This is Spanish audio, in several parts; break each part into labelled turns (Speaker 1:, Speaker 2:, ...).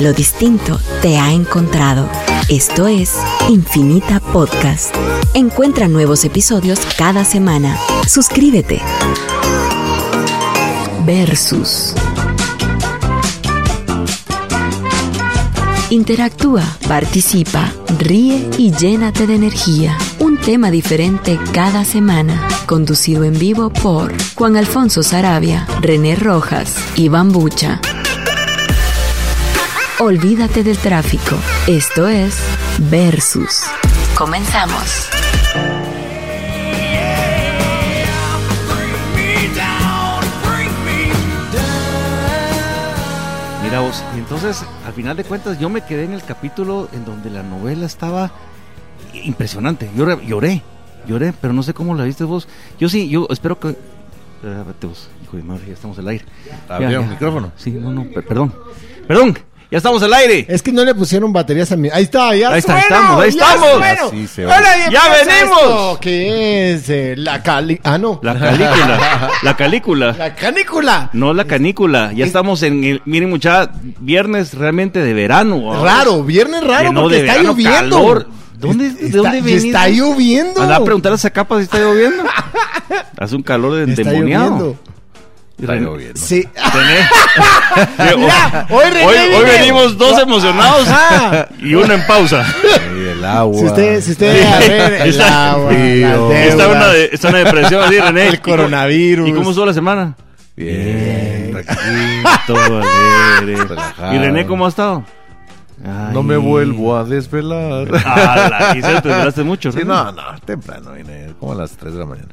Speaker 1: Lo distinto te ha encontrado. Esto es Infinita Podcast. Encuentra nuevos episodios cada semana. Suscríbete. Versus. Interactúa, participa, ríe y llénate de energía. Un tema diferente cada semana. Conducido en vivo por Juan Alfonso Sarabia, René Rojas, Iván Bucha. Olvídate del tráfico. Esto es Versus. Comenzamos.
Speaker 2: Mira vos, y entonces al final de cuentas yo me quedé en el capítulo en donde la novela estaba impresionante. Yo lloré, lloré, lloré, pero no sé cómo la viste vos. Yo sí, yo espero que... Espérate vos, hijo de madre, ya estamos al aire.
Speaker 3: Abrió el micrófono.
Speaker 2: Sí, no, no, per- perdón. Perdón, ya estamos al aire.
Speaker 4: Es que no le pusieron baterías a mi. Ahí está, ya
Speaker 2: Ahí está,
Speaker 4: suena,
Speaker 2: estamos, ahí
Speaker 4: ya
Speaker 2: estamos.
Speaker 4: suena.
Speaker 3: Así se va.
Speaker 4: Hola,
Speaker 2: ¡Ya
Speaker 4: bienvenidos a
Speaker 2: venimos!
Speaker 4: esto, Que es eh, la cali. Ah, no.
Speaker 2: La calícula, la calícula.
Speaker 4: La canícula.
Speaker 2: No la canícula, ya estamos en el, miren mucha, viernes realmente de verano. ¿va?
Speaker 4: Raro, viernes raro
Speaker 2: Que no,
Speaker 4: porque
Speaker 2: de
Speaker 4: está
Speaker 2: verano,
Speaker 4: lloviendo.
Speaker 2: calor. ¿Dónde- de
Speaker 4: está,
Speaker 2: dónde venís?
Speaker 4: Está lloviendo.
Speaker 2: Andá a preguntar a esa capa si está lloviendo. Hace un calor de
Speaker 4: Está
Speaker 2: endemoniado.
Speaker 4: lloviendo.
Speaker 3: Está lloviendo.
Speaker 4: Sí. ah,
Speaker 2: René.
Speaker 4: Mira, hoy René
Speaker 2: hoy, hoy
Speaker 4: viene-
Speaker 2: venimos dos emocionados
Speaker 4: Ajá.
Speaker 2: y uno en pausa.
Speaker 3: Ahí el agua.
Speaker 4: Si usted, si usted, a ver, el
Speaker 2: Está-
Speaker 4: agua,
Speaker 3: Frío.
Speaker 4: las
Speaker 2: Está
Speaker 4: deudas,
Speaker 2: una, de- está una depresión así, René.
Speaker 4: el coronavirus.
Speaker 2: ¿Y cómo estuvo la semana?
Speaker 3: Bien, tranquilo.
Speaker 2: Todo alegre.
Speaker 3: Relajado.
Speaker 2: ¿Y René cómo ha estado?
Speaker 3: No me vuelvo a desvelar.
Speaker 2: Ala, y se te duraste mucho,
Speaker 3: Sí,
Speaker 2: René.
Speaker 3: no, no, temprano vine, como a las 3 de la mañana.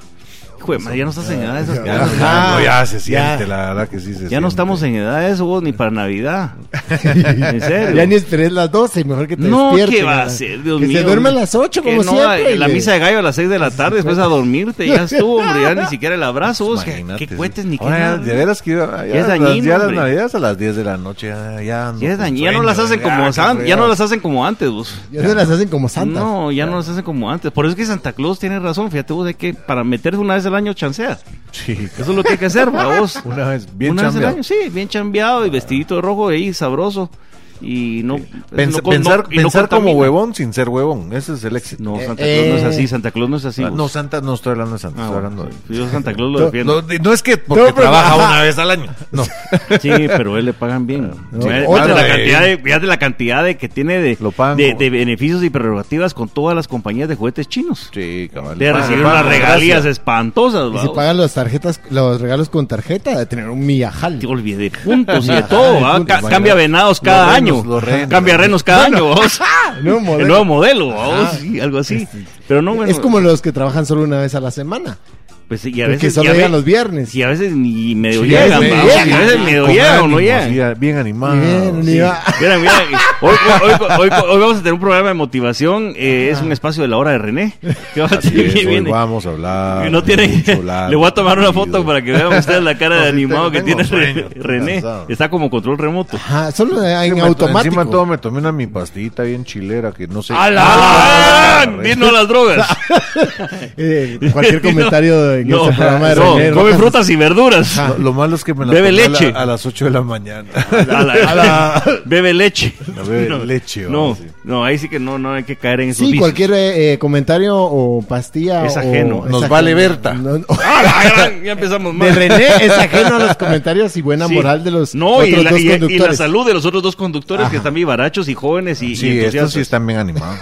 Speaker 2: Hijo de madre, ya no estás en edad de esas
Speaker 4: Ya,
Speaker 2: cosas.
Speaker 4: Ajá.
Speaker 3: No, ya se
Speaker 4: Ya.
Speaker 3: siente, la verdad que sí se
Speaker 2: Ya no estamos en edad de eso, vos, ni para Navidad. En serio.
Speaker 4: Ya ni esperes las 12, mejor que te
Speaker 2: No,
Speaker 4: despiertes.
Speaker 2: ¿qué va a
Speaker 4: ¿verdad?
Speaker 2: ser? Dios
Speaker 4: que
Speaker 2: mío.
Speaker 4: se duerma a las 8,
Speaker 2: Que
Speaker 4: como
Speaker 2: no,
Speaker 4: siempre.
Speaker 2: La
Speaker 4: y-
Speaker 2: misa de gallo a las 6 de la tarde, después a dormirte. Ya estuvo, hombre. Ya ni siquiera el abrazo. Vos, que,
Speaker 3: Imagínate,
Speaker 2: que
Speaker 3: sí.
Speaker 2: cuentes ni que
Speaker 3: Ahora,
Speaker 2: nada.
Speaker 3: De veras que
Speaker 2: Ya
Speaker 3: ya,
Speaker 2: es
Speaker 3: las-
Speaker 2: dañino,
Speaker 3: ya las
Speaker 2: hombre.
Speaker 3: navidades a las 10 de la noche ya, ya ando
Speaker 2: Ya, es
Speaker 3: con
Speaker 2: dañino, ya no
Speaker 3: sueño,
Speaker 2: las hacen como
Speaker 3: qué
Speaker 2: san- ya
Speaker 3: feo.
Speaker 2: no las hacen como antes, vos.
Speaker 4: Ya se las hacen como santas.
Speaker 2: No, ya no las hacen como antes. Por eso es que Santa Claus tiene razón. Fíjate vos de que para meterse una vez al año chancea.
Speaker 3: Sí,
Speaker 2: Eso es lo que hay que hacer, va, vos.
Speaker 3: una vez, bien
Speaker 2: una
Speaker 3: chambeado.
Speaker 2: vez al año, sí, bien chambeado y vestidito de rojo ahí, sabroso. Y no.
Speaker 3: Pens-
Speaker 2: no con-
Speaker 3: pensar
Speaker 2: no- y no
Speaker 3: pensar como
Speaker 2: contamina.
Speaker 3: huevón sin ser huevón, ese es el éxito.
Speaker 2: No, Santa Claus no es
Speaker 4: Eh,
Speaker 2: así, Santa Claus no es así.
Speaker 3: Ah, no,
Speaker 2: vos.
Speaker 3: Santa, no estoy hablando de Santa,
Speaker 2: Ah,
Speaker 3: estoy
Speaker 2: bueno,
Speaker 3: hablando de...
Speaker 2: sí. Yo Santa Claus lo defiendo.
Speaker 3: No, de- no es que porque
Speaker 4: No, pero-
Speaker 3: trabaja
Speaker 4: ajá.
Speaker 3: una vez al año. No,
Speaker 2: Sí, pero a él le pagan bien. Fíjate
Speaker 4: otra
Speaker 2: la
Speaker 3: vez.
Speaker 2: Ah, cantidad de, fíjate la cantidad de que tiene de,
Speaker 3: Lo pagan
Speaker 2: de,
Speaker 3: como-
Speaker 2: de beneficios y prerrogativas con todas las compañías de juguetes chinos.
Speaker 3: sí, cabal.
Speaker 2: De
Speaker 3: Ah,
Speaker 2: recibir
Speaker 3: vamos,
Speaker 2: unas regalías
Speaker 3: gracias.
Speaker 2: espantosas,
Speaker 4: Y
Speaker 2: ¿va?
Speaker 4: si pagan las tarjetas, los regalos con tarjeta, de tener un millajal.
Speaker 2: Te olvidé de puntos y de todo. ¿va? Ca-
Speaker 3: Bueno,
Speaker 2: cambia venados cada
Speaker 3: los
Speaker 2: año.
Speaker 3: renos, los renos.
Speaker 2: cambia renos cada año. ¿vos?
Speaker 4: nuevo modelo.
Speaker 2: El nuevo modelo. ¿va? Sí, algo así. Pero no, bueno,
Speaker 4: es como los que trabajan solo una vez a la semana.
Speaker 2: pues, y a
Speaker 4: Porque
Speaker 2: veces,
Speaker 4: solo
Speaker 2: y a
Speaker 4: llegan
Speaker 2: ve-
Speaker 4: los viernes.
Speaker 2: y a veces ni medio
Speaker 3: Sí,
Speaker 2: llegan.
Speaker 3: sí,
Speaker 2: ¿va?
Speaker 4: sí,
Speaker 2: Y a veces
Speaker 4: sí,
Speaker 2: medio
Speaker 3: Con
Speaker 2: llegan o no
Speaker 3: ánimos,
Speaker 2: llegan.
Speaker 3: sí, Bien animado.
Speaker 4: Bien,
Speaker 3: sí.
Speaker 4: iba-
Speaker 2: Mira, mira, hoy, hoy- hoy- hoy- hoy vamos a tener un programa de motivación. eh, es un espacio de la hora de René. Que va a
Speaker 3: Así
Speaker 2: tener-
Speaker 3: es, hoy
Speaker 2: viene-
Speaker 3: vamos a hablar.
Speaker 2: que no tiene-
Speaker 3: mucho, largo,
Speaker 2: le voy a tomar una foto
Speaker 3: tendido.
Speaker 2: para que vean ustedes la cara
Speaker 3: No,
Speaker 2: de
Speaker 3: sí,
Speaker 2: animado que
Speaker 3: tengo
Speaker 2: tiene
Speaker 3: sueño, estoy
Speaker 2: René.
Speaker 3: cansado.
Speaker 2: Está como control remoto.
Speaker 4: Ajá, solo en
Speaker 3: Encima to-
Speaker 4: automático.
Speaker 3: Encima todo me tomé una mi pastillita bien chilera que no sé.
Speaker 2: ¡Ala! Vino las drogas.
Speaker 4: Eh, cualquier
Speaker 2: No,
Speaker 4: comentario en
Speaker 2: no,
Speaker 4: este programa de
Speaker 2: no,
Speaker 4: René
Speaker 2: come
Speaker 4: Rojas.
Speaker 2: frutas y verduras.
Speaker 3: Lo, lo malo es que me la
Speaker 2: Bebe
Speaker 3: tomé a la-
Speaker 2: leche.
Speaker 3: A, las 8 de la mañana.
Speaker 2: Ala, Bebe leche.
Speaker 3: No, bebe leche,
Speaker 2: No,
Speaker 3: vamos a decir.
Speaker 2: no, ahí sí que no, no hay que caer en esos
Speaker 4: Sí,
Speaker 2: vicios.
Speaker 4: cualquier eh, eh, comentario o pastilla.
Speaker 2: Es
Speaker 4: o-
Speaker 2: ajeno.
Speaker 4: es
Speaker 3: Nos
Speaker 4: ajeno.
Speaker 3: vale Berta.
Speaker 4: No, no.
Speaker 2: ¡Ah, la gran! Ya empezamos mal.
Speaker 4: De René es ajeno a los comentarios y buena
Speaker 2: Sí.
Speaker 4: moral de los
Speaker 2: no,
Speaker 4: otros
Speaker 2: y la,
Speaker 4: dos
Speaker 2: y- y la
Speaker 4: conductores.
Speaker 2: salud de los otros dos conductores que están vivarachos y jóvenes y, y
Speaker 3: Sí, estos
Speaker 2: entusiastas.
Speaker 3: sí están bien animados.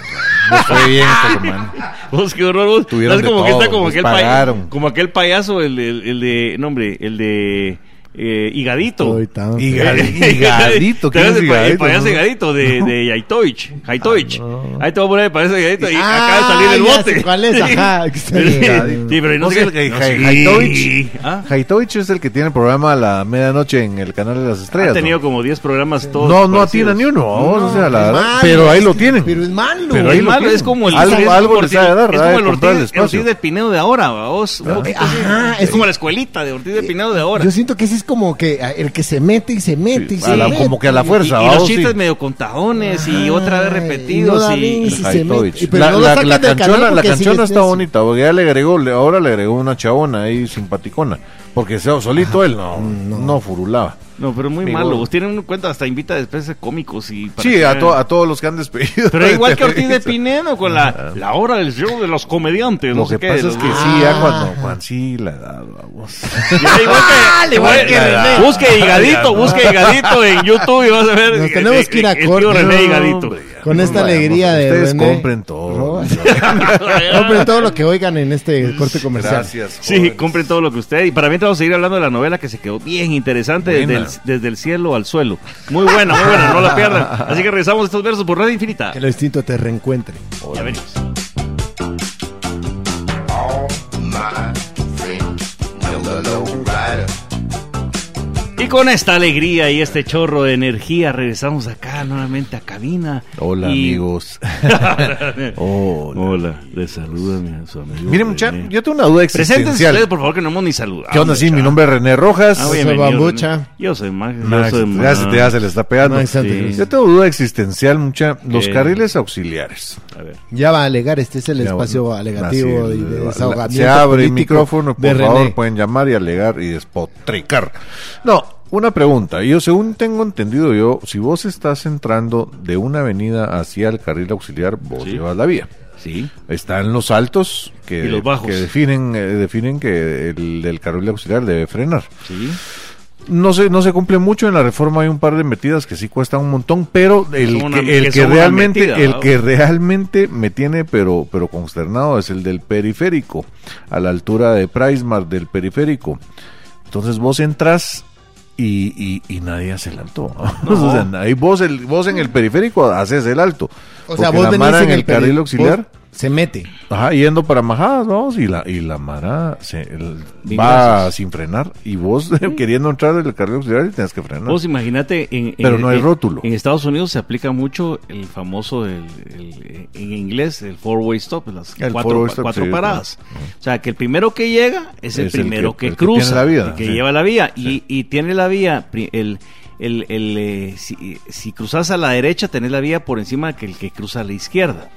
Speaker 3: No fue bien esta semana.
Speaker 2: Vos, qué horror, vos.
Speaker 3: Tuvieron
Speaker 2: Estás
Speaker 3: de
Speaker 2: como que
Speaker 3: todo,
Speaker 2: está como
Speaker 3: les
Speaker 2: aquel, paya-
Speaker 3: pagaron.
Speaker 2: como aquel payaso, el, el- el de, no hombre, el de eh, Higadito.
Speaker 4: Estoy tan
Speaker 3: Y
Speaker 4: feliz.
Speaker 3: Higadito, higadito,
Speaker 2: ¿Te acuerdas
Speaker 3: ¿quién
Speaker 2: el
Speaker 3: es
Speaker 2: pa- El
Speaker 3: higadito,
Speaker 2: payaso
Speaker 3: no?
Speaker 2: Higadito de, de Yaitoich, Haitoich. Ahí te voy a poner el payaso Higadito y
Speaker 4: Ah,
Speaker 2: acaba de salir el
Speaker 4: ya
Speaker 2: bote.
Speaker 4: sé cuál es, ajá.
Speaker 2: Sí, pero no
Speaker 3: ¿Vos
Speaker 2: sé
Speaker 3: el que-
Speaker 2: no
Speaker 3: Hai-
Speaker 2: sé.
Speaker 3: Haitoich?
Speaker 2: Ah,
Speaker 3: Haitovich es el que tiene el programa a la medianoche en el canal de las estrellas.
Speaker 2: Ha
Speaker 3: ¿no?
Speaker 2: tenido como 10 programas todos.
Speaker 3: No, no
Speaker 2: parecidos.
Speaker 3: atiende ni uno, vamos, o sea, la
Speaker 4: Es
Speaker 3: verdad,
Speaker 4: malo,
Speaker 3: pero ahí
Speaker 4: es-
Speaker 3: lo tienen.
Speaker 4: Pero es malo.
Speaker 3: Pero ahí
Speaker 2: Es
Speaker 3: lo
Speaker 2: malo,
Speaker 3: tienen.
Speaker 2: es como el
Speaker 3: Algo-
Speaker 2: es
Speaker 3: algo
Speaker 2: como
Speaker 3: les
Speaker 2: Ortiz-
Speaker 3: ha de dar,
Speaker 2: es
Speaker 3: ha de
Speaker 2: como el
Speaker 3: comprar el
Speaker 2: Ortiz,
Speaker 3: espacio.
Speaker 2: Ortiz de Pinedo de ahora, ¿va? vos, un poquito así.
Speaker 4: Ajá,
Speaker 2: es
Speaker 4: es-
Speaker 2: como la escuelita de Ortiz de Pinedo de ahora.
Speaker 4: Yo siento que ese es como que ah, el que se mete y se mete y
Speaker 3: Sí,
Speaker 4: se
Speaker 3: a la-
Speaker 4: mete.
Speaker 3: como que a la
Speaker 2: Y,
Speaker 3: fuerza,
Speaker 2: y
Speaker 3: vamos,
Speaker 2: los chistes
Speaker 3: sí.
Speaker 2: medio contajones y
Speaker 4: Ay,
Speaker 2: otra vez repetidos
Speaker 4: no da
Speaker 2: y,
Speaker 4: bien, sí.
Speaker 2: y-
Speaker 4: se
Speaker 3: Haitovich.
Speaker 4: mete. Pero
Speaker 3: La,
Speaker 4: no lo
Speaker 3: la-
Speaker 4: saquen
Speaker 3: la
Speaker 4: del canal
Speaker 3: canchona, la
Speaker 4: porque sigue
Speaker 3: canchona está
Speaker 4: eso.
Speaker 3: bonita, porque ya le agregó, le-
Speaker 4: Mm,
Speaker 3: ahora le agregó una chabona ahí simpaticona, porque se- solito él no, no furulaba.
Speaker 2: No, pero muy
Speaker 3: Ni
Speaker 2: malo.
Speaker 3: modo.
Speaker 2: Vos tienen en cuenta, hasta invita después a cómicos y. para
Speaker 3: Sí,
Speaker 2: que
Speaker 3: a,
Speaker 2: hagan-
Speaker 3: to- a todos los que han despedido.
Speaker 2: Pero igual que Ortiz de Pinedo con la,
Speaker 3: Ah.
Speaker 2: la hora del show de los comediantes.
Speaker 3: Lo
Speaker 2: no sé qué,
Speaker 3: que pasa
Speaker 2: de los-
Speaker 3: es que sí,
Speaker 4: Ah.
Speaker 3: ya cuando Juan sí la edad, vamos.
Speaker 2: Yo digo
Speaker 4: Ah,
Speaker 2: que-
Speaker 3: igual que René.
Speaker 2: Busque Higadito, busque Higadito en YouTube y vas a ver.
Speaker 4: Nos tenemos que ir a
Speaker 2: el tío
Speaker 4: corte.
Speaker 2: René
Speaker 4: No,
Speaker 2: Higadito.
Speaker 4: Con esta
Speaker 3: Vayamos,
Speaker 4: alegría de
Speaker 3: Ustedes
Speaker 4: René.
Speaker 3: compren todo.
Speaker 4: Rojas. Compren todo lo que oigan en este corte comercial.
Speaker 3: Gracias.
Speaker 2: Sí,
Speaker 3: jóvenes.
Speaker 2: compren todo lo que usted. Y para mientras vamos a seguir hablando de la novela que se quedó bien interesante desde el,
Speaker 3: Buena.
Speaker 2: desde el cielo al suelo. Muy buena, muy buena, no la pierdan. Así que regresamos a estos versos por Radio Infinita.
Speaker 4: Que lo distinto te reencuentre.
Speaker 2: Ya venimos. Y con esta alegría y este chorro de energía regresamos acá nuevamente a cabina.
Speaker 3: Hola,
Speaker 2: Y-
Speaker 3: amigos. Oh, Hola.
Speaker 2: Hola, les saluda mi- su amigo.
Speaker 3: Miren,
Speaker 2: René.
Speaker 3: mucha, yo tengo una duda
Speaker 2: Preséntense
Speaker 3: existencial.
Speaker 2: ustedes, por favor, que no hemos ni saludado.
Speaker 3: ¿Qué onda? Sí,
Speaker 2: mucha.
Speaker 3: mi nombre es René Rojas.
Speaker 2: Ah,
Speaker 4: soy
Speaker 2: bienvenido,
Speaker 4: Bambucha.
Speaker 2: René. Yo soy Max.
Speaker 3: Max,
Speaker 2: yo soy
Speaker 3: ya, se te, ya se le está pegando.
Speaker 4: Max
Speaker 2: Antes.
Speaker 3: Yo tengo duda existencial, mucha. Los
Speaker 2: ¿Qué?
Speaker 3: carriles auxiliares.
Speaker 2: A ver.
Speaker 4: Ya va a alegar, este es el
Speaker 3: Ya,
Speaker 4: espacio
Speaker 3: bueno,
Speaker 4: alegativo
Speaker 3: así,
Speaker 4: y de
Speaker 3: la-
Speaker 4: desahogamiento.
Speaker 3: Se abre el
Speaker 4: político
Speaker 3: micrófono, por
Speaker 4: de René.
Speaker 3: favor, pues, pueden llamar y alegar y despotricar. No, una pregunta. Yo, según tengo entendido yo, si vos estás entrando de una avenida hacia el carril auxiliar, vos
Speaker 2: Sí.
Speaker 3: llevas la vía.
Speaker 2: Sí.
Speaker 3: Están los altos que,
Speaker 2: Y los bajos.
Speaker 3: que definen, eh, definen que el del carril auxiliar debe frenar.
Speaker 2: Sí.
Speaker 3: No se, no se cumple mucho, en la reforma hay un par de metidas que sí cuestan un montón, pero el
Speaker 2: Son una-
Speaker 3: que, el
Speaker 2: que
Speaker 3: que,
Speaker 2: son una
Speaker 3: realmente,
Speaker 2: metida,
Speaker 3: el
Speaker 2: ¿va?
Speaker 3: que realmente me tiene pero, pero consternado es el del periférico, a la altura de Prismar del periférico. Entonces vos entras y, y, y nadie hace el alto. O sea, ahí vos, el, vos en el periférico haces el alto.
Speaker 4: O sea,
Speaker 3: Porque
Speaker 4: vos
Speaker 3: la
Speaker 4: venís
Speaker 3: mara
Speaker 4: en el
Speaker 3: carril
Speaker 4: peri-
Speaker 3: auxiliar.
Speaker 4: vos Se mete.
Speaker 3: Ajá, yendo para Majadas, vamos, y la, y la Mara se, el-
Speaker 2: Bien,
Speaker 3: va
Speaker 2: gracias.
Speaker 3: sin frenar, y vos queriendo entrar del carril auxiliar y tienes que frenar.
Speaker 2: Vos imagínate en, en-
Speaker 3: Pero no hay
Speaker 2: en-
Speaker 3: rótulo.
Speaker 2: En Estados Unidos se aplica mucho el famoso el- el- en inglés el four way stop, las
Speaker 3: El
Speaker 2: cuatro,
Speaker 3: four-way stop,
Speaker 2: cuatro
Speaker 3: sí,
Speaker 2: paradas. O sea, que el primero que llega es el
Speaker 3: Es el
Speaker 2: primero
Speaker 3: que-
Speaker 2: que,
Speaker 3: el que
Speaker 2: cruza,
Speaker 3: tiene la vía,
Speaker 2: el que
Speaker 3: sí.
Speaker 2: lleva la vía
Speaker 3: Sí.
Speaker 2: y, y tiene la vía pri- el el, el, eh, si, si cruzas a la derecha tenés la vía por encima que el que cruza a la izquierda.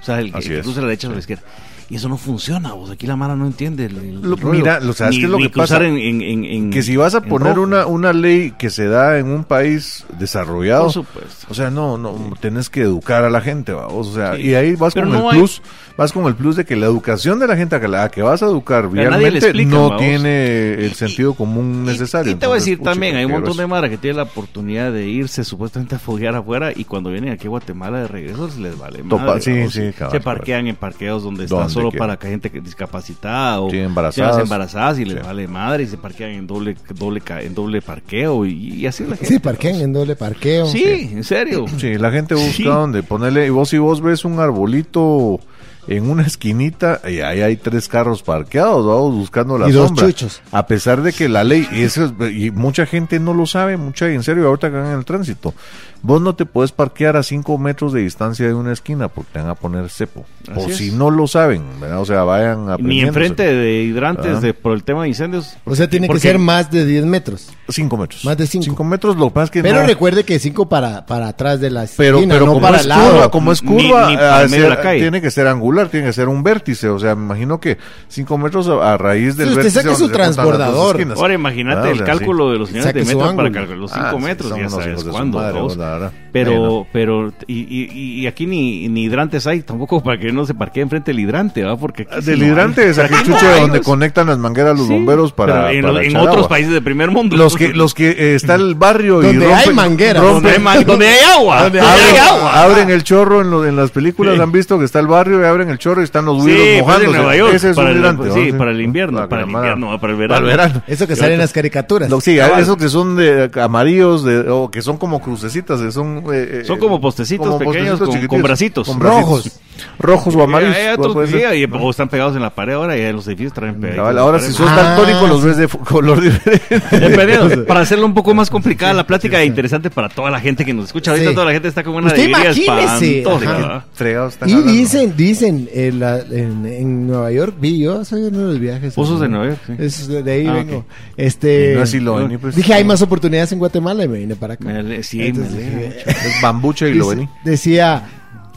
Speaker 2: O sea, el, que-
Speaker 3: Así
Speaker 2: el que
Speaker 3: es.
Speaker 2: cruza a la derecha o a la izquierda. Y eso no funciona, vos. Aquí la Mara no entiende. el- el
Speaker 3: Lo-
Speaker 2: rollo.
Speaker 3: mira, lo- ¿sabes
Speaker 2: Ni-
Speaker 3: qué es lo
Speaker 2: ni
Speaker 3: que
Speaker 2: cruzar
Speaker 3: pasa?
Speaker 2: en- en- en- en-
Speaker 3: que si vas a
Speaker 2: en
Speaker 3: poner
Speaker 2: rojo.
Speaker 3: una, una ley que se da en un país desarrollado,
Speaker 2: Por supuesto.
Speaker 3: o sea, no, no, tenés que educar a la gente, vamos, o sea,
Speaker 2: Sí.
Speaker 3: y ahí vas
Speaker 2: Pero
Speaker 3: con
Speaker 2: no
Speaker 3: el
Speaker 2: hay-
Speaker 3: plus, vas con el plus de que la educación de la gente a que la que vas a educar
Speaker 2: Pero a nadie le
Speaker 3: realmente
Speaker 2: explican,
Speaker 3: no
Speaker 2: vamos.
Speaker 3: tiene el sentido común
Speaker 2: Y-
Speaker 3: necesario.
Speaker 2: Y, te voy a
Speaker 3: Entonces,
Speaker 2: decir
Speaker 3: pucha,
Speaker 2: también, hay un
Speaker 3: qué
Speaker 2: montón de
Speaker 3: grueso.
Speaker 2: mara que tiene la oportunidad de irse supuestamente a foguear afuera y cuando vienen aquí a Guatemala de regreso se les vale
Speaker 3: Topa-
Speaker 2: madre,
Speaker 3: sí,
Speaker 2: vamos.
Speaker 3: sí,
Speaker 2: se
Speaker 3: cabal, cabal.
Speaker 2: parquean en parqueos donde está
Speaker 3: Donde
Speaker 2: solo
Speaker 3: quiera.
Speaker 2: para que gente que- discapacitada o
Speaker 3: Sí, embarazadas.
Speaker 2: se hacen embarazadas y les
Speaker 3: Sí.
Speaker 2: vale madre y se parquean en doble doble ca- en doble parqueo y, y así la gente. pues.
Speaker 4: Sí, parquean en doble parqueo.
Speaker 2: Sí, en serio.
Speaker 3: Sí, la gente busca
Speaker 2: Sí.
Speaker 3: donde ponerle. Y vos, si vos ves un arbolito en una esquinita, y ahí hay tres carros parqueados, vamos buscando la
Speaker 4: Y dos
Speaker 3: sombra.
Speaker 4: chuchos.
Speaker 3: A pesar de que la ley, y, eso es- y mucha gente no lo sabe, mucha, en serio, ahorita que van en el tránsito, vos no te puedes parquear a cinco metros de distancia de una esquina porque te van a poner cepo.
Speaker 2: Así
Speaker 3: Por
Speaker 2: es.
Speaker 3: si no lo saben, ¿verdad? O sea, vayan a
Speaker 2: Ni enfrente de hidrantes
Speaker 3: Ah.
Speaker 2: de, por el tema de incendios.
Speaker 4: O sea, tiene que
Speaker 2: Porque-
Speaker 4: ser más de 10 metros.
Speaker 3: Cinco metros.
Speaker 4: Más de cinco.
Speaker 3: metros, lo que pasa es que
Speaker 4: Pero
Speaker 3: no-
Speaker 4: recuerde que 5 para, para atrás de la esquina,
Speaker 3: Pero, pero
Speaker 4: no
Speaker 3: como,
Speaker 4: para
Speaker 3: es
Speaker 4: el lado.
Speaker 3: curva, como es
Speaker 2: Ni-
Speaker 3: curva,
Speaker 2: ni para el
Speaker 3: eh,
Speaker 2: medio de la
Speaker 3: ser-
Speaker 2: calle.
Speaker 3: tiene que ser angular, tiene que ser un vértice. O sea, me imagino que 5 metros a, a raíz del
Speaker 4: Sí, usted
Speaker 3: vértice.
Speaker 4: saque
Speaker 3: donde
Speaker 4: su
Speaker 3: se juntan las dos
Speaker 4: transbordador.
Speaker 3: esquinas.
Speaker 2: Ahora imagínate
Speaker 3: Ah, o
Speaker 2: el
Speaker 3: sea,
Speaker 2: cálculo
Speaker 3: sí.
Speaker 2: de los señores
Speaker 4: Saque
Speaker 2: de
Speaker 4: su
Speaker 2: metros para
Speaker 4: ángulo.
Speaker 2: calcular los
Speaker 3: Ah,
Speaker 2: 5
Speaker 3: sí,
Speaker 2: metros,
Speaker 3: son
Speaker 2: ya
Speaker 3: unos hijos
Speaker 2: sabes
Speaker 3: de su
Speaker 2: cuándo.
Speaker 3: madre,
Speaker 2: vos.
Speaker 3: la verdad.
Speaker 2: Pero,
Speaker 3: Ahí no.
Speaker 2: pero, y, y- y- y aquí ni, ni hidrantes hay tampoco para que no se parquee enfrente del hidrante, ¿va? Porque aquí sí
Speaker 3: Ah, Del
Speaker 2: no hay.
Speaker 3: hidrante es aquel
Speaker 2: ¿eh? Aquí no
Speaker 3: chuche
Speaker 2: hay,
Speaker 3: donde
Speaker 2: o sea,
Speaker 3: conectan las mangueras los
Speaker 2: sí,
Speaker 3: bomberos
Speaker 2: pero
Speaker 3: para.
Speaker 2: en,
Speaker 3: para
Speaker 2: en
Speaker 3: echar
Speaker 2: otros
Speaker 3: agua.
Speaker 2: países del primer mundo.
Speaker 3: Los que, los que eh, está el barrio y
Speaker 4: Donde hay
Speaker 3: rompen-
Speaker 4: mangueras.
Speaker 2: donde, hay,
Speaker 3: rompen-
Speaker 2: ma- donde hay agua.
Speaker 4: Donde
Speaker 2: donde
Speaker 4: hay
Speaker 2: hay
Speaker 3: Abren,
Speaker 2: agua.
Speaker 3: abren el chorro en, lo- en las películas,
Speaker 2: Sí.
Speaker 3: han visto que está el barrio y abren el chorro y están los
Speaker 2: Sí,
Speaker 3: güiros
Speaker 2: pues en
Speaker 3: mojándose.
Speaker 2: Nueva York.
Speaker 3: Ese es
Speaker 2: para
Speaker 3: un
Speaker 2: el, pues,
Speaker 3: hidrante,
Speaker 2: sí,
Speaker 3: ¿no?
Speaker 2: para el invierno.
Speaker 3: Para
Speaker 2: Para el
Speaker 3: la mara.
Speaker 2: invierno, para el verano.
Speaker 3: Para el verano.
Speaker 4: Eso que sale en las caricaturas.
Speaker 3: Lo- sí,
Speaker 2: Cabal.
Speaker 3: esos que son de amarillos de, o que son como crucecitas, que son eh, eh,
Speaker 2: Son como postecitos pequeños con-
Speaker 3: chiquititos.
Speaker 2: con bracitos.
Speaker 4: Rojos.
Speaker 3: Rojos o amarillos.
Speaker 2: Hay
Speaker 3: pues,
Speaker 2: otros
Speaker 3: puede
Speaker 2: que
Speaker 3: ser.
Speaker 2: sí, y- o están pegados en la pared ahora y en los edificios traen pegados.
Speaker 3: Cabal, ahora si sos
Speaker 4: Ah,
Speaker 3: daltónico los ves de f- color diferente.
Speaker 2: Dependiendo, para hacerlo un poco más complicada la plática e interesante para toda la gente que nos escucha. Ahorita
Speaker 4: Sí.
Speaker 2: toda la gente está como una
Speaker 4: Usted
Speaker 2: alegría
Speaker 4: imagínese,
Speaker 2: espantosa,
Speaker 4: ajá.
Speaker 2: ¿verdad?
Speaker 3: Fregados están
Speaker 4: y
Speaker 3: hablando.
Speaker 4: dicen, dicen, en, la- en- en Nueva York vi yo, soy uno de los viajes.
Speaker 2: Pozos de Nueva York, sí.
Speaker 4: Eso, de ahí
Speaker 2: Ah,
Speaker 4: vengo.
Speaker 2: ok.
Speaker 4: Este,
Speaker 3: Y no así lo vení, pues.
Speaker 4: dije, hay más oportunidades en Guatemala y me vine para acá.
Speaker 2: Me ale- sí, me
Speaker 4: Entonces,
Speaker 2: alegra
Speaker 4: dije,
Speaker 2: mucho.
Speaker 3: Es bambucha y
Speaker 4: Dice-
Speaker 3: lo vení.
Speaker 4: Decía,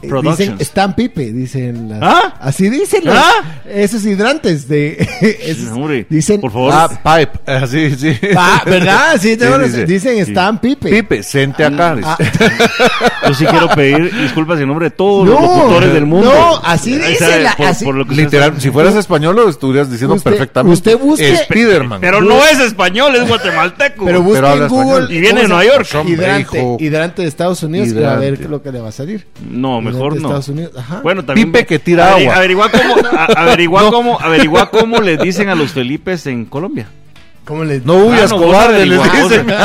Speaker 4: eh,
Speaker 2: Productions.
Speaker 4: dicen están pipe, dicen las-
Speaker 2: ¿Ah?
Speaker 4: Así dicen los-
Speaker 2: ¿Ah?
Speaker 4: esos hidrantes de esos-
Speaker 2: Hombre,
Speaker 4: dicen
Speaker 2: por favor.
Speaker 3: Ah, pipe. Ah, sí, sí.
Speaker 4: Ah, ¿verdad? Sí, tengo los-
Speaker 3: dice,
Speaker 4: dicen
Speaker 3: sí.
Speaker 4: están pipe.
Speaker 3: Pipe, sente acá. dice.
Speaker 4: Ah.
Speaker 2: Yo sí quiero pedir disculpas en nombre de todos los
Speaker 4: No,
Speaker 2: locutores del mundo.
Speaker 4: no, así
Speaker 2: Esa-
Speaker 4: dice la-
Speaker 2: por-
Speaker 4: así-
Speaker 2: por lo que
Speaker 3: Literal,
Speaker 2: ustedes-
Speaker 3: si fueras español lo estuvieras diciendo
Speaker 4: Usted-
Speaker 3: perfectamente.
Speaker 4: usted busque-
Speaker 3: Spiderman.
Speaker 2: Pero no es español, es guatemalteco.
Speaker 4: Pero busca
Speaker 3: Pero habla
Speaker 4: en Google.
Speaker 3: español.
Speaker 2: Y viene de
Speaker 4: ¿cómo
Speaker 2: Nueva
Speaker 4: se-
Speaker 2: York.
Speaker 3: Hombre,
Speaker 4: Hidrante,
Speaker 3: hijo.
Speaker 4: hidrante de Estados Unidos, que va a ver
Speaker 3: Hidrante.
Speaker 4: lo que le va a salir.
Speaker 2: no, mejor
Speaker 4: Hidrante de
Speaker 2: no.
Speaker 4: Estados Unidos, ajá.
Speaker 2: Bueno, también
Speaker 3: Pipe que tira
Speaker 2: Averi-
Speaker 3: agua.
Speaker 2: Averigua cómo, a- averigua cómo, averigua cómo les dicen a los Felipes en Colombia.
Speaker 4: ¿Cómo le
Speaker 3: No huyas,
Speaker 2: Ah, no,
Speaker 3: cobarde,
Speaker 2: vos
Speaker 3: les
Speaker 2: averigua,
Speaker 3: dicen.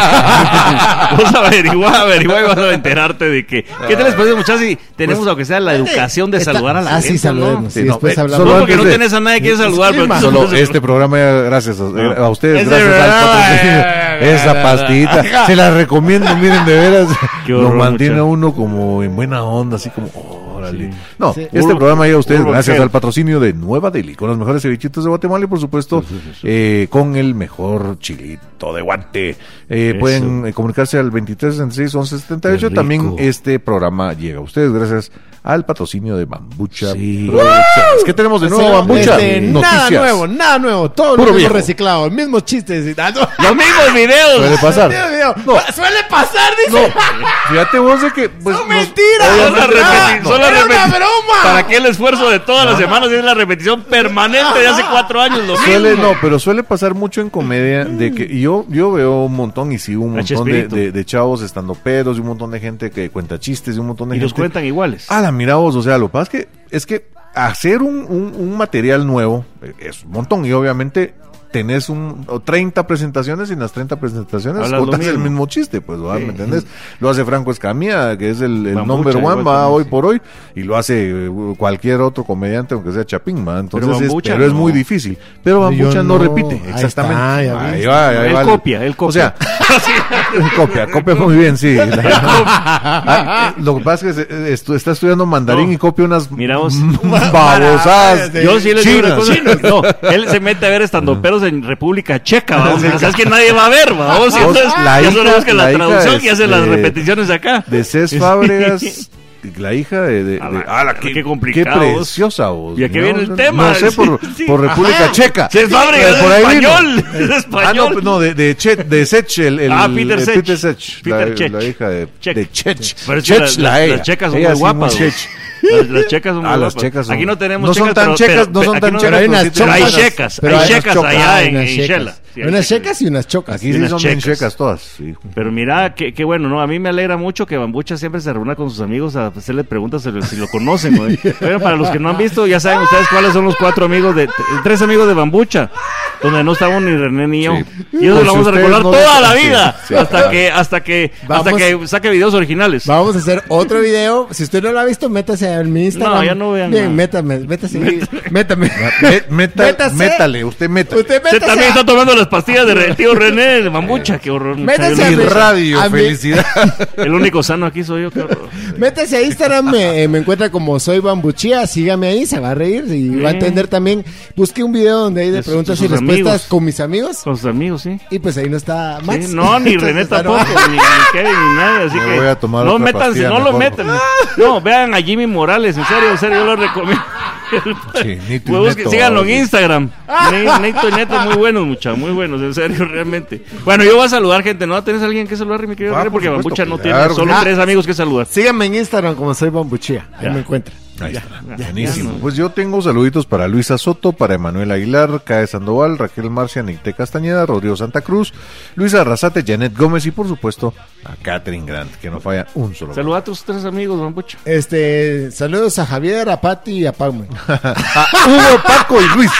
Speaker 2: Vos vos averigua, averigua y vas a enterarte de que. ¿Qué te les parece, muchachos? Si tenemos, aunque sea, la educación de
Speaker 4: Pues, eh, Este, Está-
Speaker 2: saludar a la
Speaker 4: ah,
Speaker 2: gente.
Speaker 4: sí, saludemos, sí, después
Speaker 2: eh,
Speaker 4: hablamos.
Speaker 2: No, porque
Speaker 3: Solo
Speaker 2: no
Speaker 3: antes de-
Speaker 2: tenés a nadie que saludar, pero tú-
Speaker 3: Solo este programa, gracias a, a ustedes,
Speaker 2: Es
Speaker 3: gracias
Speaker 2: de-
Speaker 3: al patrocinio. Esa pastita, se la recomiendo, miren, de veras.
Speaker 2: Qué
Speaker 3: Lo
Speaker 2: horror,
Speaker 3: mantiene
Speaker 2: muchacho.
Speaker 3: uno como en buena onda, así como, órale.
Speaker 2: Sí.
Speaker 3: No,
Speaker 4: Sí.
Speaker 3: este
Speaker 2: Puro-
Speaker 3: programa llega a ustedes
Speaker 2: puro
Speaker 3: gracias
Speaker 2: boxeo.
Speaker 3: al patrocinio de Nueva Delhi, con los mejores cevichitos de Guatemala y, por supuesto, eh, con el mejor chilito de guante. Eh,
Speaker 2: Eso.
Speaker 3: pueden eh, comunicarse al 23 66 11 78.
Speaker 2: Qué
Speaker 3: También
Speaker 2: rico.
Speaker 3: este programa llega a ustedes gracias al patrocinio de Bambucha.
Speaker 2: Sí.
Speaker 3: Producciones. ¿Qué tenemos de nuevo, Bambucha?
Speaker 4: Este,
Speaker 3: Noticias.
Speaker 4: Nada nuevo, nada nuevo. Todo
Speaker 3: Puro
Speaker 4: lo mismo
Speaker 3: viejo.
Speaker 4: reciclado. Mismos chistes y tal.
Speaker 2: Los mismos videos.
Speaker 3: Suele pasar.
Speaker 4: Dios mío.
Speaker 3: No.
Speaker 4: Suele pasar,
Speaker 3: No,
Speaker 4: dice.
Speaker 3: fíjate vos de que. Pues,
Speaker 4: ¡Son
Speaker 3: nos-
Speaker 4: mentiras!
Speaker 2: Son las
Speaker 3: obviamente-
Speaker 2: repeti-
Speaker 3: no,
Speaker 2: son las
Speaker 4: ¡Era una
Speaker 2: repeti-
Speaker 4: broma!
Speaker 2: ¿Para qué el esfuerzo de todas las semanas es la repetición permanente de hace cuatro años? Lo
Speaker 3: Suele,
Speaker 2: mismo.
Speaker 3: no, pero suele pasar mucho en comedia de que y yo, yo veo un montón y sigo un
Speaker 2: A
Speaker 3: montón de,
Speaker 2: Chespirito.
Speaker 3: de- de chavos estando pedos y un montón de gente que cuenta chistes y un montón de
Speaker 2: Y los
Speaker 3: gente.
Speaker 2: cuentan iguales.
Speaker 3: Ah, la mira vos, o sea, lo que pasa es que, es que hacer un, un- un material nuevo eh, es un montón y obviamente tenés un o 30 presentaciones y en las 30 presentaciones
Speaker 2: Hablas lo
Speaker 3: contás el
Speaker 2: mismo.
Speaker 3: mismo chiste, pues, ¿verdad?
Speaker 2: Sí.
Speaker 3: ¿me entendés? Lo hace Franco Escamilla, que es el, el
Speaker 2: Bambucha,
Speaker 3: number one,
Speaker 2: igual
Speaker 3: va
Speaker 2: también,
Speaker 3: hoy
Speaker 2: sí.
Speaker 3: por hoy, y lo hace eh, cualquier otro comediante, aunque sea Chapín, ¿va? Entonces, es- pero,
Speaker 2: Bambucha
Speaker 3: es
Speaker 2: no.
Speaker 3: muy difícil. Pero Bambucha
Speaker 4: Yo
Speaker 3: no,
Speaker 4: no.
Speaker 3: repite,
Speaker 4: Ahí
Speaker 3: exactamente.
Speaker 4: está, ya viste.
Speaker 3: va, ahí
Speaker 2: Él
Speaker 3: va.
Speaker 2: copia, él copia.
Speaker 3: O sea, copia, copia muy bien, sí. Ah, eh, lo que pasa es que se- eh, estu- está estudiando mandarín
Speaker 2: No.
Speaker 3: y copia unas
Speaker 2: Mira vos.
Speaker 3: babosas.
Speaker 2: Yo sí les digo una
Speaker 3: chinas.
Speaker 2: cosa. No, él se mete a ver estandoperos en República Checa, vamos. O sea, es que nadie va a ver, vamos.
Speaker 3: Vos,
Speaker 2: Entonces, ya
Speaker 3: la hija-
Speaker 2: solo busca la,
Speaker 3: la hija
Speaker 2: traducción y
Speaker 3: es
Speaker 2: hace las
Speaker 3: de- este,
Speaker 2: repeticiones acá.
Speaker 3: De Cés Fábregas, la hija de... de-
Speaker 2: A
Speaker 3: de-
Speaker 2: la-
Speaker 3: ah, la
Speaker 2: qué
Speaker 3: que-
Speaker 2: complicado,
Speaker 3: Qué
Speaker 2: vos.
Speaker 3: preciosa vos.
Speaker 2: Y aquí
Speaker 3: mira,
Speaker 2: viene
Speaker 3: o
Speaker 2: el
Speaker 3: sea,
Speaker 2: tema.
Speaker 3: No sé, por,
Speaker 2: Sí.
Speaker 3: por República
Speaker 2: Ajá.
Speaker 3: Checa.
Speaker 2: Cés Fábregas
Speaker 3: Eh,
Speaker 2: es
Speaker 3: ahí vino.
Speaker 2: español, es
Speaker 3: Ah, no,
Speaker 2: español.
Speaker 3: no, de, de, Chet- de Sech, el, el-
Speaker 2: Ah, Peter
Speaker 3: eh,
Speaker 2: Sech.
Speaker 3: Peter Sech,
Speaker 2: Peter
Speaker 3: la,
Speaker 2: Chech.
Speaker 3: la hija de,
Speaker 2: Chech.
Speaker 3: de Chech.
Speaker 2: Pero es que
Speaker 3: Chech,
Speaker 2: las-
Speaker 3: la
Speaker 2: las-
Speaker 3: ella.
Speaker 2: las checas son
Speaker 3: Ella
Speaker 2: muy
Speaker 3: sí,
Speaker 2: guapas.
Speaker 3: Chech.
Speaker 2: Las, las checas son
Speaker 3: Ah,
Speaker 2: muy
Speaker 3: las
Speaker 2: guapas.
Speaker 3: checas son-
Speaker 2: Aquí no tenemos
Speaker 3: no son
Speaker 2: checas,
Speaker 3: tan
Speaker 2: pero-
Speaker 3: checas, no
Speaker 2: pero-
Speaker 3: son
Speaker 2: aquí
Speaker 3: tan checas,
Speaker 4: Pero hay unas
Speaker 3: Pero
Speaker 4: chocas.
Speaker 2: hay checas,
Speaker 4: pero
Speaker 2: hay
Speaker 4: unas
Speaker 2: checas
Speaker 4: chocas,
Speaker 2: allá
Speaker 4: hay
Speaker 2: en-
Speaker 4: unas
Speaker 2: en
Speaker 4: checas.
Speaker 2: Shela. Sí, hay
Speaker 4: unas
Speaker 2: checas.
Speaker 4: checas y unas chocas.
Speaker 3: Aquí
Speaker 2: Y
Speaker 3: sí
Speaker 2: unas
Speaker 3: son bien
Speaker 2: checas.
Speaker 3: checas todas. sí.
Speaker 2: Pero mira, qué, qué bueno, ¿no? A mí me alegra mucho que Bambucha siempre se reúna con sus amigos a hacerle preguntas sobre si lo conocen, güey. Pero para los que no han visto, ya saben ustedes cuáles son los cuatro amigos de... t- Tres amigos de Bambucha, donde no estamos ni René ni yo.
Speaker 3: Sí.
Speaker 2: Y eso
Speaker 3: Por
Speaker 2: lo vamos
Speaker 3: si
Speaker 2: a recordar
Speaker 3: ustedes no
Speaker 2: toda
Speaker 3: lo-
Speaker 2: la
Speaker 3: sí,
Speaker 2: vida.
Speaker 3: sí,
Speaker 2: hasta,
Speaker 3: claro.
Speaker 2: que, hasta que hasta
Speaker 4: Vamos-
Speaker 2: que saque videos originales.
Speaker 4: Vamos a hacer otro video. Si usted no lo ha visto, métase a mi Instagram.
Speaker 2: No, ya no vean
Speaker 4: Bien,
Speaker 2: nada.
Speaker 4: métame, métase. Métame.
Speaker 3: Me- meta-
Speaker 4: Métase.
Speaker 3: métale, usted métale.
Speaker 4: Usted
Speaker 2: Usted
Speaker 4: métase.
Speaker 2: también
Speaker 4: a-
Speaker 2: está tomando las pastillas de re- tío René de Bambucha, qué horror.
Speaker 4: Métese
Speaker 2: muchacho.
Speaker 4: a
Speaker 3: Y
Speaker 4: mí-
Speaker 3: radio,
Speaker 4: a mí-
Speaker 3: felicidad.
Speaker 2: El único sano aquí soy yo, qué horror.
Speaker 4: Métase a Instagram, me, eh, me encuentra como soy Bambuchía, sígame ahí, se va a reír y va a
Speaker 2: Mm.
Speaker 4: entender también. Busqué un video donde hay de
Speaker 2: De sus-
Speaker 4: preguntas
Speaker 2: de
Speaker 4: y
Speaker 2: sus
Speaker 4: respuestas
Speaker 2: amigos.
Speaker 4: con mis amigos
Speaker 2: Con sus amigos, sí.
Speaker 4: y pues ahí no está Max.
Speaker 2: Sí, no, ni
Speaker 4: Entonces,
Speaker 2: René
Speaker 4: está-
Speaker 2: tampoco, ni, ni Kevin, ni nadie. Así
Speaker 3: Me
Speaker 2: que
Speaker 3: voy a tomar
Speaker 2: no
Speaker 3: otra
Speaker 2: metan, si
Speaker 3: pastilla
Speaker 2: no lo
Speaker 3: mejor.
Speaker 2: meten. No, vean a Jimmy Morales, en serio, en serio, yo lo recomiendo.
Speaker 3: Sí, Nito y
Speaker 2: Huevos que
Speaker 3: Neto,
Speaker 2: síganlo en
Speaker 3: ahora sí.
Speaker 2: Instagram. Ne- Neto y Neto, muy buenos, muchachos, muy buenos, en serio, realmente. Bueno, yo voy a saludar, gente. ¿No tenés a alguien que saludar, mi querido
Speaker 3: Ah,
Speaker 2: René?
Speaker 3: por
Speaker 2: Porque
Speaker 3: supuesto,
Speaker 2: Bambucha no
Speaker 3: claro.
Speaker 2: tiene solo
Speaker 3: Ah.
Speaker 2: tres amigos que saludar.
Speaker 4: Síganme en Instagram como soy Bambuchía, ahí
Speaker 2: Ya.
Speaker 4: me encuentra.
Speaker 3: Ahí está.
Speaker 2: ya,
Speaker 3: Buenísimo.
Speaker 2: ya no.
Speaker 3: Pues yo tengo saluditos para Luisa Soto, para Emanuel Aguilar, Cae Sandoval, Raquel Marcia, Nicte Castañeda, Rodrigo Santa Cruz, Luisa Arrasate, Janet Gómez y por supuesto a Catherine Grant, que no falla un solo.
Speaker 2: Saluda a tus tres amigos, Bambucha.
Speaker 4: Este, saludos a Javier, a Pati y a Pagman.
Speaker 3: Ah, Hugo, Paco y Luis.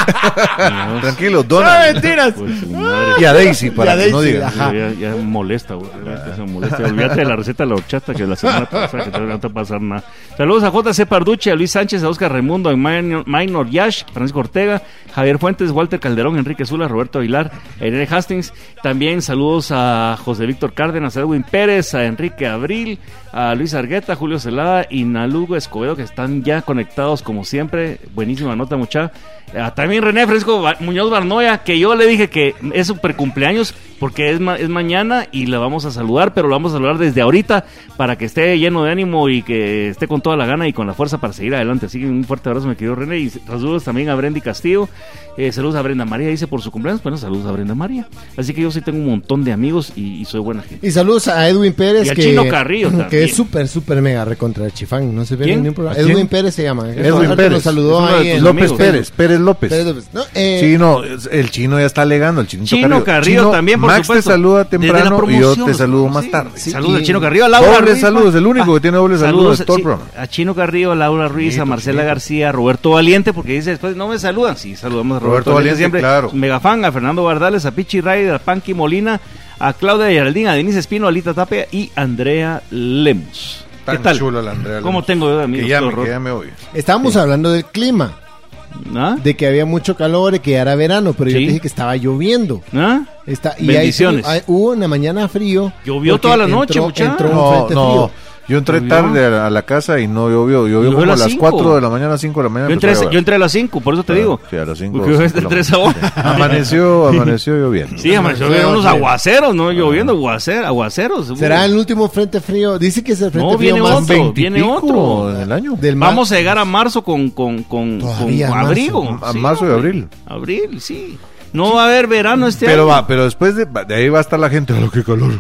Speaker 3: Tranquilo, Donald.
Speaker 4: mentiras!
Speaker 2: Pues, su madre.
Speaker 3: Y a Daisy, para
Speaker 4: Y a
Speaker 3: que no
Speaker 4: Daisy,
Speaker 3: digan.
Speaker 4: ajá.
Speaker 2: Ya, ya molesta, güey. realmente eso molesta. Olvídate de la receta de la horchata que la semana pasada que todavía no te va a pasar nada. Saludos a JC Parduche, a Luis Sánchez, a Oscar Remundo, a Minor, Minor Yash, Francisco Ortega, Javier Fuentes, Walter Calderón, Enrique Zula, Roberto Aguilar, Irene Hastings. También saludos a José Víctor Cárdenas, a Edwin Pérez, a Enrique Abril, a Luis Argueta, Julio Celada y Nalugo Escobedo que están ya conectados como siempre. Buenísima nota, muchacha. Ah, También René Fresco Ba- Muñoz Barnoya, que yo le dije que es super cumpleaños, porque es, ma- es mañana y la vamos a saludar, pero la vamos a saludar desde ahorita para que esté lleno de ánimo y que esté con toda la gana y con la fuerza para seguir adelante. Así que un fuerte abrazo, mi querido René, y saludos también a Brendi Castillo. Eh, saludos a Brenda María, dice por su cumpleaños. Bueno, saludos a Brenda María. Así que yo sí tengo un montón de amigos y, y soy buena gente.
Speaker 4: Y saludos a Edwin Pérez,
Speaker 2: Y a
Speaker 4: que,
Speaker 2: Chino Carrillo
Speaker 4: que
Speaker 2: también.
Speaker 4: es súper, súper mega recontra chifán. No se pierde
Speaker 2: ¿Quién?
Speaker 4: ningún programa.
Speaker 3: ¿A quién?
Speaker 4: Edwin Pérez se llama.
Speaker 3: Edwin
Speaker 4: Ahorita
Speaker 3: Pérez.
Speaker 4: Lo saludó
Speaker 2: es uno de
Speaker 4: ahí.
Speaker 2: tus
Speaker 4: en-
Speaker 3: López
Speaker 2: amigos.
Speaker 3: Pérez, Pérez López.
Speaker 4: Pérez López. No, eh,
Speaker 3: Sí, no, es- el chino ya está alegando, el chinito
Speaker 2: Chino Carrillo, también, por
Speaker 3: Max
Speaker 2: supuesto.
Speaker 3: te saluda
Speaker 2: Desde la
Speaker 3: temprano y yo
Speaker 2: promoción,
Speaker 3: te saludo más
Speaker 2: sí.
Speaker 3: tarde.
Speaker 2: Sí,
Speaker 4: y-
Speaker 2: saludos a Chino Carrillo, a Laura
Speaker 3: Doble
Speaker 2: Ruiz,
Speaker 3: saludos,
Speaker 2: pa.
Speaker 3: el único que tiene doble saludo de todo el
Speaker 2: sí,
Speaker 3: programa. pues,
Speaker 2: A Chino Carrillo, a Laura Ruiz, a
Speaker 3: Bonito,
Speaker 2: Marcela
Speaker 3: bonito.
Speaker 2: García, a Roberto Valiente, porque dice después, no me saludan. Sí, saludamos a Roberto,
Speaker 3: Roberto Valiente,
Speaker 2: Valiente, siempre.
Speaker 3: claro.
Speaker 2: Mega fan, a Fernando Bardales, a Pichi Ray, a Panky Molina, a Claudia Geraldín, a Denise Espino, a Lita Tapia y Andrea Lemus.
Speaker 3: Tan
Speaker 2: ¿Qué tal?
Speaker 3: chulo el Andrea Lemus.
Speaker 2: ¿Cómo tengo yo de amigos?
Speaker 3: Que
Speaker 2: Qué
Speaker 3: llame,
Speaker 2: horror.
Speaker 3: que llame hoy.
Speaker 4: Estábamos hablando del clima,
Speaker 2: ¿Ah?
Speaker 4: de que había mucho calor y que era verano, pero yo
Speaker 2: Sí.
Speaker 4: te dije que estaba lloviendo.
Speaker 2: ¿Ah?
Speaker 4: Está, y ahí-
Speaker 2: Bendiciones.
Speaker 4: ahí hubo una mañana frío.
Speaker 2: Llovió
Speaker 4: porque
Speaker 2: toda la noche,
Speaker 4: entró-
Speaker 2: muchacho.
Speaker 4: entró un
Speaker 3: No,
Speaker 4: frente
Speaker 3: no.
Speaker 4: frío.
Speaker 3: Yo entré
Speaker 2: ¿Llovió?
Speaker 3: tarde a la, a la casa y no llovió. Llovió
Speaker 2: Llovió
Speaker 3: como a
Speaker 2: a las
Speaker 3: las
Speaker 2: cinco.
Speaker 3: 4 de la mañana, 5 de la mañana.
Speaker 2: Yo entré,
Speaker 3: empezó a
Speaker 2: yo
Speaker 3: llover.
Speaker 2: entré a las 5, por eso te
Speaker 3: Ah,
Speaker 2: digo.
Speaker 3: sí, a las cinco,
Speaker 2: Porque yo
Speaker 3: cinco
Speaker 2: desde
Speaker 3: de la Ah,
Speaker 2: tres ahora.
Speaker 3: Amaneció, amaneció lloviendo.
Speaker 2: Sí, amaneció
Speaker 4: Amaneció
Speaker 2: lloviendo unos
Speaker 4: lloviendo.
Speaker 2: aguaceros, ¿no? Lloviendo aguaceros, aguaceros.
Speaker 4: Ah. Será el último frente frío. Dice que es el frente
Speaker 2: No,
Speaker 4: frío
Speaker 2: viene
Speaker 4: más
Speaker 2: otro.
Speaker 4: veinte-
Speaker 2: viene otro.
Speaker 3: en el año.
Speaker 4: del mar.
Speaker 2: Vamos a llegar a marzo con, con, con,
Speaker 4: Todavía
Speaker 2: con
Speaker 4: marzo.
Speaker 2: abrigo.
Speaker 3: A marzo y
Speaker 2: hombre.
Speaker 3: abril.
Speaker 2: Abril, sí. No va a haber verano este
Speaker 3: Pero
Speaker 2: año.
Speaker 3: va, pero después de, de ahí va a estar la gente, a lo que calor,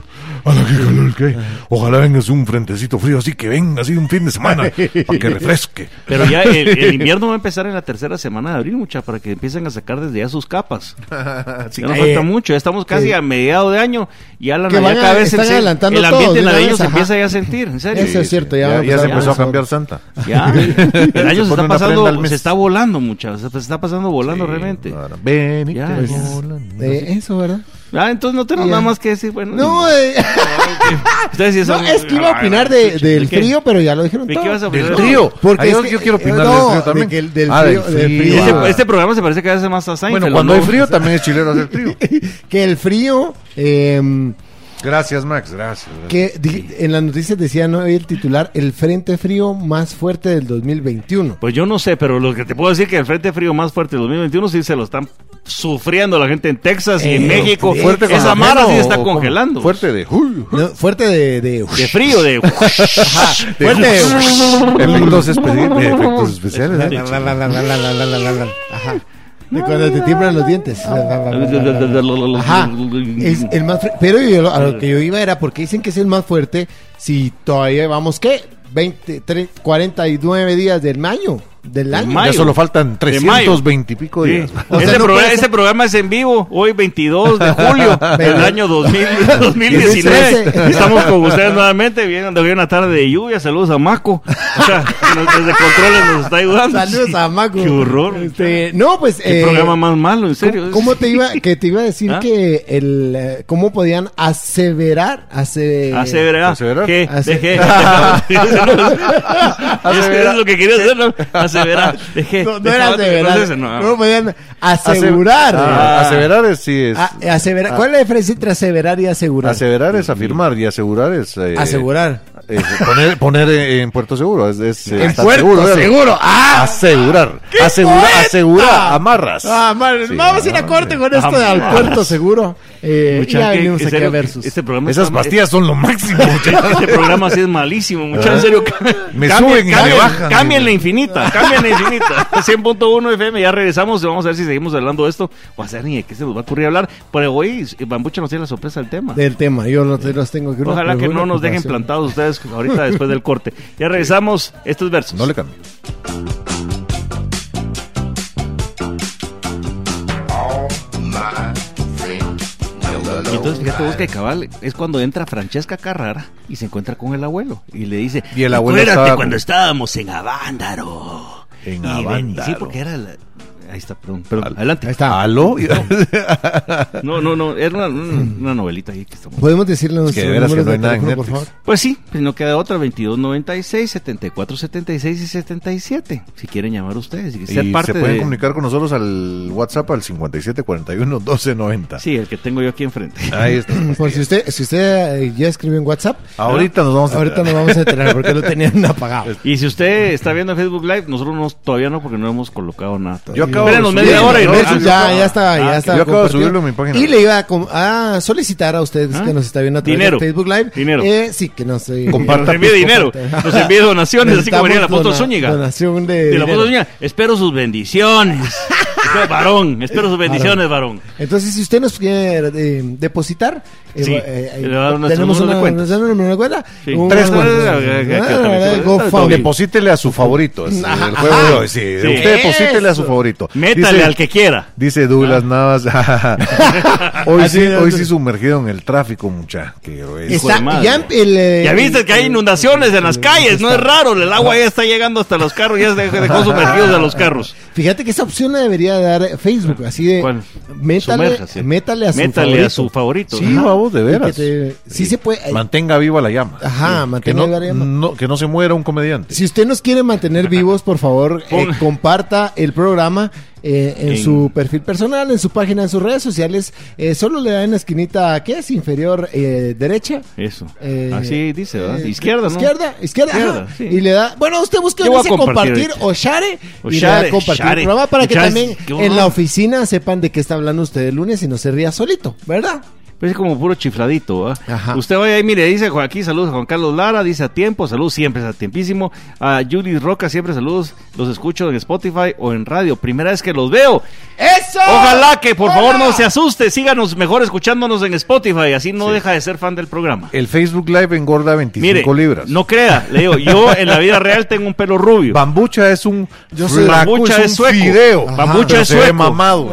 Speaker 3: a lo que calor que hay. Ojalá vengas un frentecito frío, así que venga, así un fin de semana, para que refresque.
Speaker 2: Pero ya el, el invierno va a empezar en la tercera semana de abril, mucha, para que empiecen a sacar desde ya sus capas. ya no
Speaker 4: eh,
Speaker 2: falta mucho, ya estamos casi
Speaker 4: que-
Speaker 2: a mediado de año. Ya la
Speaker 4: que
Speaker 2: Navidad
Speaker 4: van a-
Speaker 2: cada vez se-
Speaker 4: están
Speaker 2: se-
Speaker 4: adelantando
Speaker 2: el
Speaker 4: todo, de
Speaker 2: ambiente
Speaker 4: una
Speaker 2: navideño
Speaker 4: vez,
Speaker 2: se
Speaker 4: ajá.
Speaker 2: empieza ya a sentir, en serio.
Speaker 4: Eso es cierto,
Speaker 3: ya,
Speaker 4: ya van a
Speaker 3: ya se
Speaker 4: empezar
Speaker 3: empezó a
Speaker 4: con
Speaker 3: cambiar
Speaker 4: eso.
Speaker 3: Santa.
Speaker 2: Ya, el año se
Speaker 3: Se
Speaker 2: está
Speaker 3: pone una prenda al
Speaker 2: pasando,
Speaker 3: mes.
Speaker 2: se está volando, muchas, se está pasando volando realmente.
Speaker 3: Ahora, Ven y
Speaker 2: Ya,
Speaker 3: te
Speaker 2: ya.
Speaker 3: volan.
Speaker 4: Eh, eso, ¿verdad?
Speaker 2: Ah, entonces no tenemos
Speaker 4: Ya.
Speaker 2: nada más que decir, bueno.
Speaker 4: No, eh,
Speaker 2: ustedes sí
Speaker 4: no,
Speaker 2: son-
Speaker 4: es que iba a opinar de-
Speaker 2: Ay,
Speaker 4: del
Speaker 2: ¿qué?
Speaker 4: frío, pero ya lo dijeron
Speaker 2: ¿De
Speaker 4: todo.
Speaker 2: qué vas a opinar?
Speaker 3: Del
Speaker 2: No,
Speaker 3: frío.
Speaker 4: porque
Speaker 3: Ah,
Speaker 4: es
Speaker 3: yo,
Speaker 4: que-
Speaker 3: yo quiero opinar
Speaker 4: no,
Speaker 3: del frío
Speaker 4: de
Speaker 3: también.
Speaker 4: que el- del
Speaker 3: Ah,
Speaker 4: frío- del frío.
Speaker 3: Ah.
Speaker 2: Este, este programa se parece que hace más a Seinfeld, ¿o
Speaker 3: bueno, cuando
Speaker 2: no?
Speaker 3: hay frío también es chilero hacer frío.
Speaker 4: Que el frío, eh,
Speaker 3: Gracias, Max, gracias.
Speaker 4: que di- en las noticias decían hoy el titular, el frente frío más fuerte del 2021.
Speaker 2: Pues yo no sé, pero lo que te puedo decir que el frente frío más fuerte del 2021 sí se lo están sufriendo la gente en Texas y en
Speaker 4: Eh,
Speaker 2: México.
Speaker 4: fuerte con
Speaker 2: Esa
Speaker 4: la
Speaker 2: mara
Speaker 3: mano
Speaker 2: sí se
Speaker 3: o
Speaker 2: está
Speaker 3: cómo?
Speaker 2: congelando.
Speaker 3: Fuerte de. uy, uy,
Speaker 4: No, fuerte de, de-
Speaker 2: De frío, de...
Speaker 3: de-
Speaker 4: fuerte.
Speaker 3: Efectos espe- de efectos especiales. ¿eh?
Speaker 4: Ajá. De cuando te tiemblan los dientes. Ajá. Es el más fre- Pero yo lo- a lo que yo iba era porque dicen que es el más fuerte si todavía vamos, ¿qué? 20, 30, 49 días del año. Del año.
Speaker 2: mayo.
Speaker 3: Ya solo faltan
Speaker 2: De mayo.
Speaker 3: 320 y pico
Speaker 2: Sí.
Speaker 3: días.
Speaker 4: O sea,
Speaker 2: este,
Speaker 4: no
Speaker 2: progra-
Speaker 4: puede ser-
Speaker 2: este programa es en vivo, hoy 22 de julio del
Speaker 4: ¿Verdad?
Speaker 2: año 2000, 2019.
Speaker 4: 2013.
Speaker 2: Estamos con ustedes nuevamente, viendo hoy una tarde de lluvia, saludos a Maco, o sea, que nos- desde Controles nos está ayudando.
Speaker 4: Saludos a Mago.
Speaker 2: Qué horror.
Speaker 4: Este, no, pues.
Speaker 2: Qué
Speaker 4: eh,
Speaker 2: programa más malo, en serio.
Speaker 4: ¿Cómo, cómo te iba, que te iba a decir
Speaker 2: ¿Ah?
Speaker 4: que el eh, cómo podían aseverar, ase-
Speaker 2: Aseverar.
Speaker 3: Aseverar.
Speaker 2: ¿Qué?
Speaker 4: Ase-
Speaker 2: Dejé. Eso es lo que quería hacer, ¿no? Aseverar. Dejé.
Speaker 4: No, no era aseverar,
Speaker 2: No,
Speaker 4: cómo podían
Speaker 3: Ase-
Speaker 4: asegurar. Ah,
Speaker 3: Ah, aseverar es, sí,
Speaker 2: Ah,
Speaker 3: es.
Speaker 4: A- aseverar. ¿Cuál es la diferencia entre aseverar y asegurar?
Speaker 3: aseverar es afirmar y asegurar es. eh,
Speaker 4: asegurar.
Speaker 3: eh, poner, poner eh, en Puerto Seguro. Es, es, eh,
Speaker 4: En
Speaker 3: estar
Speaker 4: Puerto
Speaker 3: ¿verdad?
Speaker 4: Seguro, ¡ah!
Speaker 3: asegurar. Asegura,
Speaker 4: poeta!
Speaker 3: asegura, amarras.
Speaker 4: Ah, madre,
Speaker 3: Sí,
Speaker 4: vamos a ir a
Speaker 3: no,
Speaker 4: corte
Speaker 3: sí.
Speaker 4: con esto de al
Speaker 2: Vamos.
Speaker 4: puerto seguro. Eh,
Speaker 2: Ah, Mucha,
Speaker 4: ya
Speaker 2: que-
Speaker 4: venimos
Speaker 2: en
Speaker 4: aquí
Speaker 2: serio,
Speaker 4: a versus.
Speaker 2: Este programa
Speaker 3: Esas
Speaker 2: está-
Speaker 3: pastillas son lo máximo. muchachos.
Speaker 2: Este programa sí es malísimo, muchachos. En serio,
Speaker 3: Ah. Me
Speaker 2: cambien-
Speaker 3: suben y me
Speaker 2: cambien-
Speaker 3: bajan.
Speaker 2: Cambien la infinita, cambien la infinita. 100.1 FM, ya regresamos y vamos a ver si seguimos hablando de esto. O a ver ni de qué se nos va a ocurrir hablar. Pero hoy, eh, Bambucha nos tiene la sorpresa del tema.
Speaker 4: Del tema, yo los, los tengo que
Speaker 2: Ojalá que no nos dejen
Speaker 4: plantar
Speaker 2: plantados ustedes ahorita después del corte. Ya regresamos. Estos versos.
Speaker 3: No le cambio.
Speaker 2: Y entonces fíjate vos que cabal es cuando entra Francesca Carrara y se encuentra con el abuelo y le dice,
Speaker 3: Y el abuelo
Speaker 2: "Acuérdate
Speaker 3: estaba-
Speaker 2: cuando estábamos en Avándaro.
Speaker 3: En
Speaker 2: Y ven-
Speaker 3: Avándaro.
Speaker 2: Sí, porque era la- Ahí está, perdón, perdón, adelante.
Speaker 4: Ahí está.
Speaker 3: ¿Aló?
Speaker 2: No, no, no, era una, una- una novelita ahí que estamos.
Speaker 4: ¿Podemos decirle
Speaker 3: que
Speaker 4: nuestro
Speaker 3: de veras que
Speaker 4: número
Speaker 3: no
Speaker 4: de
Speaker 3: hay nada en
Speaker 4: teléfono, por favor?
Speaker 3: Netflix.
Speaker 2: Pues sí, pues no queda otra, 2296, 7476 y 77, si quieren llamar ustedes y ser
Speaker 3: Y
Speaker 2: parte
Speaker 3: se pueden
Speaker 2: de-
Speaker 3: comunicar con nosotros al WhatsApp al 5741-1290.
Speaker 2: Sí, el que tengo yo aquí enfrente.
Speaker 3: Ahí está.
Speaker 4: Por si usted, si usted eh, ya escribió en WhatsApp,
Speaker 3: Ahorita nos Ah, vamos a
Speaker 4: ahorita nos vamos a enterar porque lo tenían apagado.
Speaker 2: Y si usted está viendo Facebook Live, nosotros no- todavía no porque no hemos colocado nada.
Speaker 3: Yo acabo
Speaker 2: espérenos media
Speaker 4: Ya,
Speaker 2: hora y
Speaker 4: no,
Speaker 2: no-
Speaker 4: Nelson
Speaker 2: ah, yo
Speaker 4: ya,
Speaker 2: acabo-
Speaker 4: ya está,
Speaker 2: ah,
Speaker 4: ya está.
Speaker 3: yo acabo de
Speaker 4: compartido.
Speaker 3: subirlo en mi página.
Speaker 4: Y le iba a, com- a solicitar a usted
Speaker 2: ¿Ah?
Speaker 4: que nos está viendo a través
Speaker 2: Dinero.
Speaker 4: de Facebook Live.
Speaker 2: Dinero.
Speaker 4: Eh, sí, que nos eh,
Speaker 2: Que Nos envíe dinero, nos envíe donaciones, así como venía el
Speaker 4: Necesitamos
Speaker 2: apóstol
Speaker 4: dona-
Speaker 2: Zúñiga.
Speaker 4: Donación de.
Speaker 2: De la
Speaker 4: dinero.
Speaker 2: apóstol Zúñiga, espero sus bendiciones. Espero, varón, espero sus bendiciones, varón.
Speaker 4: Entonces, si usted nos quiere eh, depositar, eh,
Speaker 2: Sí,
Speaker 4: eh, eh,
Speaker 2: le va a dar nuestro
Speaker 4: tenemos
Speaker 2: número de
Speaker 4: una
Speaker 2: cuenta.
Speaker 4: nos dan un número de cuenta.
Speaker 2: Sí.
Speaker 4: un-
Speaker 3: Tres
Speaker 4: una-
Speaker 3: cuentas.
Speaker 4: Ah,
Speaker 2: Tony.
Speaker 4: GoFundMe.
Speaker 3: Deposítele a su favorito. es el juego de hoy, sí. Usted deposítele a su favorito.
Speaker 2: Métale
Speaker 3: Dice-
Speaker 2: al que quiera.
Speaker 3: Dice
Speaker 2: Ah.
Speaker 3: Douglas Navas. hoy sí,
Speaker 4: Así,
Speaker 3: hoy
Speaker 4: así.
Speaker 3: sí sumergido en el tráfico, mucha. Qué grueso.
Speaker 2: Hijo
Speaker 4: Está-
Speaker 2: de madre.
Speaker 4: ya el, eh,
Speaker 2: Ya viste que hay inundaciones en las calles, no es raro, el agua ya está llegando hasta los carros, ya se dejó sumergidos a los carros.
Speaker 4: Fíjate que esa opción la debería dar Facebook, así de
Speaker 2: ¿Cuál?
Speaker 4: Eh, métale,
Speaker 2: Sumérjase.
Speaker 4: métale a su
Speaker 2: Métale
Speaker 4: favorito.
Speaker 2: a su favorito.
Speaker 3: Sí,
Speaker 2: Ajá.
Speaker 3: vamos, de
Speaker 4: Y que
Speaker 3: veras.
Speaker 4: te- sí se puede. eh,
Speaker 3: Mantenga viva la llama.
Speaker 4: Ajá,
Speaker 3: Que
Speaker 4: mantener
Speaker 3: no,
Speaker 4: la llama.
Speaker 2: Mm.
Speaker 3: no- que no se muera un comediante.
Speaker 4: Si usted nos quiere mantener vivos, por favor, eh,
Speaker 2: Ponga-
Speaker 4: comparta el programa eh, en,
Speaker 2: En-
Speaker 4: su perfil personal, en su página, en sus redes sociales. Eh, solo le da en la esquinita, ¿qué es? Inferior eh, derecha.
Speaker 2: Eso.
Speaker 4: Eh,
Speaker 2: Así dice, ¿verdad?
Speaker 4: eh,
Speaker 2: izquierda, ¿no?
Speaker 4: Izquierda, izquierda.
Speaker 2: Izquierda,
Speaker 4: ajá.
Speaker 2: sí.
Speaker 4: Y le da, bueno, usted busca
Speaker 2: Yo voy a
Speaker 4: dice compartir,
Speaker 2: compartir
Speaker 4: o share
Speaker 2: O
Speaker 4: y le da
Speaker 2: share,
Speaker 4: compartir
Speaker 2: share.
Speaker 4: el programa para que
Speaker 2: Share,
Speaker 4: también
Speaker 2: qué horror.
Speaker 4: en la oficina sepan de qué está hablando usted el lunes y no se ría solito, ¿verdad?
Speaker 2: Pues es como puro chifladito, ¿ah?
Speaker 4: Ajá.
Speaker 2: Usted vaya ahí, mire, dice Joaquín, saludos a Juan Carlos Lara, dice a tiempo, saludos siempre, es a tiempísimo. A Judy Roca, siempre saludos, los escucho en Spotify o en radio, primera vez que los veo.
Speaker 4: ¡Eso!
Speaker 2: Ojalá que por favor
Speaker 4: ¡Hola!
Speaker 2: no se asuste, síganos mejor escuchándonos en Spotify, así no
Speaker 3: Sí.
Speaker 2: deja de ser fan del programa.
Speaker 3: El Facebook Live engorda 25
Speaker 2: Mire,
Speaker 3: libras.
Speaker 2: no crea, le digo, yo en la vida real tengo un pelo rubio.
Speaker 3: Bambucha es un
Speaker 4: Yo soy-
Speaker 3: flaco,
Speaker 2: Bambucha
Speaker 3: es
Speaker 2: es
Speaker 3: un
Speaker 2: sueco.
Speaker 3: fideo.
Speaker 2: Ajá. Bambucha
Speaker 3: Pero
Speaker 2: es
Speaker 3: se ve
Speaker 2: sueco.
Speaker 3: mamado.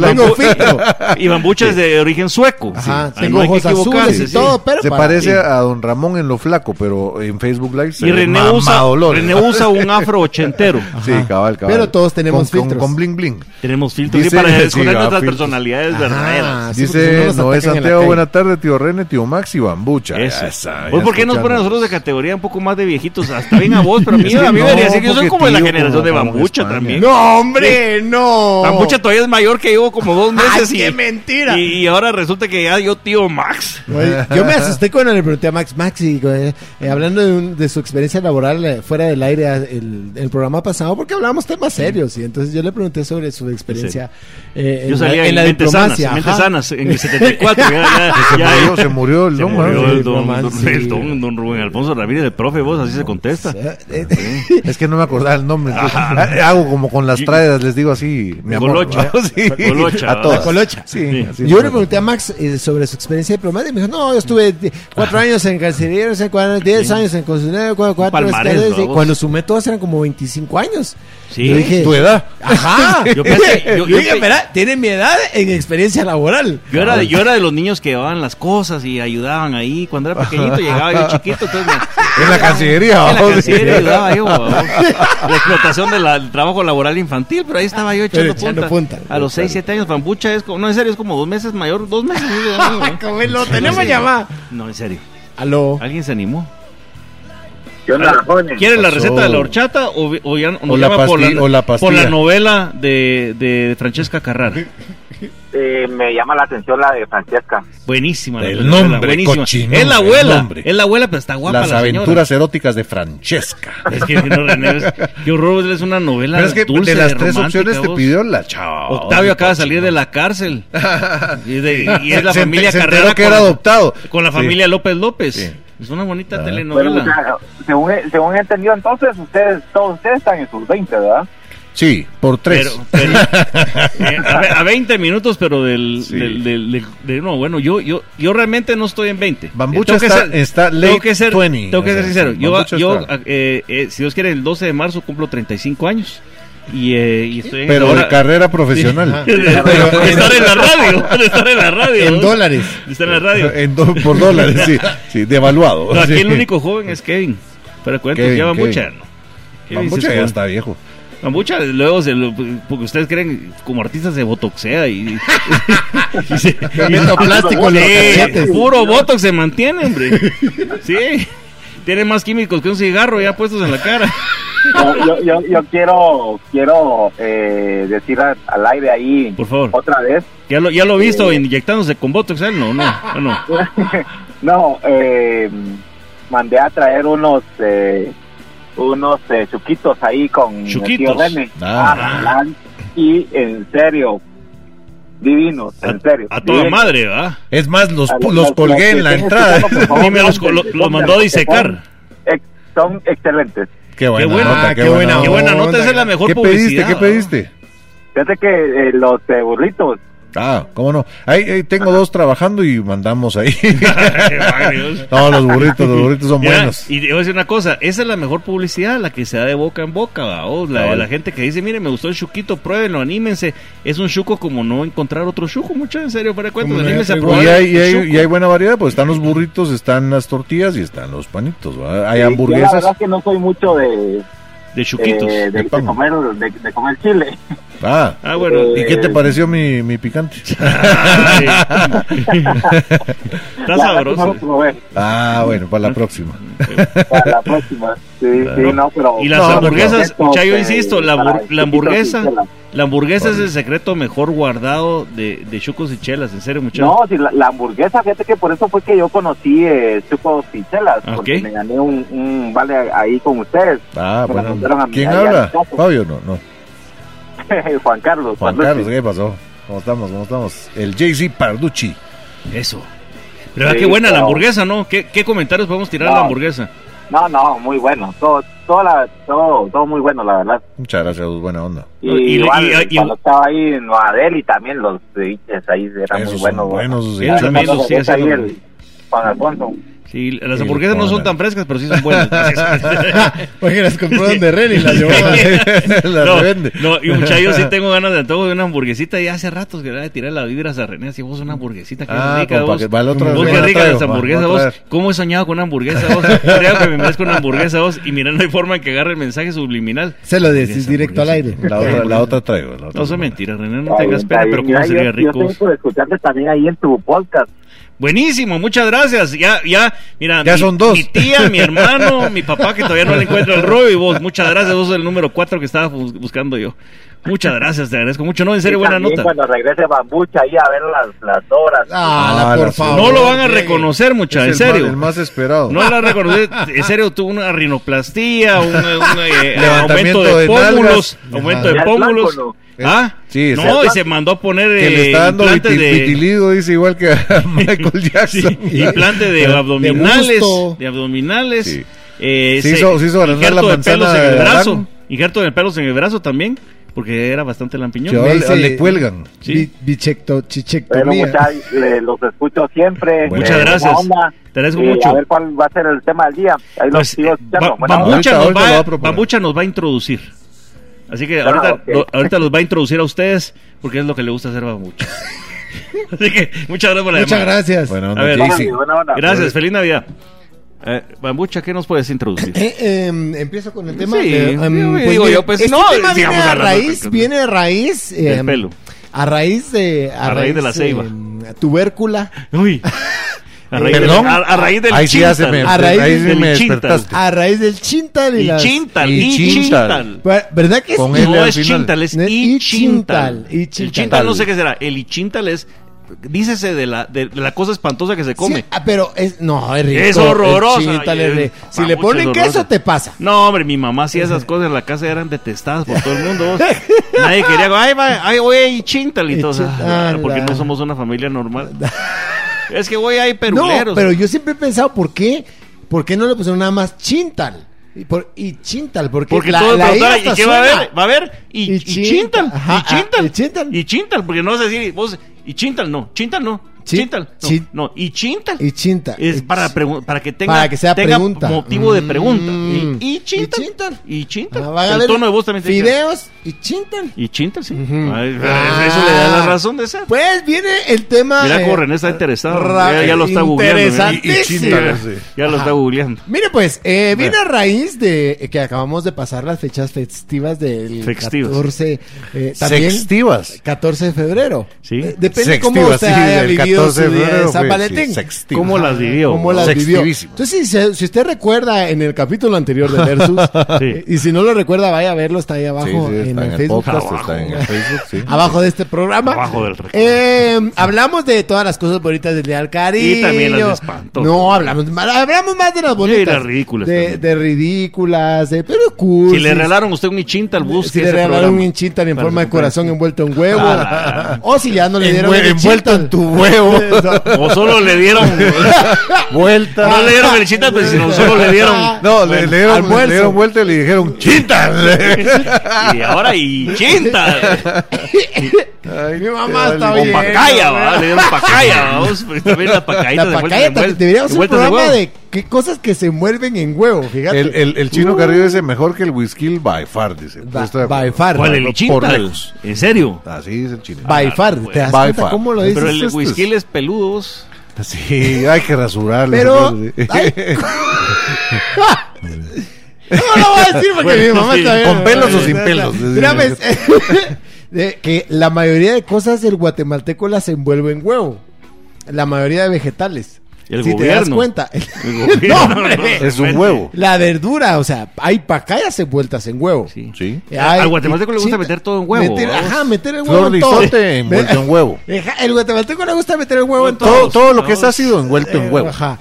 Speaker 4: Tengo filtro.
Speaker 2: y Bambucha es de origen sueco.
Speaker 4: Ajá,
Speaker 2: Sí. Ahí
Speaker 4: tengo
Speaker 2: no hay que
Speaker 4: ojos azules
Speaker 2: equivocarse,
Speaker 4: y
Speaker 2: sí.
Speaker 4: todo, pero
Speaker 3: Se
Speaker 4: para-
Speaker 3: parece a Don Ramón en lo flaco, pero en Facebook Live se
Speaker 2: Y
Speaker 3: ve
Speaker 2: René usa,
Speaker 3: mamadolores.
Speaker 2: René usa un afro ochentero.
Speaker 3: Sí, cabal, cabal.
Speaker 4: Pero todos tenemos
Speaker 3: Con- con-
Speaker 4: filtros.
Speaker 3: Con bling bling.
Speaker 2: Tenemos filtros sí,
Speaker 3: Dice-
Speaker 2: para
Speaker 3: sí,
Speaker 2: esconder
Speaker 3: va,
Speaker 2: nuestras
Speaker 3: filtros.
Speaker 2: personalidades
Speaker 4: Ajá.
Speaker 2: verdaderas.
Speaker 4: Ah, Sí, porque si no
Speaker 3: Dice
Speaker 4: nos
Speaker 3: Noé
Speaker 4: atacan en la
Speaker 3: Santiago,
Speaker 4: calle.
Speaker 3: buenas tardes, tío René, tío Max y Bambucha.
Speaker 2: Eso.
Speaker 3: Esa,
Speaker 2: Pues,
Speaker 3: ya
Speaker 2: ¿Por qué nos ponen a
Speaker 3: escuchamos.
Speaker 2: nosotros de categoría un poco más de viejitos? Hasta bien a vos, pero a mí,
Speaker 3: Es que
Speaker 2: a mí me
Speaker 3: no,
Speaker 2: debería decir que yo soy como de la
Speaker 3: porque, tío,
Speaker 2: generación de
Speaker 3: como- como
Speaker 2: Bambucha
Speaker 3: España.
Speaker 2: también.
Speaker 4: No, hombre, no.
Speaker 2: Bambucha todavía es mayor que yo, como dos meses. y,
Speaker 4: qué mentira!
Speaker 2: Y, y ahora resulta que ya yo, tío Max.
Speaker 4: Oye, Yo me asusté cuando le pregunté a Max Max y eh, eh, hablando de, un- de su experiencia laboral eh, fuera del aire eh, el, el programa pasado porque hablábamos temas serios y entonces yo le pregunté sobre su experiencia eh, en,
Speaker 2: Yo
Speaker 4: la-
Speaker 2: salía
Speaker 4: en
Speaker 2: en,
Speaker 4: la
Speaker 2: Mentes Sanas,
Speaker 4: diplomacia.
Speaker 2: en Mentes
Speaker 4: ajá.
Speaker 2: Sanas, en el 74. Ya, ya,
Speaker 3: Se
Speaker 2: ya-
Speaker 3: murió, se murió el
Speaker 2: Se
Speaker 3: don,
Speaker 2: murió
Speaker 3: ¿no?
Speaker 2: el
Speaker 4: sí,
Speaker 2: don,
Speaker 4: Román,
Speaker 2: don-
Speaker 4: sí.
Speaker 2: el don- don Rubén Alfonso Ramírez, el profe, vos así se contesta.
Speaker 4: Eh, eh,
Speaker 3: Es que no me acordaba el nombre. Ah, Hago como con las traedas, les digo así. Mi amor,
Speaker 2: Colocha.
Speaker 3: ¿no? Sí,
Speaker 2: Colocha,
Speaker 3: A todas.
Speaker 2: la
Speaker 4: colocha.
Speaker 3: Sí.
Speaker 2: Sí.
Speaker 3: así
Speaker 4: Yo
Speaker 3: es.
Speaker 4: le pregunté a Max eh, sobre su experiencia diplomática y me dijo, no, yo estuve de- cuatro años en carcelero, 10 años en consulado, cuatro, cuatro
Speaker 2: palmarés,
Speaker 4: escaleras, y
Speaker 2: babos.
Speaker 4: cuando sumé todas eran como 25 años.
Speaker 2: Sí.
Speaker 4: Yo dije,
Speaker 3: Tu edad.
Speaker 4: ajá,
Speaker 2: Yo pensé- yo- yo
Speaker 4: dije,
Speaker 2: pe-
Speaker 4: "Espera, tiene mi edad en experiencia laboral.
Speaker 2: Yo era, de, yo era de los niños que llevaban las cosas y ayudaban ahí. Cuando era pequeñito llegaba yo chiquito. Entonces me-
Speaker 3: En la cancillería.
Speaker 2: en la
Speaker 3: vamos.
Speaker 2: cancillería ayudaba yo. babón. La explotación del trabajo laboral infantil, pero ahí estaba yo
Speaker 4: Pero
Speaker 2: echando,
Speaker 4: echando
Speaker 2: punta.
Speaker 4: punta.
Speaker 2: A los 6, 7 años, Bambucha es como, no en serio, es como dos meses mayor, dos meses.
Speaker 4: Como lo
Speaker 2: No,
Speaker 4: tenemos
Speaker 2: en serio.
Speaker 4: llamada.
Speaker 2: No, en serio.
Speaker 4: Aló.
Speaker 2: ¿Alguien se animó?
Speaker 5: ¿Qué onda, jóvenes?
Speaker 2: ¿Quieren la
Speaker 3: Pasó.
Speaker 2: receta de la horchata o, o ya nos
Speaker 3: O la
Speaker 2: llama por,
Speaker 3: pasti-
Speaker 2: la,
Speaker 3: o la
Speaker 2: por la
Speaker 3: pastilla.
Speaker 2: novela de, de Francesca Carrara?
Speaker 5: Eh, me llama la atención la de Francesca.
Speaker 2: Buenísima. la
Speaker 3: El
Speaker 2: novela,
Speaker 3: nombre,
Speaker 2: buenísima.
Speaker 3: cochino,
Speaker 2: Es la
Speaker 3: el
Speaker 2: abuela.
Speaker 3: nombre.
Speaker 2: Es la abuela, pero está guapa.
Speaker 3: Las
Speaker 2: la señora.
Speaker 3: aventuras eróticas de Francesca.
Speaker 2: Es que no, René, es- qué horror, es una novela
Speaker 3: Pero es que
Speaker 2: dulce,
Speaker 3: de las tres
Speaker 2: romántica,
Speaker 3: opciones te
Speaker 2: vos.
Speaker 3: pidió la chao.
Speaker 2: Octavio acaba de salir de la cárcel. Y, de- y es la
Speaker 3: Se-
Speaker 2: familia
Speaker 3: se enteró
Speaker 2: Carrera
Speaker 3: que era adoptado.
Speaker 2: con la
Speaker 3: Sí.
Speaker 2: familia López López.
Speaker 3: Sí.
Speaker 2: Es una bonita
Speaker 3: Ah.
Speaker 2: telenovela.
Speaker 5: Bueno, o sea, según, según he entendido, entonces ustedes, todos ustedes están en sus 20, ¿verdad?
Speaker 3: Sí, por tres.
Speaker 2: Pero, pero- eh, a, ve- a 20 minutos, pero del,
Speaker 3: Sí.
Speaker 2: del, del- del- de- no, bueno, yo, yo, yo realmente no estoy en 20.
Speaker 3: Bambucha
Speaker 2: Eh, tengo que
Speaker 3: está- está late
Speaker 2: tengo que ser,
Speaker 3: 20,
Speaker 2: Tengo que
Speaker 3: o
Speaker 2: ser
Speaker 3: sea,
Speaker 2: sincero.
Speaker 3: sí,
Speaker 2: Yo,
Speaker 3: Bambucha
Speaker 2: yo
Speaker 3: está.
Speaker 2: eh, eh, si Dios quiere, el 12 de marzo cumplo 35 años. Y, eh, y estoy en
Speaker 3: Pero
Speaker 2: la
Speaker 3: de
Speaker 2: hora-
Speaker 3: carrera profesional.
Speaker 2: de, de- de estar en la radio, de estar en la radio.
Speaker 4: En
Speaker 2: ¿no?
Speaker 4: dólares.
Speaker 2: De estar en la radio.
Speaker 3: En do- por dólares, sí. Sí, devaluado.
Speaker 2: No, aquí
Speaker 3: Eh, Sí.
Speaker 2: el único joven es Kevin. Pero cuento,
Speaker 3: Kevin,
Speaker 2: ya Bambucha.
Speaker 3: Kevin.
Speaker 2: ¿no? Kevin se
Speaker 3: Bambucha Ah, pues ya
Speaker 2: esconde.
Speaker 3: está viejo.
Speaker 2: Bambucha, luego, se lo- porque ustedes creen, como artistas se botoxea y... y se-
Speaker 4: Meto
Speaker 5: Ah,
Speaker 4: plástico en los
Speaker 2: Sí,
Speaker 4: cachetes.
Speaker 2: puro botox se mantiene, hombre. Sí, tiene más químicos que un cigarro ya puestos en la cara.
Speaker 5: Yo, yo, yo, yo quiero quiero eh, decir a- al aire ahí
Speaker 2: Por favor.
Speaker 5: otra vez.
Speaker 2: Ya lo, ya lo he visto inyectándose con botox, él no, no, no.
Speaker 5: No, eh, mandé a traer unos eh, unos eh, chuquitos ahí con el tío
Speaker 2: Chuquitos.
Speaker 5: René.
Speaker 3: Ah.
Speaker 5: Ah, la- y en serio, divinos, en serio.
Speaker 2: A toda
Speaker 5: divinos.
Speaker 2: madre, ¿va?
Speaker 3: Es más, los,
Speaker 5: A
Speaker 3: los
Speaker 5: que
Speaker 3: colgué en la
Speaker 5: estén
Speaker 3: entrada.
Speaker 5: escuchando, por
Speaker 2: Ni me los,
Speaker 5: favor,
Speaker 2: lo- los mandó a disecar.
Speaker 5: ex- Son excelentes.
Speaker 3: Qué
Speaker 2: Qué
Speaker 3: buena,
Speaker 2: buena,
Speaker 3: nota, qué
Speaker 2: qué
Speaker 3: buena,
Speaker 2: buena, qué buena nota, esa es la mejor
Speaker 3: ¿Qué pediste?
Speaker 2: publicidad,
Speaker 3: ¿Qué
Speaker 2: ¿no?
Speaker 3: pediste?
Speaker 5: Fíjate que eh, los eh, burritos,
Speaker 3: Ah, cómo no. Ahí, ahí tengo dos trabajando y mandamos ahí.
Speaker 2: Qué bárbaros.
Speaker 3: no, los burritos, los burritos son
Speaker 2: Mira,
Speaker 3: buenos.
Speaker 2: y te voy a decir una cosa, esa es la mejor publicidad, la que se da de boca en boca, ¿va? O la de la gente que dice, mire, me gustó el chuquito, pruébenlo, anímense. Es un chuco como no encontrar otro chuco, mucho en serio, para cuento,
Speaker 4: Como no
Speaker 2: anímense a
Speaker 4: hay-
Speaker 2: probar.
Speaker 3: Y hay, y hay-
Speaker 2: el chuco.
Speaker 3: y hay buena variedad, pues están los burritos, están las tortillas y están los panitos. ¿va? Hay
Speaker 5: y- yo la
Speaker 3: hamburguesas.
Speaker 5: verdad que no soy mucho de,
Speaker 2: de chuquitos.
Speaker 5: eh, de-
Speaker 3: de
Speaker 5: de
Speaker 3: pan.
Speaker 5: comer, de, de comer chile.
Speaker 3: Ah,
Speaker 2: ah, bueno.
Speaker 5: eh,
Speaker 3: ¿y qué te pareció mi, mi picante?
Speaker 2: Ay. Está
Speaker 5: La verdad que no
Speaker 2: Ah, sabroso.
Speaker 5: lo probé.
Speaker 3: Ah, bueno, para la próxima.
Speaker 5: Para la próxima. Sí, sí, no, pero.
Speaker 2: Y las
Speaker 5: No,
Speaker 2: hamburguesas,
Speaker 5: pero-
Speaker 2: Chayo, insisto, la,
Speaker 5: para
Speaker 2: hambur- la
Speaker 5: chiquitos y
Speaker 2: hamburguesa,
Speaker 5: chelas.
Speaker 2: la hamburguesa es el secreto mejor guardado de, de chucos y chelas, en serio, muchachos.
Speaker 5: No, sí, la, la hamburguesa, fíjate que por eso fue que yo conocí eh, Chuco Pinchelas.
Speaker 2: Ah,
Speaker 5: Porque
Speaker 2: ok.
Speaker 5: me gané un, un vale ahí con ustedes,
Speaker 3: Ah,
Speaker 5: Me la
Speaker 3: bueno.
Speaker 5: mandaron a mi-
Speaker 3: ¿Quién
Speaker 5: ahí
Speaker 3: habla?
Speaker 5: al
Speaker 2: pues.
Speaker 5: caso.
Speaker 3: Fabio, no, no.
Speaker 5: Juan Carlos.
Speaker 3: Juan
Speaker 5: Carlos,
Speaker 3: Carlos, ¿eh? ¿qué pasó? ¿Cómo estamos? ¿Cómo estamos? El Jay-Z Parducci.
Speaker 2: Eso. Pero ¿verdad
Speaker 5: Sí,
Speaker 2: qué buena la
Speaker 5: claro.
Speaker 2: hamburguesa, ¿no? ¿Qué, qué comentarios podemos tirar a la
Speaker 5: No.
Speaker 2: hamburguesa?
Speaker 5: No, no, muy bueno. Todo, todo, la, todo, todo muy bueno, la verdad.
Speaker 3: Muchas gracias, buena onda.
Speaker 5: Y,
Speaker 2: No, y-
Speaker 5: igual,
Speaker 2: y- y-
Speaker 5: cuando estaba ahí en Adel y también los ceviches ahí eran
Speaker 3: Esos son
Speaker 5: muy buenos.
Speaker 3: buenos, esos
Speaker 5: Ya,
Speaker 3: cevichones.
Speaker 5: cuando
Speaker 2: También los sigue
Speaker 5: ves ahí
Speaker 2: haciendo.
Speaker 5: el Juan Alfonso.
Speaker 2: Sí, las
Speaker 3: Sí,
Speaker 2: hamburguesas no son
Speaker 3: pongan.
Speaker 2: tan frescas, pero sí son buenas.
Speaker 4: Porque las compraron de Ren y las llevó a
Speaker 3: La
Speaker 2: no,
Speaker 3: revende.
Speaker 2: no, y muchachos, sí tengo ganas de antojo de una hamburguesita. Y hace ratos que era de tirar las vibras a René. Así vos, una hamburguesita. Qué
Speaker 3: Ah,
Speaker 2: rica,
Speaker 3: como para
Speaker 2: vos.
Speaker 3: que- para la otra
Speaker 2: Vos,
Speaker 3: vez
Speaker 2: qué
Speaker 3: la
Speaker 2: rica
Speaker 3: traigo,
Speaker 2: las
Speaker 3: va,
Speaker 2: hamburguesas,
Speaker 3: voy a
Speaker 2: vos.
Speaker 3: traer.
Speaker 2: ¿Cómo he soñado con una hamburguesa, vos? Creo que me merezco una hamburguesa, vos. Y mira, no hay forma en que agarre el mensaje subliminal.
Speaker 4: Se lo decís directo al aire.
Speaker 3: La otra, la otra traigo. la otra
Speaker 2: No son
Speaker 3: semana.
Speaker 2: mentiras, René. No
Speaker 5: Está
Speaker 2: tengas
Speaker 5: bien,
Speaker 2: pena,
Speaker 5: está
Speaker 2: pero cómo
Speaker 5: bien. Mira, yo-
Speaker 2: sería rico.
Speaker 5: Yo
Speaker 2: vos.
Speaker 5: estoy por escucharte también ahí en tu podcast.
Speaker 2: Buenísimo, muchas gracias. Ya, ya, mira.
Speaker 3: Ya
Speaker 2: mi,
Speaker 3: son dos.
Speaker 2: Mi tía, mi hermano, mi papá que todavía no le encuentra el rollo y vos. Muchas gracias, vos sos el número cuatro que estaba bus- buscando yo. Muchas gracias, te agradezco mucho. No, en serio,
Speaker 5: Y
Speaker 2: buena
Speaker 5: también
Speaker 2: nota.
Speaker 5: Cuando regrese Bambucha ahí a ver las, las obras.
Speaker 4: Ah,
Speaker 3: Ah,
Speaker 4: la,
Speaker 3: la señora.
Speaker 4: por favor.
Speaker 2: No lo van a
Speaker 4: llegue.
Speaker 2: reconocer, mucha, en
Speaker 3: Es el ma-
Speaker 2: serio.
Speaker 3: el más esperado.
Speaker 2: No la reconocer, en serio, tuvo una rinoplastía, un, un, eh,
Speaker 3: Levantamiento
Speaker 2: aumento de,
Speaker 3: de
Speaker 2: pómulos,
Speaker 3: nalgas.
Speaker 2: aumento de
Speaker 5: Ya es blanco,
Speaker 2: pómulos.
Speaker 5: ¿no?
Speaker 2: ¿Ah?
Speaker 3: Sí,
Speaker 2: no,
Speaker 3: sí.
Speaker 2: y se mandó a poner
Speaker 3: que le
Speaker 2: eh,
Speaker 3: está dando
Speaker 2: implantes
Speaker 3: vitil-
Speaker 2: de,
Speaker 3: vitiligo, dice igual que a Michael Jackson.
Speaker 2: Sí, implante de
Speaker 4: De
Speaker 2: abdominales,
Speaker 4: busto.
Speaker 2: de, abdominales.
Speaker 3: Sí.
Speaker 2: eh,
Speaker 3: Se
Speaker 2: se-
Speaker 3: hizo- se hizo agrandar
Speaker 2: injerto
Speaker 3: la
Speaker 2: de
Speaker 3: manzana
Speaker 2: pelos en
Speaker 3: de
Speaker 2: el
Speaker 3: Adán.
Speaker 2: brazo, injerto de pelos en el brazo también, porque era bastante lampiñón.
Speaker 3: Que ahora
Speaker 4: Me
Speaker 3: le-
Speaker 4: dice-
Speaker 3: le cuelgan.
Speaker 2: Sí.
Speaker 4: Bi- bichecto-
Speaker 5: Pero
Speaker 4: chichectomía.
Speaker 5: muchas, le- los escucho siempre.
Speaker 3: Muchas
Speaker 5: buena
Speaker 2: gracias.
Speaker 5: onda.
Speaker 2: Te agradezco
Speaker 5: Y
Speaker 2: mucho.
Speaker 5: A ver cuál va a ser el tema del día. Ahí los
Speaker 2: Pues, eh,
Speaker 5: sigo
Speaker 2: Ba-
Speaker 5: escuchando. Buena onda.
Speaker 2: Bambucha
Speaker 3: onda.
Speaker 2: nos
Speaker 3: Ahorita-
Speaker 2: va-
Speaker 3: ahorita lo va a proponer.
Speaker 2: Bambucha nos va a introducir. Así que
Speaker 5: Ah,
Speaker 2: ahorita,
Speaker 5: ok.
Speaker 2: lo- ahorita los va a introducir a ustedes porque es lo que le gusta hacer Bambucha. Así que muchas gracias por la
Speaker 4: Muchas
Speaker 2: llamada.
Speaker 4: gracias.
Speaker 3: Bueno,
Speaker 2: A ver,
Speaker 5: Buena
Speaker 3: Jay-Z.
Speaker 5: onda, buena onda.
Speaker 2: Gracias, feliz Navidad.
Speaker 6: Eh, Bambucha, ¿qué nos puedes introducir?
Speaker 4: Eh, em, empiezo con el tema.
Speaker 6: Sí,
Speaker 4: Eh, em,
Speaker 6: digo, digo
Speaker 4: mire,
Speaker 6: yo, pues,
Speaker 4: este
Speaker 6: no,
Speaker 4: tema viene
Speaker 6: sigamos
Speaker 4: a
Speaker 6: hablando de
Speaker 4: raíz,
Speaker 6: cosas.
Speaker 4: viene a raíz.
Speaker 6: Del
Speaker 4: em,
Speaker 6: pelo.
Speaker 4: A raíz de.
Speaker 6: A raíz de la ceiba.
Speaker 4: em, tubércula.
Speaker 6: Uy. A raíz,
Speaker 3: ¿Perdón?
Speaker 6: Del, a, a raíz del
Speaker 3: Ahí sí
Speaker 6: chintal.
Speaker 3: hace me-
Speaker 4: A raíz
Speaker 3: ahí sí
Speaker 6: del
Speaker 3: me
Speaker 6: chintal.
Speaker 3: despertaste.
Speaker 4: A raíz del chintal y,
Speaker 6: Y
Speaker 4: las-
Speaker 6: chintal,
Speaker 3: y
Speaker 6: y
Speaker 3: chintal.
Speaker 6: chintal.
Speaker 4: Ver- ¿Verdad que
Speaker 3: Con
Speaker 4: sí?
Speaker 3: él
Speaker 6: No
Speaker 3: al
Speaker 6: es
Speaker 3: final.
Speaker 6: chintal, es
Speaker 4: Ne-
Speaker 6: y
Speaker 4: y
Speaker 6: chintal.
Speaker 4: chintal, y
Speaker 6: El
Speaker 4: chintal.
Speaker 6: chintal no sé qué será. El y chintal es, dícese de la, de, de la cosa espantosa que se come.
Speaker 4: Sí, ah, pero es, no, es rico.
Speaker 6: Es horrorosa.
Speaker 4: El chintal es
Speaker 6: Ay,
Speaker 4: rico.
Speaker 6: es-
Speaker 4: Si le
Speaker 6: mamucho,
Speaker 4: ponen
Speaker 6: es
Speaker 4: queso,
Speaker 6: horrorosa.
Speaker 4: te pasa.
Speaker 6: No, hombre, mi mamá hacía esas cosas en la casa eran detestadas por todo el mundo. vos. Nadie quería, ay, va, ay, voy ahí chintal y
Speaker 4: Y
Speaker 6: todo.
Speaker 4: chintal,
Speaker 6: Ah, Porque
Speaker 4: la-
Speaker 6: no somos una familia normal. Es que voy ahí
Speaker 4: No,
Speaker 6: peruleros.
Speaker 4: pero yo siempre he pensado, ¿por qué? ¿Por qué no le pusieron nada más chintal? Y, por, y chintal, porque,
Speaker 6: Porque
Speaker 4: la,
Speaker 6: todos
Speaker 4: la I
Speaker 6: preguntaban,
Speaker 4: hasta
Speaker 6: ¿y qué va a
Speaker 4: suena.
Speaker 6: haber? ¿Va a haber? Y,
Speaker 4: Y
Speaker 6: y chintal,
Speaker 4: Ajá,
Speaker 6: y chintal,
Speaker 4: ah, y chintal.
Speaker 6: y chintal, porque no vas a decir, vos, y chintal no, chintal no,
Speaker 4: Chi-
Speaker 6: chintal, no,
Speaker 4: chi-
Speaker 6: no, y chintal.
Speaker 4: Y chintal.
Speaker 6: Es
Speaker 4: Y
Speaker 6: para,
Speaker 4: chi-
Speaker 6: pregu- para que tenga,
Speaker 4: para que sea
Speaker 6: tenga
Speaker 4: pregunta.
Speaker 6: motivo de pregunta.
Speaker 4: Mm.
Speaker 6: Y, y
Speaker 4: ¿Y
Speaker 6: chintal.
Speaker 4: chintal?
Speaker 6: Y chintal.
Speaker 4: Ah, van a
Speaker 6: El
Speaker 4: haber
Speaker 6: tono de voz también tiene que-
Speaker 4: Fideos y chintal.
Speaker 6: Y chintal, sí.
Speaker 4: Ujú. Ah,
Speaker 6: Ay, Eso le da la razón de ser.
Speaker 4: Pues viene el tema.
Speaker 6: Mira
Speaker 4: eh,
Speaker 6: cómo René está interesado.
Speaker 4: ra-
Speaker 6: Ya, ya lo está googleando. mira.
Speaker 4: interesantísimo.
Speaker 3: Y- y chintal, sí.
Speaker 6: Ya lo está
Speaker 4: Ajá.
Speaker 6: googleando.
Speaker 4: Mire, pues, eh, viene a raíz de eh, que acabamos de pasar las fechas festivas del
Speaker 6: Festivas.
Speaker 4: 14, eh, también
Speaker 3: Sextivas.
Speaker 4: 14 de febrero.
Speaker 6: Sí.
Speaker 4: Eh, depende
Speaker 3: Sextivas,
Speaker 4: cómo usted
Speaker 3: sí,
Speaker 4: haya
Speaker 3: del
Speaker 4: vivido vivido
Speaker 3: 14
Speaker 4: su
Speaker 3: de
Speaker 4: día de
Speaker 3: febrero
Speaker 4: San
Speaker 3: fue,
Speaker 4: Valentín?
Speaker 3: sí, sextivo.
Speaker 2: ¿Cómo las vivió?
Speaker 4: ¿Cómo las vivió?
Speaker 3: Sextivísimo.
Speaker 4: Entonces, si, si usted recuerda en el capítulo anterior de Versus, eh,
Speaker 2: Sí.
Speaker 4: y si no lo recuerda, vaya a verlo, está ahí abajo
Speaker 3: Sí, sí,
Speaker 4: en
Speaker 3: está
Speaker 4: el
Speaker 3: en el
Speaker 4: Facebook.
Speaker 3: podcast, está en el Facebook, sí.
Speaker 4: Abajo de este programa.
Speaker 2: Abajo del recuerdo.
Speaker 4: Eh, hablamos de todas las cosas bonitas del día del cariño.
Speaker 2: Y también las de espanto.
Speaker 4: No, hablamos, mal- hablamos más de las bonitas.
Speaker 2: las ridículas
Speaker 4: De,
Speaker 2: también.
Speaker 4: de ridículas, de pero cursis.
Speaker 2: Si le regalaron a usted un hinchita al bus,
Speaker 4: Si le regalaron un hinchita en
Speaker 2: Para
Speaker 4: forma de
Speaker 2: su
Speaker 4: corazón envuelto en huevo.
Speaker 2: Ah,
Speaker 4: o si ya no le dieron
Speaker 3: Envue-
Speaker 4: el
Speaker 3: envuelto
Speaker 4: chintal.
Speaker 3: en tu huevo.
Speaker 4: Eso.
Speaker 2: O solo le dieron.
Speaker 3: Vuelta.
Speaker 2: no le dieron el hinchita, pues sino solo le dieron.
Speaker 3: No, le,
Speaker 4: Bueno,
Speaker 3: le dieron,
Speaker 4: almuerzo.
Speaker 3: le dieron vuelta y le dijeron ¡Chinta!
Speaker 2: Y ahora hinchita.
Speaker 4: Mi mamá está
Speaker 2: O
Speaker 4: bien.
Speaker 2: pacaya, ¿va? Le dieron pacaya, vamos. Pues también la pacayita
Speaker 4: La
Speaker 2: de vuelta
Speaker 4: pacaya
Speaker 2: de vuelta.
Speaker 4: deberíamos hacer un
Speaker 2: vueltas de
Speaker 4: programa
Speaker 2: huevo.
Speaker 4: de qué cosas que se envuelven en huevo, fíjate.
Speaker 3: El, el, el chino Carrillo dice mejor que el whisky by far, dice. Yo
Speaker 4: Ba-
Speaker 3: estoy de
Speaker 4: Uh. by
Speaker 3: acuerdo.
Speaker 4: far.
Speaker 2: ¿Cuál el
Speaker 3: Por
Speaker 2: hinchita?
Speaker 3: lejos.
Speaker 2: ¿En serio?
Speaker 3: Así dice el chino.
Speaker 4: Ah, By far,
Speaker 2: pues.
Speaker 4: ¿te das
Speaker 3: By
Speaker 4: cuenta
Speaker 3: far.
Speaker 4: cómo lo dices?
Speaker 2: Pero el
Speaker 3: Estos-
Speaker 2: whisky es peludos.
Speaker 3: Sí, hay que rasurarle.
Speaker 4: Pero-
Speaker 3: Sí.
Speaker 4: ay, No lo voy a decir porque
Speaker 2: Bueno,
Speaker 4: mi mamá
Speaker 2: sí,
Speaker 4: está bien.
Speaker 3: ¿con pelos o
Speaker 4: Sí,
Speaker 3: sin
Speaker 4: sí,
Speaker 3: pelos?
Speaker 4: sí. Mira, ves, de que la mayoría de cosas del guatemalteco las envuelve en huevo. La mayoría de vegetales.
Speaker 2: El
Speaker 4: si te das
Speaker 2: gobierno.
Speaker 4: cuenta.
Speaker 2: El gobierno,
Speaker 4: No, hombre.
Speaker 2: no,
Speaker 3: es un huevo.
Speaker 4: La verdura, o sea, hay pacayas envueltas en huevo.
Speaker 2: Sí.
Speaker 3: Sí.
Speaker 4: Hay-
Speaker 2: Al guatemalteco le gusta
Speaker 4: sí,
Speaker 2: meter todo en huevo,
Speaker 4: Eh, meter-
Speaker 2: ¿vamos?
Speaker 4: ajá, meter el huevo
Speaker 3: Flor de
Speaker 4: en todo.
Speaker 3: isote envuelto en huevo.
Speaker 4: Ajá, El guatemalteco le gusta meter el huevo en todo. Eh,
Speaker 3: Todo, todo lo que es
Speaker 2: todos.
Speaker 3: ácido envuelto en huevo.
Speaker 4: Ajá.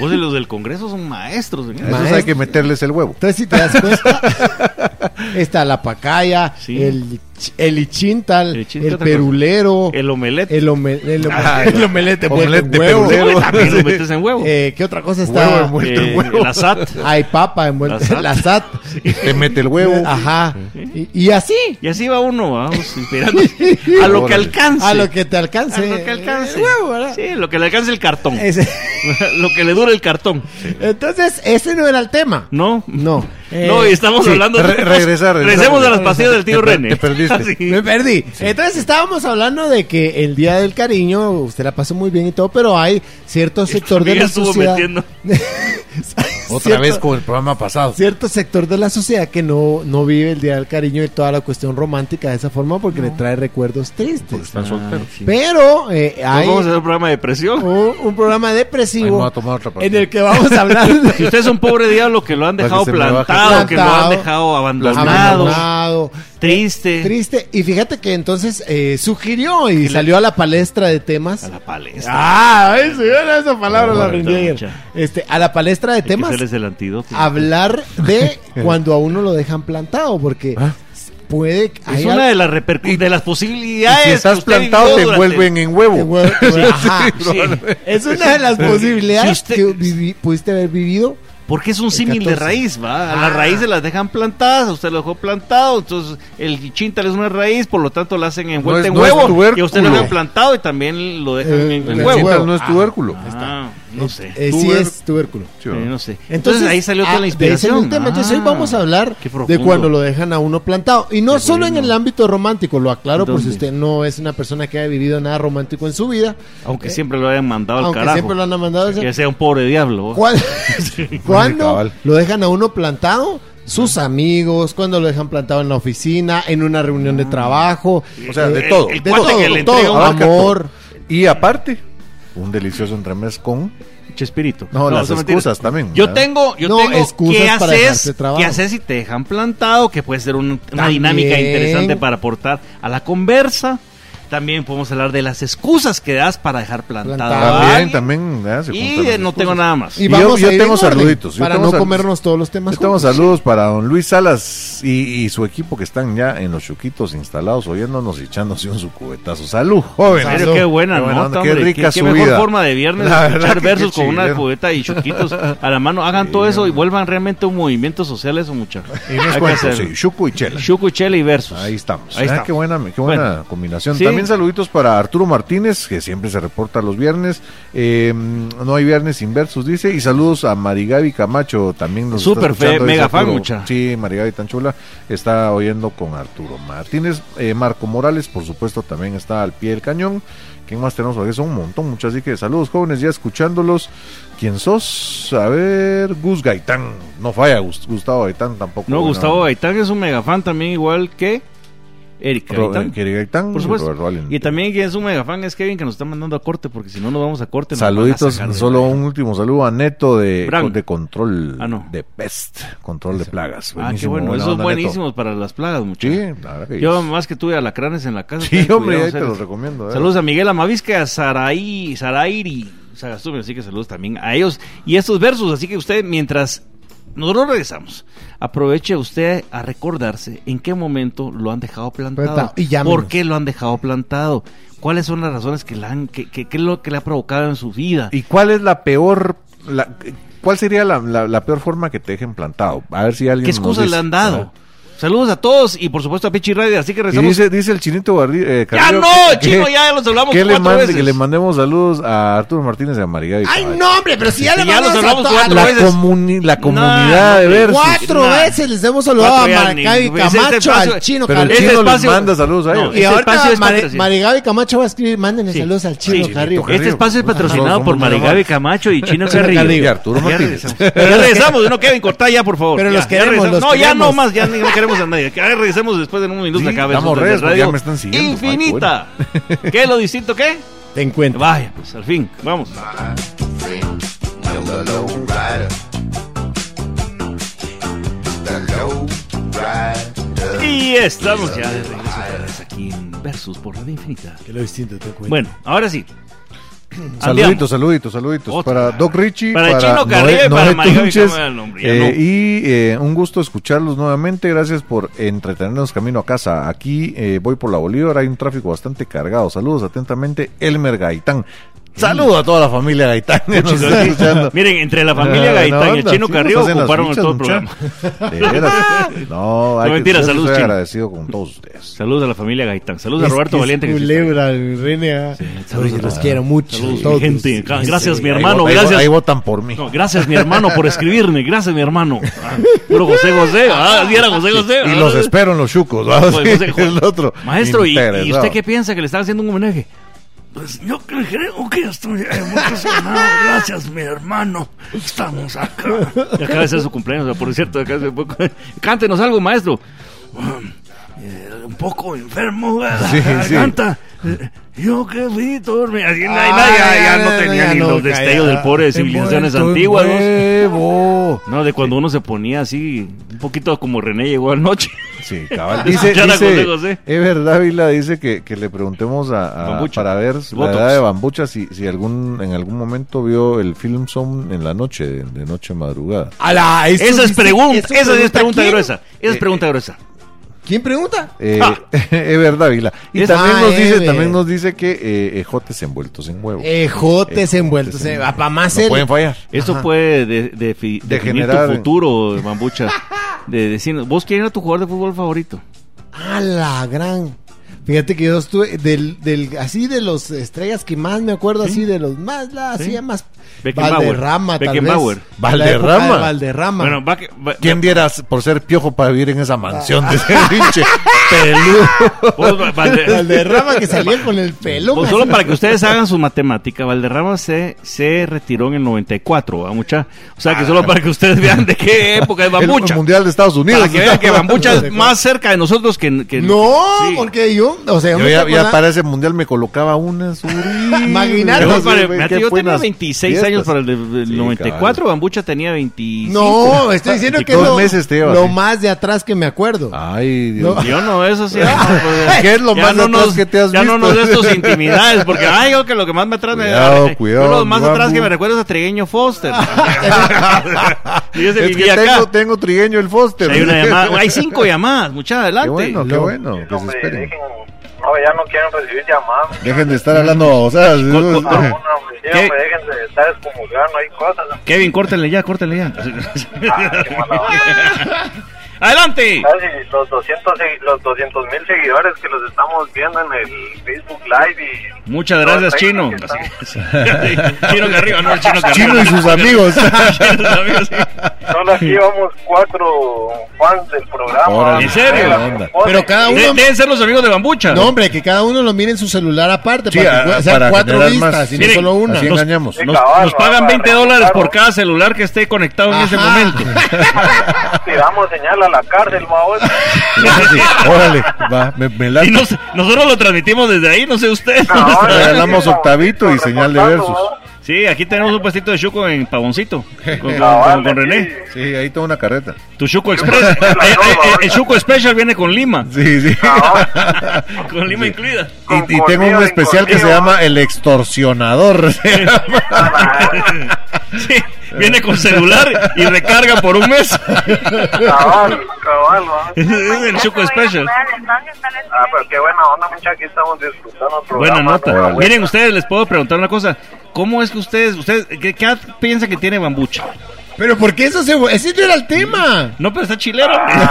Speaker 2: Vos y los del Congreso son maestros. en
Speaker 3: A
Speaker 2: eso.
Speaker 3: Esos hay que meterles el huevo.
Speaker 4: Entonces, si te das cuenta, está la pacaya,
Speaker 2: Sí.
Speaker 4: el, ch- el ichintal,
Speaker 2: El
Speaker 4: el,
Speaker 2: ichintal, otra
Speaker 4: perulero,
Speaker 2: El omelette.
Speaker 4: el, ome- el ome-
Speaker 3: Ah,
Speaker 4: el omelete, envuelto
Speaker 3: omelete
Speaker 4: en huevo.
Speaker 3: perulero.
Speaker 2: Uy, También lo metes en huevo.
Speaker 4: Eh, ¿Qué otra cosa
Speaker 3: Huevo
Speaker 4: está?
Speaker 3: envuelto.
Speaker 2: Eh,
Speaker 3: el huevo.
Speaker 2: La SAT.
Speaker 4: Hay papa envuelta,
Speaker 2: La sat.
Speaker 4: la sat.
Speaker 3: Te mete el huevo.
Speaker 4: Ajá. Y, y así,
Speaker 2: Y así va uno, vamos, esperando. A lo que
Speaker 3: Órale.
Speaker 2: alcance.
Speaker 4: a lo que te alcance.
Speaker 2: A lo que alcance.
Speaker 4: El huevo, ¿verdad?
Speaker 2: Sí, lo que le alcance el cartón.
Speaker 4: Ese-
Speaker 2: lo que le dure el cartón.
Speaker 4: Entonces, ese no era el tema.
Speaker 2: ¿No?
Speaker 4: No. Eh,
Speaker 2: No, y estamos
Speaker 3: sí,
Speaker 2: hablando de.
Speaker 3: re- regresar, regresar,
Speaker 2: Regresemos a las
Speaker 3: regresar.
Speaker 2: pasillas del tío
Speaker 3: Te per-
Speaker 2: René.
Speaker 3: te perdiste.
Speaker 2: Sí.
Speaker 4: Me perdí. Entonces estábamos hablando de que el Día del Cariño, usted la pasó muy bien y todo, pero hay cierto sector de
Speaker 2: Miguel
Speaker 4: la
Speaker 2: estuvo
Speaker 4: sociedad.
Speaker 2: metiendo.
Speaker 3: Otra
Speaker 4: Cierto-
Speaker 3: vez con el programa pasado.
Speaker 4: Cierto sector de la sociedad que no, no vive el Día del Cariño y toda la cuestión romántica de esa forma porque le trae recuerdos
Speaker 2: Pues,
Speaker 3: Porque
Speaker 4: tristes.
Speaker 3: están solteros.
Speaker 4: Pero eh, hay
Speaker 2: Vamos a hacer
Speaker 4: un,
Speaker 2: un programa de presión.
Speaker 4: un programa
Speaker 3: Ahí me
Speaker 4: depresivo
Speaker 3: voy a tomar otra
Speaker 4: en
Speaker 3: partida.
Speaker 4: el que vamos a hablar
Speaker 2: Si
Speaker 4: de
Speaker 2: usted es un pobre diablo que lo han
Speaker 3: Para que
Speaker 2: dejado
Speaker 3: se me baje.
Speaker 2: plantado, que lo han
Speaker 4: Plantado,
Speaker 2: dejado abandonado,
Speaker 4: abandonado,
Speaker 3: Eh,
Speaker 2: triste,
Speaker 4: triste. Y fíjate que entonces eh, sugirió y salió a la palestra de temas.
Speaker 2: a la palestra.
Speaker 4: Ah, ay, señora, esa palabra la
Speaker 2: Correcto,
Speaker 4: aprendí ayer.
Speaker 2: mucha.
Speaker 4: Este, a la palestra de
Speaker 2: Hay que
Speaker 4: temas,
Speaker 2: hacerles el antídoto.
Speaker 4: hablar de cuando a uno lo dejan plantado, porque puede que
Speaker 2: Ah. Es
Speaker 4: haya-
Speaker 2: una de las repercu- de las
Speaker 4: Ah,
Speaker 3: Y
Speaker 2: posibilidades.
Speaker 3: si
Speaker 2: que
Speaker 3: estás
Speaker 2: usted vivió
Speaker 3: plantado, te
Speaker 2: durante-
Speaker 3: envuelven en huevo.
Speaker 4: que hue- que hue- ajá.
Speaker 2: Sí.
Speaker 4: Es una de las posibilidades
Speaker 2: Si usted-
Speaker 4: que vivi- pudiste haber vivido.
Speaker 2: Porque es un símil de
Speaker 4: 14.
Speaker 2: raíz, ¿va? A
Speaker 4: Ah.
Speaker 2: las raíces las dejan plantadas, a usted lo dejó plantado, entonces el chintal es una raíz, por lo tanto la hacen envuelta
Speaker 3: es-
Speaker 2: en
Speaker 3: no es
Speaker 2: huevo. y a
Speaker 3: tubérculo.
Speaker 2: usted lo dejan plantado y también lo dejan
Speaker 4: Eh,
Speaker 2: en,
Speaker 4: el
Speaker 2: en
Speaker 3: El
Speaker 2: huevo.
Speaker 3: chintal Pues no es tubérculo.
Speaker 2: Ah, no sé.
Speaker 4: Eh, sí,
Speaker 3: Tuber-
Speaker 4: es tubérculo.
Speaker 3: Sí,
Speaker 2: Eh,
Speaker 3: ¿no?
Speaker 2: no sé. Entonces,
Speaker 4: Entonces,
Speaker 2: ahí salió
Speaker 4: ah,
Speaker 2: toda la
Speaker 4: de ese
Speaker 2: inspiración.
Speaker 4: es el tema. Entonces, hoy
Speaker 2: Ah,
Speaker 4: vamos a hablar
Speaker 2: qué
Speaker 4: de
Speaker 2: profundo.
Speaker 4: cuando lo dejan a uno plantado. Y no
Speaker 2: Qué
Speaker 4: solo en
Speaker 2: bueno.
Speaker 4: el ámbito romántico, lo aclaro por si
Speaker 2: ¿Dónde?
Speaker 4: usted no es una persona que haya vivido nada romántico en su vida.
Speaker 2: Aunque siempre lo hayan mandado al
Speaker 4: Eh, aunque
Speaker 2: carajo.
Speaker 4: siempre lo han mandado a hacer.
Speaker 2: Que sea un pobre diablo. ¿va?
Speaker 4: ¿Cuál- ¿Cuándo
Speaker 3: cabal.
Speaker 4: lo dejan a uno plantado? Sus amigos, cuando lo dejan plantado en la oficina, en una reunión
Speaker 2: Ah.
Speaker 4: de trabajo. Eh,
Speaker 3: O sea, de todo.
Speaker 2: el
Speaker 4: de
Speaker 2: cuate
Speaker 4: todo,
Speaker 2: que le
Speaker 4: todo.
Speaker 2: entrega un-
Speaker 3: Abarca
Speaker 4: amor.
Speaker 3: todo. Y aparte, un delicioso entremés con
Speaker 2: Chespirito.
Speaker 3: No, las
Speaker 2: son mentiras.
Speaker 3: excusas también,
Speaker 2: Yo
Speaker 3: ¿verdad?
Speaker 2: tengo, yo
Speaker 4: No,
Speaker 2: tengo
Speaker 4: excusas
Speaker 2: qué
Speaker 4: para
Speaker 2: haces,
Speaker 4: dejarte trabajo.
Speaker 2: qué haces si te dejan plantado, que puede ser un- una
Speaker 4: También.
Speaker 2: dinámica interesante para aportar a la conversa. También podemos hablar de las excusas que das para dejar plantado.
Speaker 4: Plantado.
Speaker 2: a
Speaker 3: También,
Speaker 2: alguien.
Speaker 3: también. ¿verdad? Se
Speaker 2: Ah, Y
Speaker 3: juntan
Speaker 2: de
Speaker 3: las
Speaker 2: no tengo
Speaker 3: cosas.
Speaker 2: nada más.
Speaker 4: Y
Speaker 3: Yo-
Speaker 4: vamos
Speaker 3: yo
Speaker 4: a ir
Speaker 3: tengo
Speaker 4: en orden
Speaker 3: saluditos, yo
Speaker 4: para
Speaker 3: tengo
Speaker 4: no
Speaker 3: sal-
Speaker 4: comernos todos los temas.
Speaker 3: Les damos
Speaker 4: juntos.
Speaker 3: saludos para don Luis Salas y, y su equipo que están ya en los chuquitos instalados, oyéndonos y echándose un su cubetazo. Salud,
Speaker 2: En
Speaker 3: jóvenes.
Speaker 2: serio, qué buena
Speaker 3: onda,
Speaker 2: nota,
Speaker 3: qué
Speaker 2: hombre.
Speaker 3: rica
Speaker 2: qué
Speaker 3: su
Speaker 2: mejor
Speaker 3: vida.
Speaker 2: forma de viernes
Speaker 3: La verdad
Speaker 2: escuchar
Speaker 3: que
Speaker 2: versos
Speaker 3: qué
Speaker 2: con una
Speaker 3: chilero.
Speaker 2: cubeta y chuquitos a la mano. Hagan todo eso y vuelvan realmente un movimiento social eso, muchachos.
Speaker 3: Y nos cuentos, sí, Chuco y Chela.
Speaker 2: Chuco y Chela y versos.
Speaker 3: Ahí estamos.
Speaker 2: Ahí
Speaker 3: Ah,
Speaker 2: estamos.
Speaker 3: Qué buena, qué buena
Speaker 2: Bueno.
Speaker 3: combinación.
Speaker 2: Sí.
Speaker 3: También saluditos para Arturo Martínez, que siempre se reporta los viernes. Eh, no hay viernes sin versus, dice. Y saludos a Marigaby Camacho, también nos
Speaker 2: Súper
Speaker 3: está escuchando,
Speaker 2: fe-
Speaker 3: dice
Speaker 2: mega fan,
Speaker 3: Arturo.
Speaker 2: mucha.
Speaker 3: Sí, Marigaby tan chula. Está oyendo con Arturo Martínez. Eh, Marco Morales, por supuesto, también está al pie del cañón. ¿Quién más tenemos? Porque son un montón, muchas. Así que saludos, jóvenes, ya escuchándolos. ¿Quién sos? A ver, Gus Gaitán. No falla, Gus- Gustavo Gaitán tampoco.
Speaker 2: No,
Speaker 3: Buena
Speaker 2: Gustavo
Speaker 3: onda.
Speaker 2: Gaitán es un megafan también, igual que
Speaker 7: Eric
Speaker 3: Ro-
Speaker 7: Gaitán.
Speaker 3: eh, Eric Gaitán
Speaker 2: Por
Speaker 3: y
Speaker 2: supuesto.
Speaker 3: Roberto Allen.
Speaker 2: Y también que es un mega fan es Kevin que nos está mandando a corte porque si no nos vamos a corte. nos van a
Speaker 3: Saluditos,
Speaker 2: sacar de-
Speaker 3: solo un último saludo a Neto de,
Speaker 2: Bran.
Speaker 3: de Control
Speaker 2: Ah, no.
Speaker 3: de Pest, Control de Plagas.
Speaker 2: Ah, qué
Speaker 3: Buenísimo,
Speaker 2: bueno,
Speaker 3: buena
Speaker 2: esos
Speaker 3: onda, Neto.
Speaker 2: buenísimos para las plagas, muchachos.
Speaker 3: Sí, la verdad que
Speaker 2: Yo
Speaker 3: sí.
Speaker 2: más que tuve alacranes en la casa.
Speaker 3: Sí,
Speaker 2: tengan
Speaker 3: hombre,
Speaker 2: cuidado,
Speaker 3: ahí te
Speaker 2: seres.
Speaker 3: los recomiendo. eh.
Speaker 2: Saludos a Miguel Amavisca, a Saraí, Sarairi, Sagastume, así que saludos también a ellos. Y estos versos, así que usted, mientras nosotros regresamos, aproveche usted a recordarse en qué momento lo han dejado plantado.
Speaker 4: Plantado, y llámenos.
Speaker 2: ¿Por qué lo han dejado plantado? ¿Cuáles son las razones que, la han, que, que- que es lo que le ha provocado en su vida?
Speaker 3: ¿Y cuál es la peor, la- cuál sería la, la- la peor forma que te dejen plantado? A ver si alguien
Speaker 2: ¿Qué
Speaker 3: nos
Speaker 2: excusas le
Speaker 3: dice.
Speaker 2: han dado?
Speaker 3: Ajá.
Speaker 2: Saludos a todos y por supuesto a Pichi Radio, así que
Speaker 3: Y
Speaker 2: regresamos.
Speaker 3: dice, dice el chinito Bardi- eh,
Speaker 2: ¡Ya
Speaker 3: Carrillo
Speaker 2: no,
Speaker 3: que-
Speaker 2: chino!
Speaker 3: que-
Speaker 2: Ya los hablamos
Speaker 3: que le
Speaker 2: cuatro
Speaker 3: mande-
Speaker 2: veces.
Speaker 3: que le mandemos saludos a Arturo Martínez de María.
Speaker 4: ¡Ay, no, hombre! Pero si ya le
Speaker 2: Ya los
Speaker 4: mandamos a
Speaker 2: hablamos
Speaker 4: to-
Speaker 2: cuatro
Speaker 3: La,
Speaker 2: veces.
Speaker 3: comuni- la
Speaker 2: No,
Speaker 3: comunidad
Speaker 2: no,
Speaker 3: de
Speaker 2: no,
Speaker 3: Versus.
Speaker 4: Cuatro
Speaker 2: Nah.
Speaker 4: veces les hemos saludado
Speaker 2: Cuatro ya
Speaker 4: a Maracay
Speaker 2: ni-
Speaker 4: y
Speaker 2: pues, este
Speaker 4: Camacho,
Speaker 2: espacio-
Speaker 4: al chino
Speaker 3: Pero el
Speaker 4: Carrillo.
Speaker 2: Este
Speaker 3: chino les
Speaker 2: espacio-
Speaker 3: manda saludos a
Speaker 2: No,
Speaker 3: ellos.
Speaker 4: Y
Speaker 2: Este espacio
Speaker 4: ahora
Speaker 2: es
Speaker 4: Mare-
Speaker 2: patrocinado.
Speaker 4: Maregabe Camacho va a escribir, mándenle
Speaker 2: Sí.
Speaker 4: saludos al
Speaker 2: Sí,
Speaker 4: chino
Speaker 2: sí,
Speaker 4: Carrillo.
Speaker 3: Carrillo.
Speaker 2: Este espacio es
Speaker 3: Ajá.
Speaker 2: patrocinado
Speaker 3: Somos
Speaker 2: por Marigabe
Speaker 3: malos.
Speaker 2: Camacho y Chino Carrillo.
Speaker 3: Y Arturo
Speaker 2: Ya
Speaker 3: Martínez.
Speaker 2: regresamos. Ya regresamos, no Kevin, cortá ya, por favor.
Speaker 4: Pero
Speaker 2: Ya,
Speaker 4: los
Speaker 2: ya
Speaker 4: queremos,
Speaker 2: regresamos.
Speaker 4: los
Speaker 2: no, ya no
Speaker 4: queremos.
Speaker 2: más, ya ni- no queremos a nadie. Ya regresemos después de un minuto
Speaker 3: Sí,
Speaker 2: de acá.
Speaker 3: damos redes, porque ya me están siguiendo. Ay,
Speaker 2: Infinita. ¿Qué lo distinto qué?
Speaker 4: Te encuentro.
Speaker 2: Vaya, pues al fin, vamos.
Speaker 8: I'm the low rider. The low rider.
Speaker 2: Y estamos ya de regreso otra vez aquí en Versus por Radio Infinita.
Speaker 4: Que lo distinto, te encuentro.
Speaker 2: Bueno, ahora sí.
Speaker 3: Saluditos, saluditos, saluditos.
Speaker 2: Otra.
Speaker 3: Para Doc Richie,
Speaker 2: Para
Speaker 3: para,
Speaker 2: el Chino
Speaker 3: Noé-
Speaker 2: Carrillo y para
Speaker 3: Noé
Speaker 2: Marigaby
Speaker 3: Tunches,
Speaker 2: Cámara del Hombre, ya
Speaker 3: eh,
Speaker 2: no.
Speaker 3: Y eh, un gusto escucharlos nuevamente. Gracias por entretenernos camino a casa. Aquí eh, voy por la Bolívar, hay un tráfico bastante cargado. Saludos atentamente, Elmer Gaitán.
Speaker 2: Mm.
Speaker 3: Saludos a toda la familia Gaitán que nos está escuchando.
Speaker 2: Miren, entre la familia
Speaker 3: Eh,
Speaker 2: Gaitán
Speaker 3: no,
Speaker 2: y el Chino
Speaker 3: anda, sí nos
Speaker 2: Carrillo
Speaker 3: hacen las
Speaker 2: ocuparon
Speaker 3: fichas,
Speaker 2: todo el
Speaker 3: mucha.
Speaker 2: programa.
Speaker 3: De veras. No, hay
Speaker 2: No,
Speaker 3: que-
Speaker 2: mentira,
Speaker 3: yo sí
Speaker 2: saludos,
Speaker 3: Estoy
Speaker 2: Chino.
Speaker 3: agradecido con todos ustedes.
Speaker 2: Saludos a la familia Gaitán. Saludos
Speaker 4: Es
Speaker 2: a Roberto
Speaker 4: que es
Speaker 2: Valiente. que sí está
Speaker 4: Culebra, el René.
Speaker 2: saludos
Speaker 4: ah. Oye,
Speaker 2: a
Speaker 4: los
Speaker 2: la-
Speaker 4: quiero mucho.
Speaker 2: Saludos,
Speaker 4: todos.
Speaker 2: gente. Ca- Gracias, mi hermano.
Speaker 3: Ahí vo- ahí vo-
Speaker 2: Gracias.
Speaker 3: Ahí votan por mí.
Speaker 2: No, gracias, mi hermano, por escribirme. Gracias, mi hermano. Ah, puro José José. Ah, sí era José José.
Speaker 3: Y
Speaker 2: Ah,
Speaker 3: los
Speaker 2: ah,
Speaker 3: espero en los chucos. ¿va?
Speaker 2: José, José,
Speaker 3: Sí,
Speaker 2: José.
Speaker 3: el otro.
Speaker 2: Pues, Maestro, ¿y,
Speaker 3: Interesado.
Speaker 2: y usted qué piensa que le están haciendo un homenaje?
Speaker 9: Pues yo creo que estoy emocionado. eh, Gracias, mi hermano. Estamos acá.
Speaker 2: Y Acaba de ser su cumpleaños, o sea, por cierto. acaba de ser poco- Cántenos algo, maestro.
Speaker 9: Eh, un poco enfermo, de la
Speaker 3: Sí,
Speaker 9: garganta. Eh, Yo que vi dormir. Así, na- na-
Speaker 4: Ay,
Speaker 9: ya, ya
Speaker 4: ay,
Speaker 9: no
Speaker 4: ay,
Speaker 9: tenía
Speaker 4: ya
Speaker 9: ni
Speaker 4: no,
Speaker 9: los
Speaker 4: calla.
Speaker 9: destellos del pobre de
Speaker 4: Te
Speaker 2: civilizaciones
Speaker 4: mueres tú,
Speaker 2: antiguas. ¿no?
Speaker 3: Huevo.
Speaker 2: No, de cuando uno se ponía así, un poquito como René llegó anoche.
Speaker 3: Sí, cabal. Dice,
Speaker 2: Escuchar a José
Speaker 3: dice
Speaker 2: José.
Speaker 3: Ever Dávila dice que, que le preguntemos a, a-
Speaker 2: Bambucha.
Speaker 3: para ver la
Speaker 2: Botox.
Speaker 3: edad de Bambucha si, si algún en algún momento vio el film Zone en la noche, de, de noche madrugada.
Speaker 4: A la- eso
Speaker 2: Esa es
Speaker 4: dice-
Speaker 2: pregunta,
Speaker 4: eso
Speaker 2: esa sí es pregunta
Speaker 4: ¿quién?
Speaker 2: gruesa. Esa es pregunta gruesa.
Speaker 4: ¿Quién pregunta?
Speaker 3: Eh,
Speaker 2: Ah.
Speaker 3: Ever Dávila. Y
Speaker 4: Es-
Speaker 3: también
Speaker 4: Ah,
Speaker 3: nos dice,
Speaker 4: Ever.
Speaker 3: también nos dice que eh, ejotes envueltos en huevo.
Speaker 4: Ejotes
Speaker 3: Ejotes
Speaker 4: envueltos. eh, Para más
Speaker 3: No
Speaker 4: el-
Speaker 3: pueden fallar.
Speaker 2: Esto puede de, de, fi- definir
Speaker 3: Degenerar
Speaker 2: tu
Speaker 3: en-
Speaker 2: futuro, Mambucha. De decir, vos quién era tu jugador de fútbol favorito.
Speaker 4: A la gran. Fíjate que yo estuve del, del así de los estrellas que más me acuerdo, así de los más, la, así más
Speaker 2: Beckenbauer.
Speaker 4: Valderrama, tal vez.
Speaker 2: Beckenbauer.
Speaker 4: La época de
Speaker 3: Valderrama.
Speaker 4: Valderrama.
Speaker 2: Bueno, va que- va-
Speaker 3: ¿Quién dieras por ser piojo para vivir en esa mansión de ese pinche peludo?
Speaker 2: vos, va- Valde-
Speaker 4: Valderrama que salía con el pelo.
Speaker 2: Pues
Speaker 4: más-
Speaker 2: solo para que ustedes hagan su matemática, Valderrama se, se retiró en el 94, ¿va, mucha? O sea, que solo para que ustedes vean de qué época es
Speaker 3: El,
Speaker 2: Bambucha.
Speaker 3: mundial de Estados Unidos.
Speaker 2: Para que vean que Bambucha es
Speaker 4: Yo
Speaker 2: más cerca de nosotros que... que-
Speaker 4: No,
Speaker 2: Sí.
Speaker 4: porque yo, o sea, yo
Speaker 3: Yo
Speaker 4: me
Speaker 3: ya,
Speaker 4: acuerdo-
Speaker 3: ya para ese mundial me colocaba unas.
Speaker 4: Imagínate,
Speaker 2: Yo,
Speaker 4: Sí,
Speaker 2: para- fíjate, yo tenía 26 años para el de- del
Speaker 3: Sí,
Speaker 2: 94,
Speaker 3: caballo.
Speaker 2: Bambucha tenía 25.
Speaker 4: No, estoy diciendo que es
Speaker 3: Dos
Speaker 4: lo,
Speaker 3: meses te llevas,
Speaker 4: lo
Speaker 3: sí.
Speaker 4: más de atrás que me acuerdo.
Speaker 3: Ay, Dios.
Speaker 4: No.
Speaker 2: Yo no, eso sí. no, pues,
Speaker 3: ¿Qué es lo
Speaker 2: ya
Speaker 3: más
Speaker 2: no
Speaker 3: atrás
Speaker 2: nos,
Speaker 3: que te has
Speaker 2: ya
Speaker 3: visto?
Speaker 2: no nos de estos intimidades, porque ay, yo que lo que más me atrás
Speaker 3: Cuidado,
Speaker 2: me
Speaker 3: cuidado,
Speaker 2: Yo lo más
Speaker 3: mi
Speaker 2: atrás
Speaker 3: guapo.
Speaker 2: que me recuerdo es a Trigueño Foster. y ese
Speaker 3: es que
Speaker 2: vivía acá.
Speaker 3: tengo, tengo trigueño el Foster.
Speaker 2: Hay una llamada, hay cinco llamadas, mucha adelante.
Speaker 3: Qué bueno, qué
Speaker 4: Lo-
Speaker 3: bueno. que se
Speaker 5: hombre,
Speaker 3: esperen.
Speaker 5: dejen- no, ya no quieren recibir llamadas.
Speaker 3: Dejen de estar hablando. O sea,
Speaker 2: con-
Speaker 5: No, no, hombre, sí,
Speaker 2: ¿Qué?
Speaker 5: hombre, dejen de estar excomulgando, hay cosas.
Speaker 2: Kevin, córtenle ya, córtenle ya.
Speaker 5: Ah, qué mala onda.
Speaker 2: adelante.
Speaker 5: Casi los 200 segui- los 200 mil seguidores que los estamos viendo en el Facebook Live y
Speaker 2: Muchas gracias,
Speaker 5: Los
Speaker 2: Chino.
Speaker 5: que están-
Speaker 2: chino que arriba, no, el chino que
Speaker 3: Chino
Speaker 2: arriba.
Speaker 3: y sus amigos.
Speaker 2: Chino y sus amigos, sí.
Speaker 5: Solo aquí vamos cuatro fans del programa.
Speaker 3: Órale.
Speaker 2: ¿En serio?
Speaker 5: Mira,
Speaker 3: Onda.
Speaker 5: pone-
Speaker 4: Pero cada uno-
Speaker 2: De- Deben ser los amigos de Bambucha.
Speaker 4: No, hombre, que cada uno lo mire en su celular aparte.
Speaker 3: Sí,
Speaker 4: para que
Speaker 3: a-
Speaker 4: cua- sean
Speaker 3: para
Speaker 4: cuatro
Speaker 3: generar más.
Speaker 4: vistas y no
Speaker 2: Miren,
Speaker 4: solo una.
Speaker 3: Así
Speaker 4: Nos-
Speaker 3: engañamos.
Speaker 5: Sí,
Speaker 2: Nos,
Speaker 5: cabal,
Speaker 2: nos
Speaker 5: va,
Speaker 2: pagan
Speaker 5: va,
Speaker 2: 20 dólares por
Speaker 5: claro.
Speaker 2: cada celular que esté conectado en ese
Speaker 4: Ajá.
Speaker 2: momento.
Speaker 5: Tiramos señal a la cárcel, maos.
Speaker 3: Sí, Órale, va, me, me late.
Speaker 2: Y nos- nosotros lo transmitimos desde ahí, no sé usted.
Speaker 5: Cabal,
Speaker 3: Regalamos
Speaker 5: sí, maos,
Speaker 3: octavito y
Speaker 5: con
Speaker 3: señal de
Speaker 5: contacto,
Speaker 3: versus.
Speaker 5: maos.
Speaker 2: Sí, aquí tenemos un puestito de Chuco en Pavoncito. Con, con-
Speaker 5: Cabal,
Speaker 2: con René.
Speaker 5: sí.
Speaker 3: Sí, ahí toda una carreta.
Speaker 2: Tu Chuco Express. Eh, eh, eh, el Chuco Special viene con Lima.
Speaker 3: Sí, sí.
Speaker 5: Cabal.
Speaker 2: Con Lima incluida.
Speaker 5: Con
Speaker 3: Y, y tengo
Speaker 5: corrido,
Speaker 3: un especial que se
Speaker 5: incorrido.
Speaker 3: llama El Extorsionador.
Speaker 2: Sí, viene con celular y recarga por un mes.
Speaker 5: Cabal, cabal, maos.
Speaker 2: Es el Chuco Special.
Speaker 5: Ah, pero qué buena onda, muchachos. Aquí estamos disfrutando el programa.
Speaker 2: Buena nota.
Speaker 5: ¿no?
Speaker 2: pues, Miren, ustedes les puedo preguntar una cosa. ¿Cómo es que ustedes, ustedes, qué, qué edad piensan que tiene Bambucha?
Speaker 4: Pero ¿por qué eso se... Ese no era el tema.
Speaker 2: No, pero está chilero. hombre.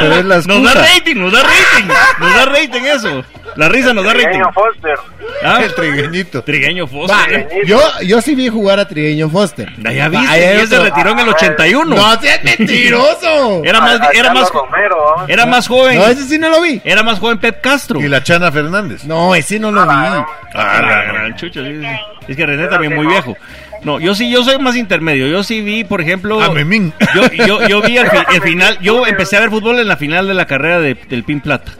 Speaker 3: Pero es la
Speaker 2: nos da
Speaker 3: excusa.
Speaker 2: rating, nos da rating. Nos da rating eso. La risa nos da rating.
Speaker 5: Pequeño Foster.
Speaker 2: Ah,
Speaker 3: El trigueñito.
Speaker 2: Trigueño
Speaker 4: Va,
Speaker 2: Foster.
Speaker 4: yo, yo sí vi jugar a Trigueño Foster.
Speaker 2: Ya
Speaker 4: Va,
Speaker 2: viste,
Speaker 4: ahí hay
Speaker 2: y él se
Speaker 4: otro.
Speaker 2: retiró en el 81.
Speaker 4: No, seas mentiroso.
Speaker 2: Era más,
Speaker 5: A- a
Speaker 2: era más,
Speaker 5: Carlos Romero, ¿no?
Speaker 2: era más
Speaker 4: No,
Speaker 2: joven.
Speaker 4: ese sí no lo vi.
Speaker 2: Era más joven Pep Castro.
Speaker 3: Y la Chana Fernández.
Speaker 4: No, ese no lo vi.
Speaker 2: Ah, la gran chucha, sí, sí. Es que René también muy viejo. No, yo sí, yo soy más intermedio. Yo sí vi, por ejemplo.
Speaker 3: A Memín.
Speaker 2: Yo, yo, yo vi el, fi- el final. Yo empecé a ver fútbol en la final de la carrera de- del Pin Plata.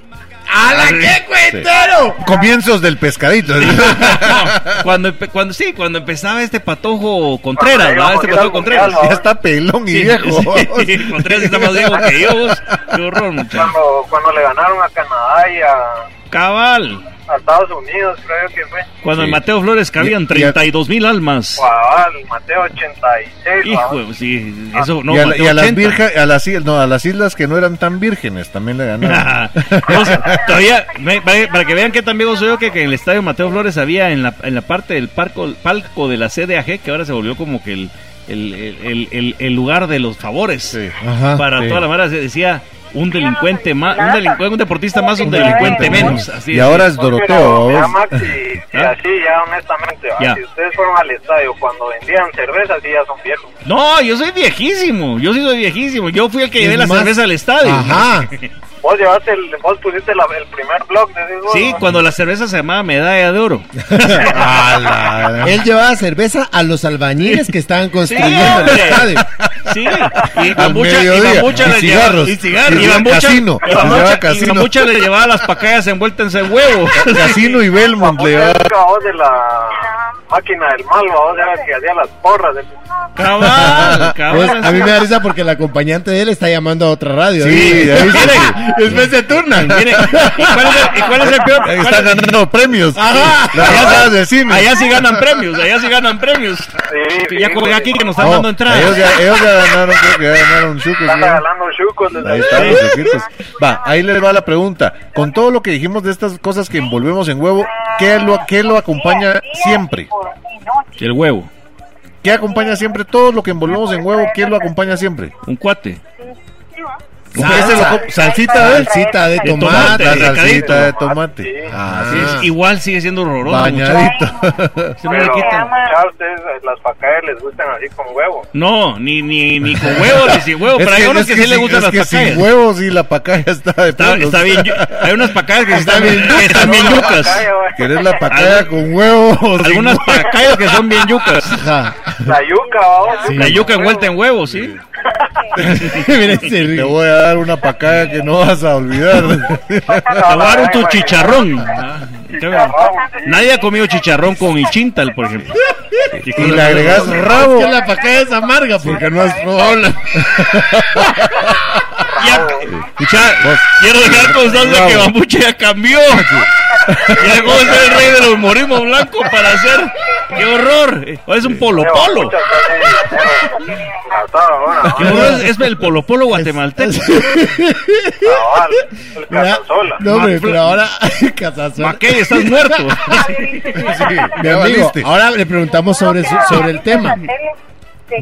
Speaker 2: Ah,
Speaker 4: ¡A la que cuentero!
Speaker 3: Comienzos del pescadito.
Speaker 2: No, cuando, empe- cuando sí, cuando empezaba este patojo Contreras,
Speaker 5: Cuando
Speaker 2: ¿verdad? Este
Speaker 5: íbamos a ir
Speaker 2: patojo
Speaker 5: al
Speaker 2: Contreras.
Speaker 5: mundial,
Speaker 3: ya está pelón y
Speaker 2: Sí,
Speaker 3: viejo.
Speaker 2: sí, Contreras está más viejo que yo. vos. Qué horror, muchacho.
Speaker 5: Cuando, cuando le ganaron a Canadá y a,
Speaker 2: Cabal.
Speaker 5: a Estados Unidos, creo que fue.
Speaker 2: Cuando
Speaker 3: Sí.
Speaker 2: en Mateo Flores cabían
Speaker 3: Y- y a-
Speaker 2: 32 mil almas.
Speaker 5: Guadal, Mateo 86. guau.
Speaker 2: Hijo, sí, eso no.
Speaker 3: y a, la-
Speaker 2: Mateo
Speaker 3: y a las
Speaker 2: 80.
Speaker 3: virgen- a las, il- no, a las islas que no eran tan vírgenes también le ganaron.
Speaker 2: No, o sea, todavía, me- para, para que vean que tan viejo soy yo, que, que en el estadio Mateo Flores había en la, en la parte del parco, palco de la CDAG, que ahora se volvió como que el, el, el- el- el lugar de los favores.
Speaker 3: Sí.
Speaker 4: Ajá.
Speaker 2: para
Speaker 3: sí.
Speaker 2: toda la mara se decía un delincuente más, un delincuente, un deportista más, un
Speaker 3: Un
Speaker 2: delincuente
Speaker 3: delincuente
Speaker 2: menos.
Speaker 3: más.
Speaker 2: Así
Speaker 3: y
Speaker 2: es.
Speaker 3: ahora es
Speaker 5: Pero,
Speaker 3: Doroteo.
Speaker 5: mira,
Speaker 3: ¿vos?
Speaker 5: Maxi, si
Speaker 2: ¿Ah?
Speaker 5: así ya honestamente, va,
Speaker 2: Ya.
Speaker 5: si ustedes fueron al estadio cuando vendían cerveza, sí ya son viejos.
Speaker 2: No, yo soy viejísimo, yo sí soy viejísimo. Yo fui el que
Speaker 4: Es
Speaker 2: llevé la
Speaker 4: más-
Speaker 2: cerveza al estadio.
Speaker 4: Ajá.
Speaker 5: Vos llevaste el, vos pusiste la- el primer blog, decís vos,
Speaker 2: Sí,
Speaker 5: ¿no?
Speaker 2: cuando la cerveza se llamaba medalla de oro.
Speaker 3: A la-
Speaker 4: Él llevaba cerveza a los albañiles que estaban construyendo el
Speaker 2: hombre.
Speaker 4: estadio.
Speaker 2: Sí, y
Speaker 3: Al
Speaker 2: Bambucha, y
Speaker 3: mediodía.
Speaker 2: Bambucha
Speaker 3: Y
Speaker 2: les
Speaker 3: cigarros.
Speaker 2: llevaba, y cigarros,
Speaker 3: Y
Speaker 2: y Bambucha,
Speaker 3: casino.
Speaker 2: y Bambucha-
Speaker 3: Les llevaba
Speaker 2: y
Speaker 3: casino.
Speaker 2: Bambucha les llevaba las pacayas envueltas en huevo.
Speaker 3: Casino y Belmont
Speaker 5: Vos
Speaker 3: le va-
Speaker 5: eras vos de la máquina del mal, vos era el que hacía las porras. el-
Speaker 2: Cabal,
Speaker 4: Pues,
Speaker 2: cabal.
Speaker 4: a mí me da risa porque el acompañante de él está llamando a otra radio.
Speaker 3: Sí,
Speaker 4: ¿eh?
Speaker 3: ya viste.
Speaker 4: Después se turnan.
Speaker 2: Miren, ¿y cuál es el, y cuál es el peor?
Speaker 3: Ahí
Speaker 2: cuál
Speaker 3: Están
Speaker 2: es-
Speaker 3: ganando premios.
Speaker 2: Ajá.
Speaker 3: Las pasadas de cine.
Speaker 2: Allá sí ganan premios, allá sí ganan premios.
Speaker 5: Sí,
Speaker 2: ya
Speaker 5: sí,
Speaker 2: como
Speaker 5: sí.
Speaker 2: aquí que nos están
Speaker 3: No,
Speaker 2: dando entradas.
Speaker 3: Ellos ya, ellos ya ganaron, creo que ya ganaron chucos.
Speaker 5: Están
Speaker 3: ya.
Speaker 5: regalando chucos desde
Speaker 3: Ahí están los ojitos. Va, ahí les va la pregunta. Con todo lo que dijimos de estas cosas que envolvemos en huevo, ¿qué lo, qué lo acompaña siempre?
Speaker 2: El huevo,
Speaker 3: ¿Qué acompaña siempre? Todo lo que envolvemos en huevo, ¿qué lo acompaña siempre?
Speaker 2: un cuate.
Speaker 3: Ustedes se lo com- salsita de,
Speaker 4: Salsita de
Speaker 2: De
Speaker 4: tomate.
Speaker 2: tomate,
Speaker 3: la
Speaker 2: recadito.
Speaker 3: salsita de tomate. Ah,
Speaker 2: Así es, Igual sigue siendo horroroso. muchacho.
Speaker 3: Bañadito.
Speaker 2: Se me le
Speaker 5: Pero,
Speaker 2: quita.
Speaker 5: ya ustedes eh, las pacayas les gustan así con huevo.
Speaker 2: No, ni, ni, ni con huevo ni sin huevo. Pero hay unos que, sí le
Speaker 3: sin-
Speaker 2: gustan
Speaker 3: es
Speaker 2: las
Speaker 3: que
Speaker 2: pacayas.
Speaker 3: sin huevos y la pacaya está de
Speaker 2: Está,
Speaker 3: pelos.
Speaker 2: está bien, hay unas pacayas que sí están bien, que están bien
Speaker 5: Una
Speaker 2: yucas.
Speaker 5: pacaya, güey.
Speaker 3: ¿Querés la pacaya con huevos?
Speaker 2: Algunas pacayas que son bien yucas.
Speaker 5: La yuca, vamos.
Speaker 2: La yuca envuelta en huevo, sí.
Speaker 4: Mira, ese
Speaker 3: Te
Speaker 4: río.
Speaker 3: voy a dar una pacaya que no vas a olvidar.
Speaker 2: Acabaron tu chicharrón. Ah, Nadie ha comido chicharrón con ichintal, por ejemplo.
Speaker 3: Y le agregas rabo.
Speaker 4: Es que la pacaya es amarga porque no has probado la-
Speaker 2: Ya- ya- quiero dejar constancia que
Speaker 3: Bravo.
Speaker 2: Bambuche ya cambió. Ya como es el rey de los morismos blancos para hacer. ¡Qué horror! Eh, Es un polo polo.
Speaker 5: Muchas gracias. Hasta ahora,
Speaker 2: Qué
Speaker 5: ¿no?
Speaker 2: horror, Es es el polo polo guatemalteco.
Speaker 5: Cabal, el
Speaker 4: Mira,
Speaker 5: cazasola.
Speaker 4: No, hombre,
Speaker 2: Ma-
Speaker 4: pero ahora. Casasola.
Speaker 2: Maquey, estás muerto.
Speaker 4: Mi
Speaker 3: Ya
Speaker 4: amigo,
Speaker 3: valiste.
Speaker 4: ahora le preguntamos sobre, su- sobre el tema. Mi-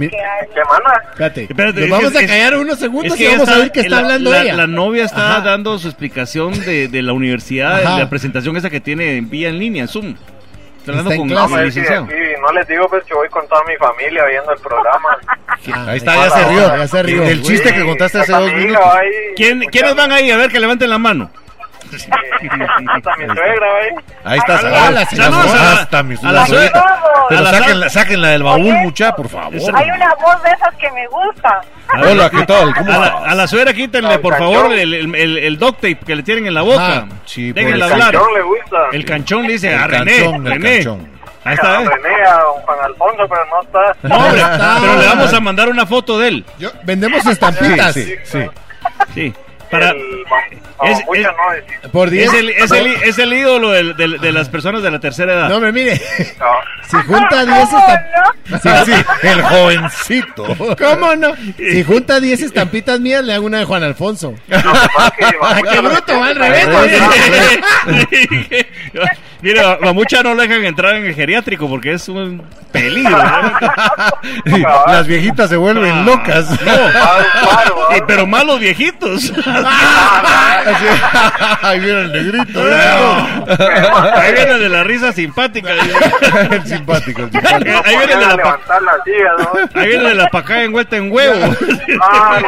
Speaker 5: ¿Qué mana?
Speaker 4: Espérate,
Speaker 2: Espérate,
Speaker 4: nos
Speaker 2: es
Speaker 4: vamos
Speaker 2: que-
Speaker 4: a
Speaker 2: es-
Speaker 4: callar unos segundos y
Speaker 2: ella
Speaker 4: vamos a ver qué está
Speaker 2: la-
Speaker 4: hablando
Speaker 2: la,
Speaker 4: ella.
Speaker 2: La novia está
Speaker 4: Ajá.
Speaker 2: dando su explicación de, de la universidad,
Speaker 4: Ajá.
Speaker 2: de la presentación esa que tiene en vía en línea, en Zoom. Está hablando
Speaker 4: Está en
Speaker 2: con
Speaker 4: clase.
Speaker 2: el
Speaker 5: Vamos a ver si de
Speaker 2: licenciado.
Speaker 5: aquí no les digo, pues que voy con toda mi familia viendo el programa.
Speaker 4: Ah, Ahí
Speaker 2: está, ya se rió.
Speaker 4: Ya se rió.
Speaker 2: Del chiste que contaste hace
Speaker 5: Hasta
Speaker 2: dos
Speaker 5: mi hija
Speaker 2: minutos.
Speaker 5: va ahí
Speaker 2: ¿Quién,
Speaker 5: escuchando.
Speaker 2: ¿Quiénes van ahí? A ver, que levanten la mano.
Speaker 5: Hasta mi suegra, va ahí.
Speaker 3: Ahí está,
Speaker 2: Ah,
Speaker 3: saludos.
Speaker 2: la- saludos a la-
Speaker 3: hasta mi
Speaker 2: a la
Speaker 3: suegra.
Speaker 2: suegra.
Speaker 3: Pero
Speaker 2: A la
Speaker 3: sáquenla, sáquenla del baúl,
Speaker 10: Oye,
Speaker 3: mucha, por favor.
Speaker 10: Hay una voz de esas que me gusta.
Speaker 3: Hola, ¿qué tal?
Speaker 2: A
Speaker 3: ¿Cómo
Speaker 2: la,
Speaker 3: estás?
Speaker 2: a la suegra quítenle,
Speaker 5: Al
Speaker 2: por
Speaker 5: canchón.
Speaker 2: favor, el, el, el- el duct tape que le tienen en la boca.
Speaker 3: Ah, sí,
Speaker 5: El
Speaker 2: Déjenla
Speaker 3: pobre
Speaker 2: hablar.
Speaker 5: canchón le gusta.
Speaker 2: El canchón le dice
Speaker 3: El
Speaker 2: a René.
Speaker 3: canchón, el
Speaker 2: René.
Speaker 3: canchón.
Speaker 2: Ahí
Speaker 5: A
Speaker 2: está, ¿eh?
Speaker 5: René, a don Juan Alfonso, pero no está.
Speaker 2: No, hombre,
Speaker 4: Ah.
Speaker 2: pero le vamos a mandar una foto de él.
Speaker 4: Yo- vendemos estampitas.
Speaker 3: Sí, sí.
Speaker 2: Sí. Para,
Speaker 5: El ma- no,
Speaker 2: Es-
Speaker 5: mucha
Speaker 2: es-
Speaker 5: no, es-
Speaker 4: Por 10.
Speaker 2: es, el, es, el, es el ídolo del- del- de, las personas de la tercera edad.
Speaker 4: No, me mire.
Speaker 5: no.
Speaker 4: Si junta 10
Speaker 10: ¿Cómo
Speaker 4: estampitas.
Speaker 10: no?
Speaker 3: Sí, sí, el jovencito.
Speaker 4: ¿Cómo no? Si junta 10 estampitas mías, le hago una de Juan Alfonso.
Speaker 5: Ah,
Speaker 4: ¡Qué bruto! ¡Al revés!
Speaker 2: Mira, la mucha no le dejan entrar en el geriátrico porque es un peligro. ¿no?
Speaker 3: Sí, Las viejitas se vuelven locas.
Speaker 5: Claro,
Speaker 2: Eh, Ah, pero malos viejitos.
Speaker 3: Así- Ahí viene el negrito. ¿eh?
Speaker 2: Ahí viene de la risa simpática.
Speaker 3: El simpático, el simpático.
Speaker 2: Ahí viene de la, pa-
Speaker 5: pues, levantar la silla, ¿no?
Speaker 2: ahí viene de la pacada envuelta en huevo.
Speaker 5: Ah,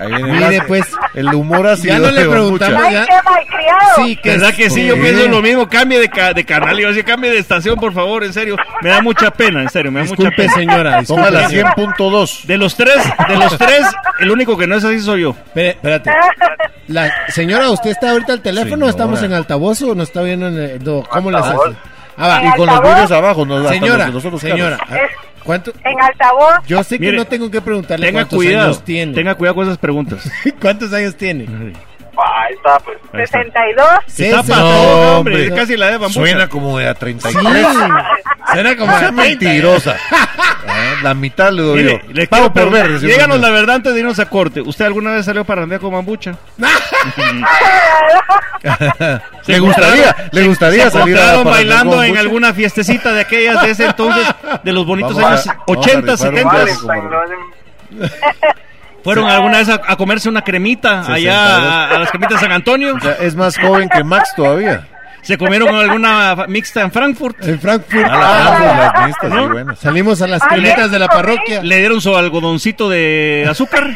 Speaker 5: no.
Speaker 3: Ahí viene el-
Speaker 4: Mire, pues.
Speaker 3: el humor así.
Speaker 4: Ya no le preguntamos.
Speaker 10: Ay,
Speaker 4: ya-
Speaker 10: qué malcriado.
Speaker 4: Sí, que
Speaker 2: ¿Verdad que sí? Yo
Speaker 3: Sí.
Speaker 2: pienso lo mismo. Cambie de, ca- de canal. Yo decía, cambie de estación, por favor. En serio. Me da mucha pena, en serio. Me da mucha
Speaker 4: Disculpe,
Speaker 2: pena.
Speaker 4: señora.
Speaker 3: Ponga
Speaker 4: Disculpe,
Speaker 3: la
Speaker 4: señora.
Speaker 3: 100.2.
Speaker 2: De los tres, de los tres, el único que no es así soy yo.
Speaker 4: Espere, espérate. La, señora, ¿usted está ahorita al teléfono?
Speaker 3: Señora.
Speaker 4: ¿Estamos en altavoz o no está viendo en el, no, ¿Cómo las hace?
Speaker 5: Altavoz.
Speaker 4: Ah, va.
Speaker 10: En
Speaker 3: Y con los
Speaker 10: altavoz.
Speaker 3: vidrios abajo. nos- hasta
Speaker 4: Señora,
Speaker 3: los de nosotros,
Speaker 4: señora.
Speaker 3: Carlos.
Speaker 4: ah, ¿Cuánto?
Speaker 10: En altavoz.
Speaker 4: Yo sé que
Speaker 2: Mire,
Speaker 4: no tengo que preguntarle
Speaker 2: Tenga
Speaker 4: cuántos
Speaker 2: cuidado.
Speaker 4: años tiene.
Speaker 2: Tenga cuidado con esas preguntas.
Speaker 4: ¿Cuántos años tiene?
Speaker 5: Ah, Ahí está, pues.
Speaker 2: Ahí está.
Speaker 10: 62.
Speaker 2: Se tapa
Speaker 4: Sesenta.
Speaker 2: todo, hombre.
Speaker 3: hombre.
Speaker 2: Es casi la de bambucha.
Speaker 3: Suena como de a 33.
Speaker 4: Sí. Suena como
Speaker 3: No Ah, sea
Speaker 4: de 30,
Speaker 3: mentirosa. Ah, La mitad le doy
Speaker 2: ¿eh? Mire,
Speaker 3: yo.
Speaker 2: le quiero
Speaker 3: Pago por
Speaker 2: preguntar,
Speaker 3: ver. decía
Speaker 2: Díganos la
Speaker 3: Fernando.
Speaker 2: verdad antes de irnos a corte. ¿Usted alguna vez salió para randear con bambucha?
Speaker 3: Le gustaría, le gustaría salir a
Speaker 2: encontraron
Speaker 3: para
Speaker 2: bailando
Speaker 3: andar
Speaker 2: en
Speaker 3: con
Speaker 2: alguna fiestecita de aquellas de ese entonces, de los bonitos
Speaker 3: Vamos a-
Speaker 2: años
Speaker 3: vamos a
Speaker 2: 80,
Speaker 3: rifar un
Speaker 2: 70.
Speaker 3: vale.
Speaker 5: Valentine, ¿no?
Speaker 2: ¿Fueron alguna vez a, a comerse una cremita allá a, a las cremitas San Antonio?
Speaker 3: O sea, es más joven que Max todavía.
Speaker 2: ¿Se comieron alguna fa- mixta en Frankfurt?
Speaker 4: En Frankfurt. Ah.
Speaker 3: A Ah, la Frankfurt, las mixtas,
Speaker 2: ¿No?
Speaker 3: sí, buenas.
Speaker 4: Salimos a las
Speaker 10: Ay,
Speaker 4: cremitas de la
Speaker 10: ¿sí?
Speaker 4: parroquia.
Speaker 5: ¿eh?
Speaker 2: ¿Le dieron su algodoncito de azúcar?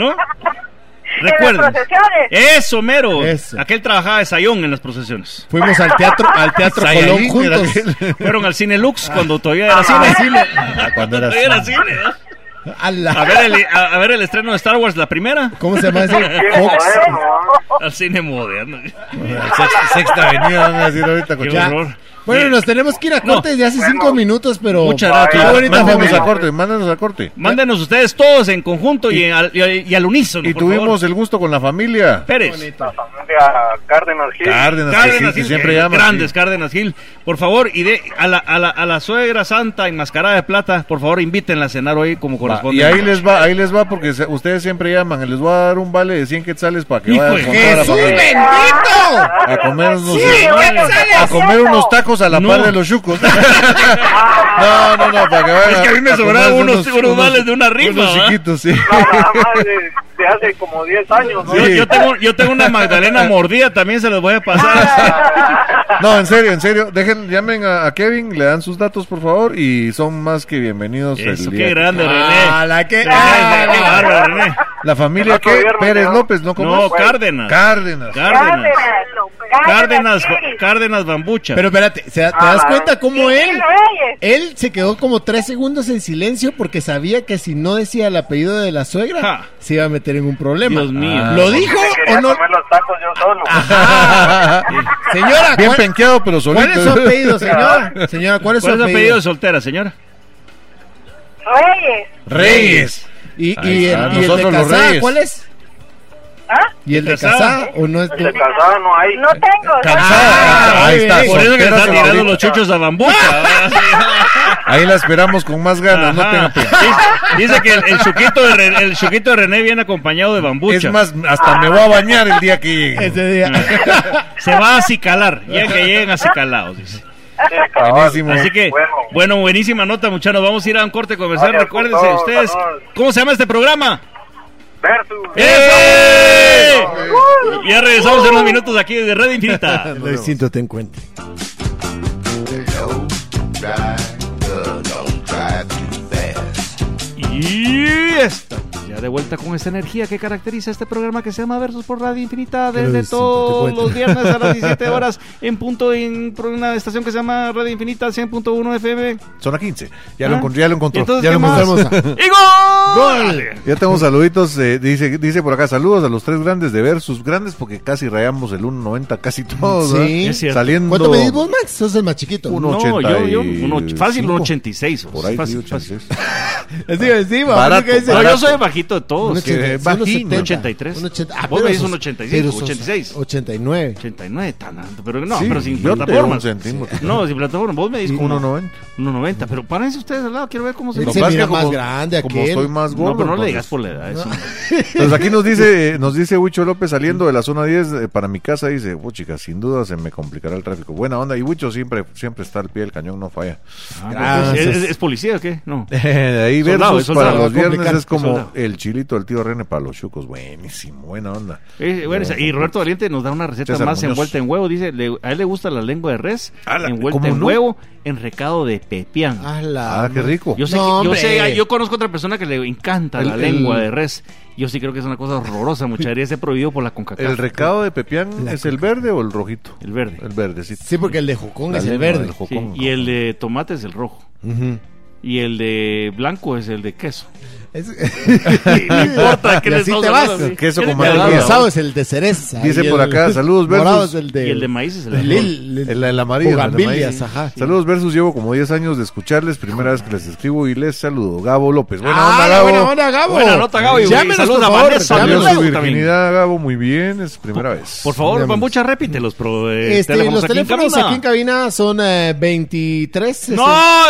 Speaker 2: ¿No?
Speaker 10: En las
Speaker 2: Recuerden. Eh,
Speaker 10: procesiones.
Speaker 2: Eso, mero.
Speaker 4: Eso.
Speaker 2: Aquel trabajaba de sayón en las procesiones.
Speaker 4: Fuimos al teatro, al teatro
Speaker 3: Sayayin,
Speaker 4: Colón
Speaker 3: era
Speaker 4: juntos.
Speaker 2: Fueron al cine Lux cuando todavía
Speaker 3: Ah,
Speaker 2: era cine.
Speaker 3: Cuando era
Speaker 2: Todavía era
Speaker 3: cine.
Speaker 2: cine, ¿no?
Speaker 4: A la-
Speaker 2: A ver, el, a, a ver el estreno de Star Wars, la primera.
Speaker 4: ¿Cómo se llama ese? Fox.
Speaker 5: Qué moderno, ¿no?
Speaker 2: Al cine moderno.
Speaker 3: Sexta, sexta avenida, van a decir ahorita con
Speaker 2: Qué
Speaker 3: Pues Ya.
Speaker 2: horror.
Speaker 4: Bueno, nos tenemos que ir a
Speaker 2: No.
Speaker 4: corte desde hace cinco minutos, pero.
Speaker 2: Muchas
Speaker 4: Qué
Speaker 2: gracias.
Speaker 4: bonita
Speaker 3: Mándanos
Speaker 4: familia.
Speaker 3: Ah, a corte, mándanos a corte.
Speaker 2: Mándenos ustedes todos en conjunto y, al, y al- y al unísono.
Speaker 3: Y
Speaker 2: por favor.
Speaker 3: tuvimos el gusto con la familia.
Speaker 2: Pérez.
Speaker 5: Familia Cárdenas Gil.
Speaker 3: Cárdenas, que,
Speaker 2: Cárdenas
Speaker 3: sí, que
Speaker 2: Gil,
Speaker 3: siempre
Speaker 2: eh,
Speaker 3: llaman.
Speaker 2: Grandes,
Speaker 3: sí.
Speaker 2: Cárdenas Gil. Por favor, y de, a, la, a, la, a la suegra santa enmascarada de plata, por favor, invítenla a cenar hoy como
Speaker 3: Va,
Speaker 2: corresponde.
Speaker 3: y ahí les va, ahí les va porque se- ustedes siempre llaman. Les voy a dar un vale de 100 quetzales para que
Speaker 2: Hijo
Speaker 3: vayan
Speaker 2: de
Speaker 3: con toda la
Speaker 4: ¡Jesús
Speaker 3: familia. a
Speaker 4: bendito!
Speaker 3: comer unos,
Speaker 10: Sí,
Speaker 3: a
Speaker 10: bueno,
Speaker 3: a comer unos tacos a la
Speaker 2: No.
Speaker 3: par de los chucos. no, no, no, para que vayan
Speaker 2: Es que a mí me
Speaker 3: comer
Speaker 2: sobraban unos- unos vales de una rifa,
Speaker 3: Unos
Speaker 2: ¿verdad?
Speaker 3: chiquitos, sí.
Speaker 5: No, nada más de, de hace como 10 años, ¿no?
Speaker 2: Yo,
Speaker 3: Sí.
Speaker 2: yo tengo, yo tengo una Magdalena mordida, también se los voy a
Speaker 3: Ah.
Speaker 10: Ah,
Speaker 2: pasar.
Speaker 3: No, en serio, en serio. Dejen, llamen a, a Kevin, le dan sus datos, por favor, y son más que bienvenidos. el
Speaker 2: Eso,
Speaker 3: día
Speaker 2: qué
Speaker 3: que- Ah,
Speaker 2: grande,
Speaker 4: ¡A
Speaker 2: René.
Speaker 4: la que!
Speaker 2: René, qué bárbaro, René.
Speaker 3: La familia
Speaker 5: El otro
Speaker 3: que
Speaker 5: viernes,
Speaker 3: Pérez
Speaker 5: ¿no?
Speaker 3: López, ¿no? ¿Cómo
Speaker 2: No,
Speaker 3: es?
Speaker 2: Cárdenas.
Speaker 3: Cárdenas.
Speaker 2: Cárdenas. Cárdenas,
Speaker 10: Gil.
Speaker 2: Cárdenas Bambucha.
Speaker 4: Pero espérate, ¿se da- ¿te das
Speaker 5: Ah,
Speaker 4: cuenta cómo
Speaker 10: Y
Speaker 4: él?
Speaker 10: Gil Reyes.
Speaker 4: Él se quedó como tres segundos en silencio porque sabía que si no decía el apellido de la suegra,
Speaker 2: Ja.
Speaker 4: se iba a meter en un problema.
Speaker 2: Dios mío.
Speaker 4: ¿Lo dijo
Speaker 5: Me Ah, quería
Speaker 4: o no?
Speaker 5: comer los tacos yo solo.
Speaker 2: Ah,
Speaker 4: Señora,
Speaker 3: Bien
Speaker 4: ¿cuál-
Speaker 3: penqueado, pero solito.
Speaker 4: ¿cuál es su apellido, señora? Señora, ¿cuál es su
Speaker 2: ¿Cuál es el
Speaker 4: apellido?
Speaker 2: apellido de soltera, señora?
Speaker 10: Reyes.
Speaker 3: Reyes.
Speaker 4: Y,
Speaker 3: Ahí
Speaker 4: y el,
Speaker 3: está,
Speaker 4: y el de
Speaker 3: nosotros los
Speaker 4: casada,
Speaker 3: reyes.
Speaker 4: ¿cuál es?
Speaker 10: ¿Ah?
Speaker 4: ¿Y el de
Speaker 2: ¿Casada?
Speaker 4: casada o no es?
Speaker 5: El de casado no hay.
Speaker 10: No tengo.
Speaker 3: Cansada.
Speaker 4: Ah,
Speaker 3: ahí
Speaker 4: muy
Speaker 3: está.
Speaker 4: bien.
Speaker 2: Por eso que
Speaker 3: soltera
Speaker 2: están tirando
Speaker 3: solita.
Speaker 2: los chuchos a Bambucha. Ah,
Speaker 3: Ahí la esperamos con más ganas, no
Speaker 2: Ajá.
Speaker 3: tenga pena.
Speaker 2: Dice- Dice que el, el chuquito de René, el chuquito de René viene acompañado de Bambucha.
Speaker 3: Es más, hasta me voy a bañar el día que llegue.
Speaker 4: Ese día.
Speaker 2: Se va a acicalar, ya que lleguen acicalados, dice.
Speaker 3: Buenísimo.
Speaker 2: Así que,
Speaker 5: Bueno.
Speaker 2: bueno, buenísima nota, muchachos. Vamos a ir a un corte comercial.
Speaker 5: Vaya,
Speaker 2: Recuérdense
Speaker 5: saludos,
Speaker 2: ustedes.
Speaker 5: saludos.
Speaker 2: ¿Cómo se llama este programa?
Speaker 5: Versus.
Speaker 2: ¡Eh! Ya regresamos en unos minutos aquí de Red Infinita.
Speaker 4: Lo distinto te encuentro.
Speaker 11: The low
Speaker 2: Y esto. Ya de vuelta con esta energía que caracteriza este programa que se llama Versus por Radio Infinita
Speaker 4: Pero
Speaker 2: desde
Speaker 4: sí,
Speaker 2: todos
Speaker 4: te cuento.
Speaker 2: los viernes a las 17 horas en punto en pro- una estación que se llama Radio Infinita 100.1 FM.
Speaker 3: Zona 15. Ya lo
Speaker 2: ¿Ah?
Speaker 3: encontré, ya lo encontró.
Speaker 2: Entonces,
Speaker 3: ya
Speaker 2: ¿qué
Speaker 3: lo
Speaker 2: más?
Speaker 3: encontramos.
Speaker 2: ¡Y gol!
Speaker 3: Ya tenemos saluditos, eh, dice, dice por acá, saludos a los tres grandes de Versus, grandes porque casi rayamos el 1.90, casi todos.
Speaker 4: Sí.
Speaker 3: ¿eh?
Speaker 4: Es
Speaker 2: cierto.
Speaker 3: Saliendo
Speaker 4: ¿Cuánto medís vos, Max? Sos el más chiquito.
Speaker 3: Uno
Speaker 2: No,
Speaker 3: ochenta
Speaker 2: yo, yo,
Speaker 3: y
Speaker 2: un och- fácil
Speaker 3: cinco.
Speaker 2: un 86.
Speaker 3: Por ahí,
Speaker 2: fácil,
Speaker 3: sí,
Speaker 2: fácil.
Speaker 3: 86.
Speaker 4: Así, así, mamá,
Speaker 3: Barato,
Speaker 4: nunca dice-
Speaker 2: No, yo
Speaker 3: barato.
Speaker 2: soy el bajito de todos.
Speaker 3: que
Speaker 4: ochenta-
Speaker 3: bajín,
Speaker 4: setenta,
Speaker 2: un 83.
Speaker 4: un ochenta- ah,
Speaker 2: Vos
Speaker 4: pero
Speaker 2: medís
Speaker 4: sos-
Speaker 2: un 85,
Speaker 4: pero sos
Speaker 2: 86.
Speaker 4: 89.
Speaker 2: 89, tan alto. Pero no,
Speaker 3: Sí,
Speaker 2: pero sin
Speaker 3: yo te-
Speaker 2: plataformas.
Speaker 3: un centímetro.
Speaker 2: No, sin plataformas. Vos me dices como
Speaker 3: 1.90.
Speaker 2: 1.90. Pero párense ustedes al lado, quiero ver cómo se
Speaker 4: Él
Speaker 3: Lo
Speaker 4: se
Speaker 3: que pasa es
Speaker 4: mira
Speaker 3: que
Speaker 4: más
Speaker 3: como-
Speaker 4: grande
Speaker 3: Como
Speaker 4: aquel.
Speaker 3: estoy más gordo.
Speaker 2: No, pero no le
Speaker 3: entonces-
Speaker 2: digas por la edad. Eso.
Speaker 3: Entonces aquí nos dice, eh, nos dice Huicho López, saliendo de la zona 10 eh, para mi casa, dice, "Oh, chicas, sin duda se me complicará el tráfico. Buena onda, y Huicho siempre, siempre está al pie del cañón, no falla.
Speaker 2: Ah, pues,
Speaker 4: Gracias.
Speaker 2: ¿es, es- es policía o qué? No.
Speaker 3: de ahí versus
Speaker 2: Soldado, es soldado,
Speaker 3: para los
Speaker 2: va a
Speaker 3: viernes
Speaker 2: complicar.
Speaker 3: es como
Speaker 2: Soldado.
Speaker 3: el chilito del tío René para los chucos. Buenísimo, buena onda.
Speaker 2: Eh, bueno,
Speaker 3: No,
Speaker 2: y Roberto Valiente nos da una receta
Speaker 3: César
Speaker 2: más
Speaker 3: Muñoz.
Speaker 2: envuelta en huevo. Dice, le- a él le gusta la lengua de res,
Speaker 3: Ala,
Speaker 2: envuelta
Speaker 3: ¿cómo
Speaker 2: en
Speaker 3: no?
Speaker 2: huevo, en recado de pepián.
Speaker 4: Ah, la-
Speaker 3: Ah, qué rico.
Speaker 2: Yo sé,
Speaker 4: No,
Speaker 2: que- yo, sé-
Speaker 4: hombre.
Speaker 2: yo conozco otra persona que le encanta la
Speaker 3: El-
Speaker 2: lengua
Speaker 3: el-
Speaker 2: de res. Yo sí creo que es una cosa horrorosa, mucha debería ser prohibido por la CONCACAF.
Speaker 3: ¿El recado de Pepián es el verde o el rojito?
Speaker 2: El verde.
Speaker 3: El verde, sí.
Speaker 4: Sí, porque el de Jocón
Speaker 3: La
Speaker 4: es el
Speaker 3: lengua del
Speaker 4: verde.
Speaker 2: Sí,
Speaker 3: jocón.
Speaker 2: Y el de tomate es el rojo.
Speaker 4: Ujú.
Speaker 2: Y el de blanco es el de queso.
Speaker 4: Es-
Speaker 2: No importa que
Speaker 4: Y
Speaker 2: les
Speaker 4: así te vas. El
Speaker 3: Queso
Speaker 2: ¿Qué
Speaker 3: con
Speaker 2: le-
Speaker 3: mantequilla.
Speaker 2: morado,
Speaker 4: rosado es el de cereza.
Speaker 3: Dice
Speaker 4: y
Speaker 3: por
Speaker 4: el-
Speaker 3: acá, saludos, versus.
Speaker 4: morado es el de...
Speaker 2: Y el de maíz es el de
Speaker 4: Lil, lil-
Speaker 3: El, el amarillo. el de
Speaker 4: Bugambilias,
Speaker 3: maíz.
Speaker 4: ajá.
Speaker 3: Saludos versus, llevo como 10 años de escucharles, primera vez que les escribo y les saludo. Gabo López. Buena
Speaker 4: Ah,
Speaker 3: onda, Gabo.
Speaker 4: buena onda, Gabo.
Speaker 2: Buena nota, Gabo, y-
Speaker 4: Llámenos,
Speaker 2: y saludos
Speaker 4: por
Speaker 2: a
Speaker 4: favor,
Speaker 2: Vanessa,
Speaker 3: Perdió
Speaker 4: llámenos.
Speaker 2: Saludos,
Speaker 3: su
Speaker 2: Gabo, también.
Speaker 3: virginidad, Gabo, muy bien, es primera vez.
Speaker 2: Por favor,
Speaker 4: Tenemos.
Speaker 2: Bambucha, repite los pro, eh,
Speaker 4: Este,
Speaker 2: teléfonos
Speaker 4: los
Speaker 2: aquí en
Speaker 4: teléfonos
Speaker 2: cabina.
Speaker 4: aquí en cabina son eh, 23. este,
Speaker 2: No,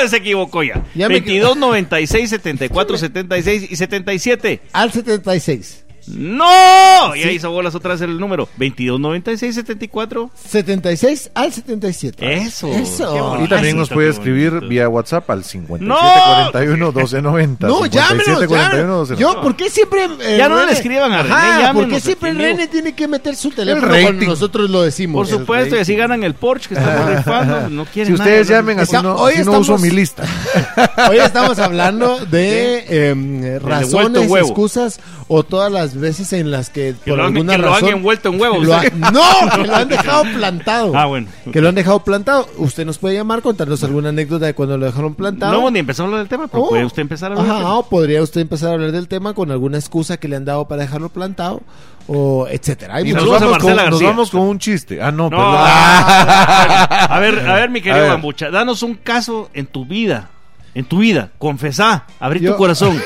Speaker 2: se equivocó ya.
Speaker 4: Ya me equi-
Speaker 2: 22, 96, 74, 76 y 77.
Speaker 4: Al 76.
Speaker 2: ¡No! Ya hizo bolas otra vez el número. 22, 96, 74.
Speaker 4: 76 al 77.
Speaker 2: Eso. Qué
Speaker 4: Eso.
Speaker 2: bonito.
Speaker 3: Y también nos
Speaker 2: Eso
Speaker 3: puede
Speaker 2: está muy
Speaker 3: escribir
Speaker 2: bonito.
Speaker 3: vía WhatsApp al
Speaker 2: No.
Speaker 3: 5741 1290.
Speaker 4: No, llámenos. llámenos.
Speaker 3: 1290.
Speaker 4: Yo, ¿por qué siempre. eh,
Speaker 2: Ya no
Speaker 4: René-
Speaker 2: le escriban a René,
Speaker 4: Ajá,
Speaker 2: llámenos
Speaker 4: ¿Por qué siempre
Speaker 2: aquí,
Speaker 4: René
Speaker 2: amigo.
Speaker 4: tiene que meter su teléfono
Speaker 3: rating.
Speaker 4: cuando nosotros lo decimos?
Speaker 2: Por supuesto, y así ganan el Porsche que estamos rifando. No quieren
Speaker 3: Si ustedes
Speaker 2: nada,
Speaker 3: llamen,
Speaker 2: no-
Speaker 3: así
Speaker 4: Está-
Speaker 3: no,
Speaker 4: hoy
Speaker 3: así no
Speaker 4: estamos-
Speaker 3: uso mi lista.
Speaker 4: Hoy estamos hablando de eh,
Speaker 2: envuelto
Speaker 4: razones,
Speaker 2: huevo.
Speaker 4: excusas o todas las veces en las que
Speaker 2: Que
Speaker 4: por
Speaker 2: lo han-
Speaker 4: alguna
Speaker 2: que lo han
Speaker 4: razón
Speaker 2: envuelto en huevo,
Speaker 4: lo
Speaker 2: usted.
Speaker 4: ha- no, que lo han dejado plantado.
Speaker 2: Ah, bueno.
Speaker 4: Que lo han dejado plantado. Usted nos puede llamar, contarnos alguna anécdota de cuando lo dejaron plantado.
Speaker 2: No, ni empezó a hablar del tema, pero
Speaker 4: Oh. Ah,
Speaker 2: puede usted empezar a hablar. del
Speaker 4: Ajá,
Speaker 2: tema.
Speaker 4: o podría usted empezar a hablar del tema con alguna excusa que le han dado para dejarlo plantado o etcétera. Hay
Speaker 3: Y nos
Speaker 4: muchas-
Speaker 2: saludos a
Speaker 3: vamos, con,
Speaker 2: Marcela
Speaker 3: nos
Speaker 2: García.
Speaker 3: vamos con un chiste. Ah, no,
Speaker 2: No, ah,
Speaker 3: perdón.
Speaker 4: Ah.
Speaker 2: a ver, a ver, mi
Speaker 3: A
Speaker 2: querido
Speaker 3: ver.
Speaker 2: Bambucha, danos un caso en tu vida, en tu vida, confesá, abrí
Speaker 4: Yo-
Speaker 2: tu corazón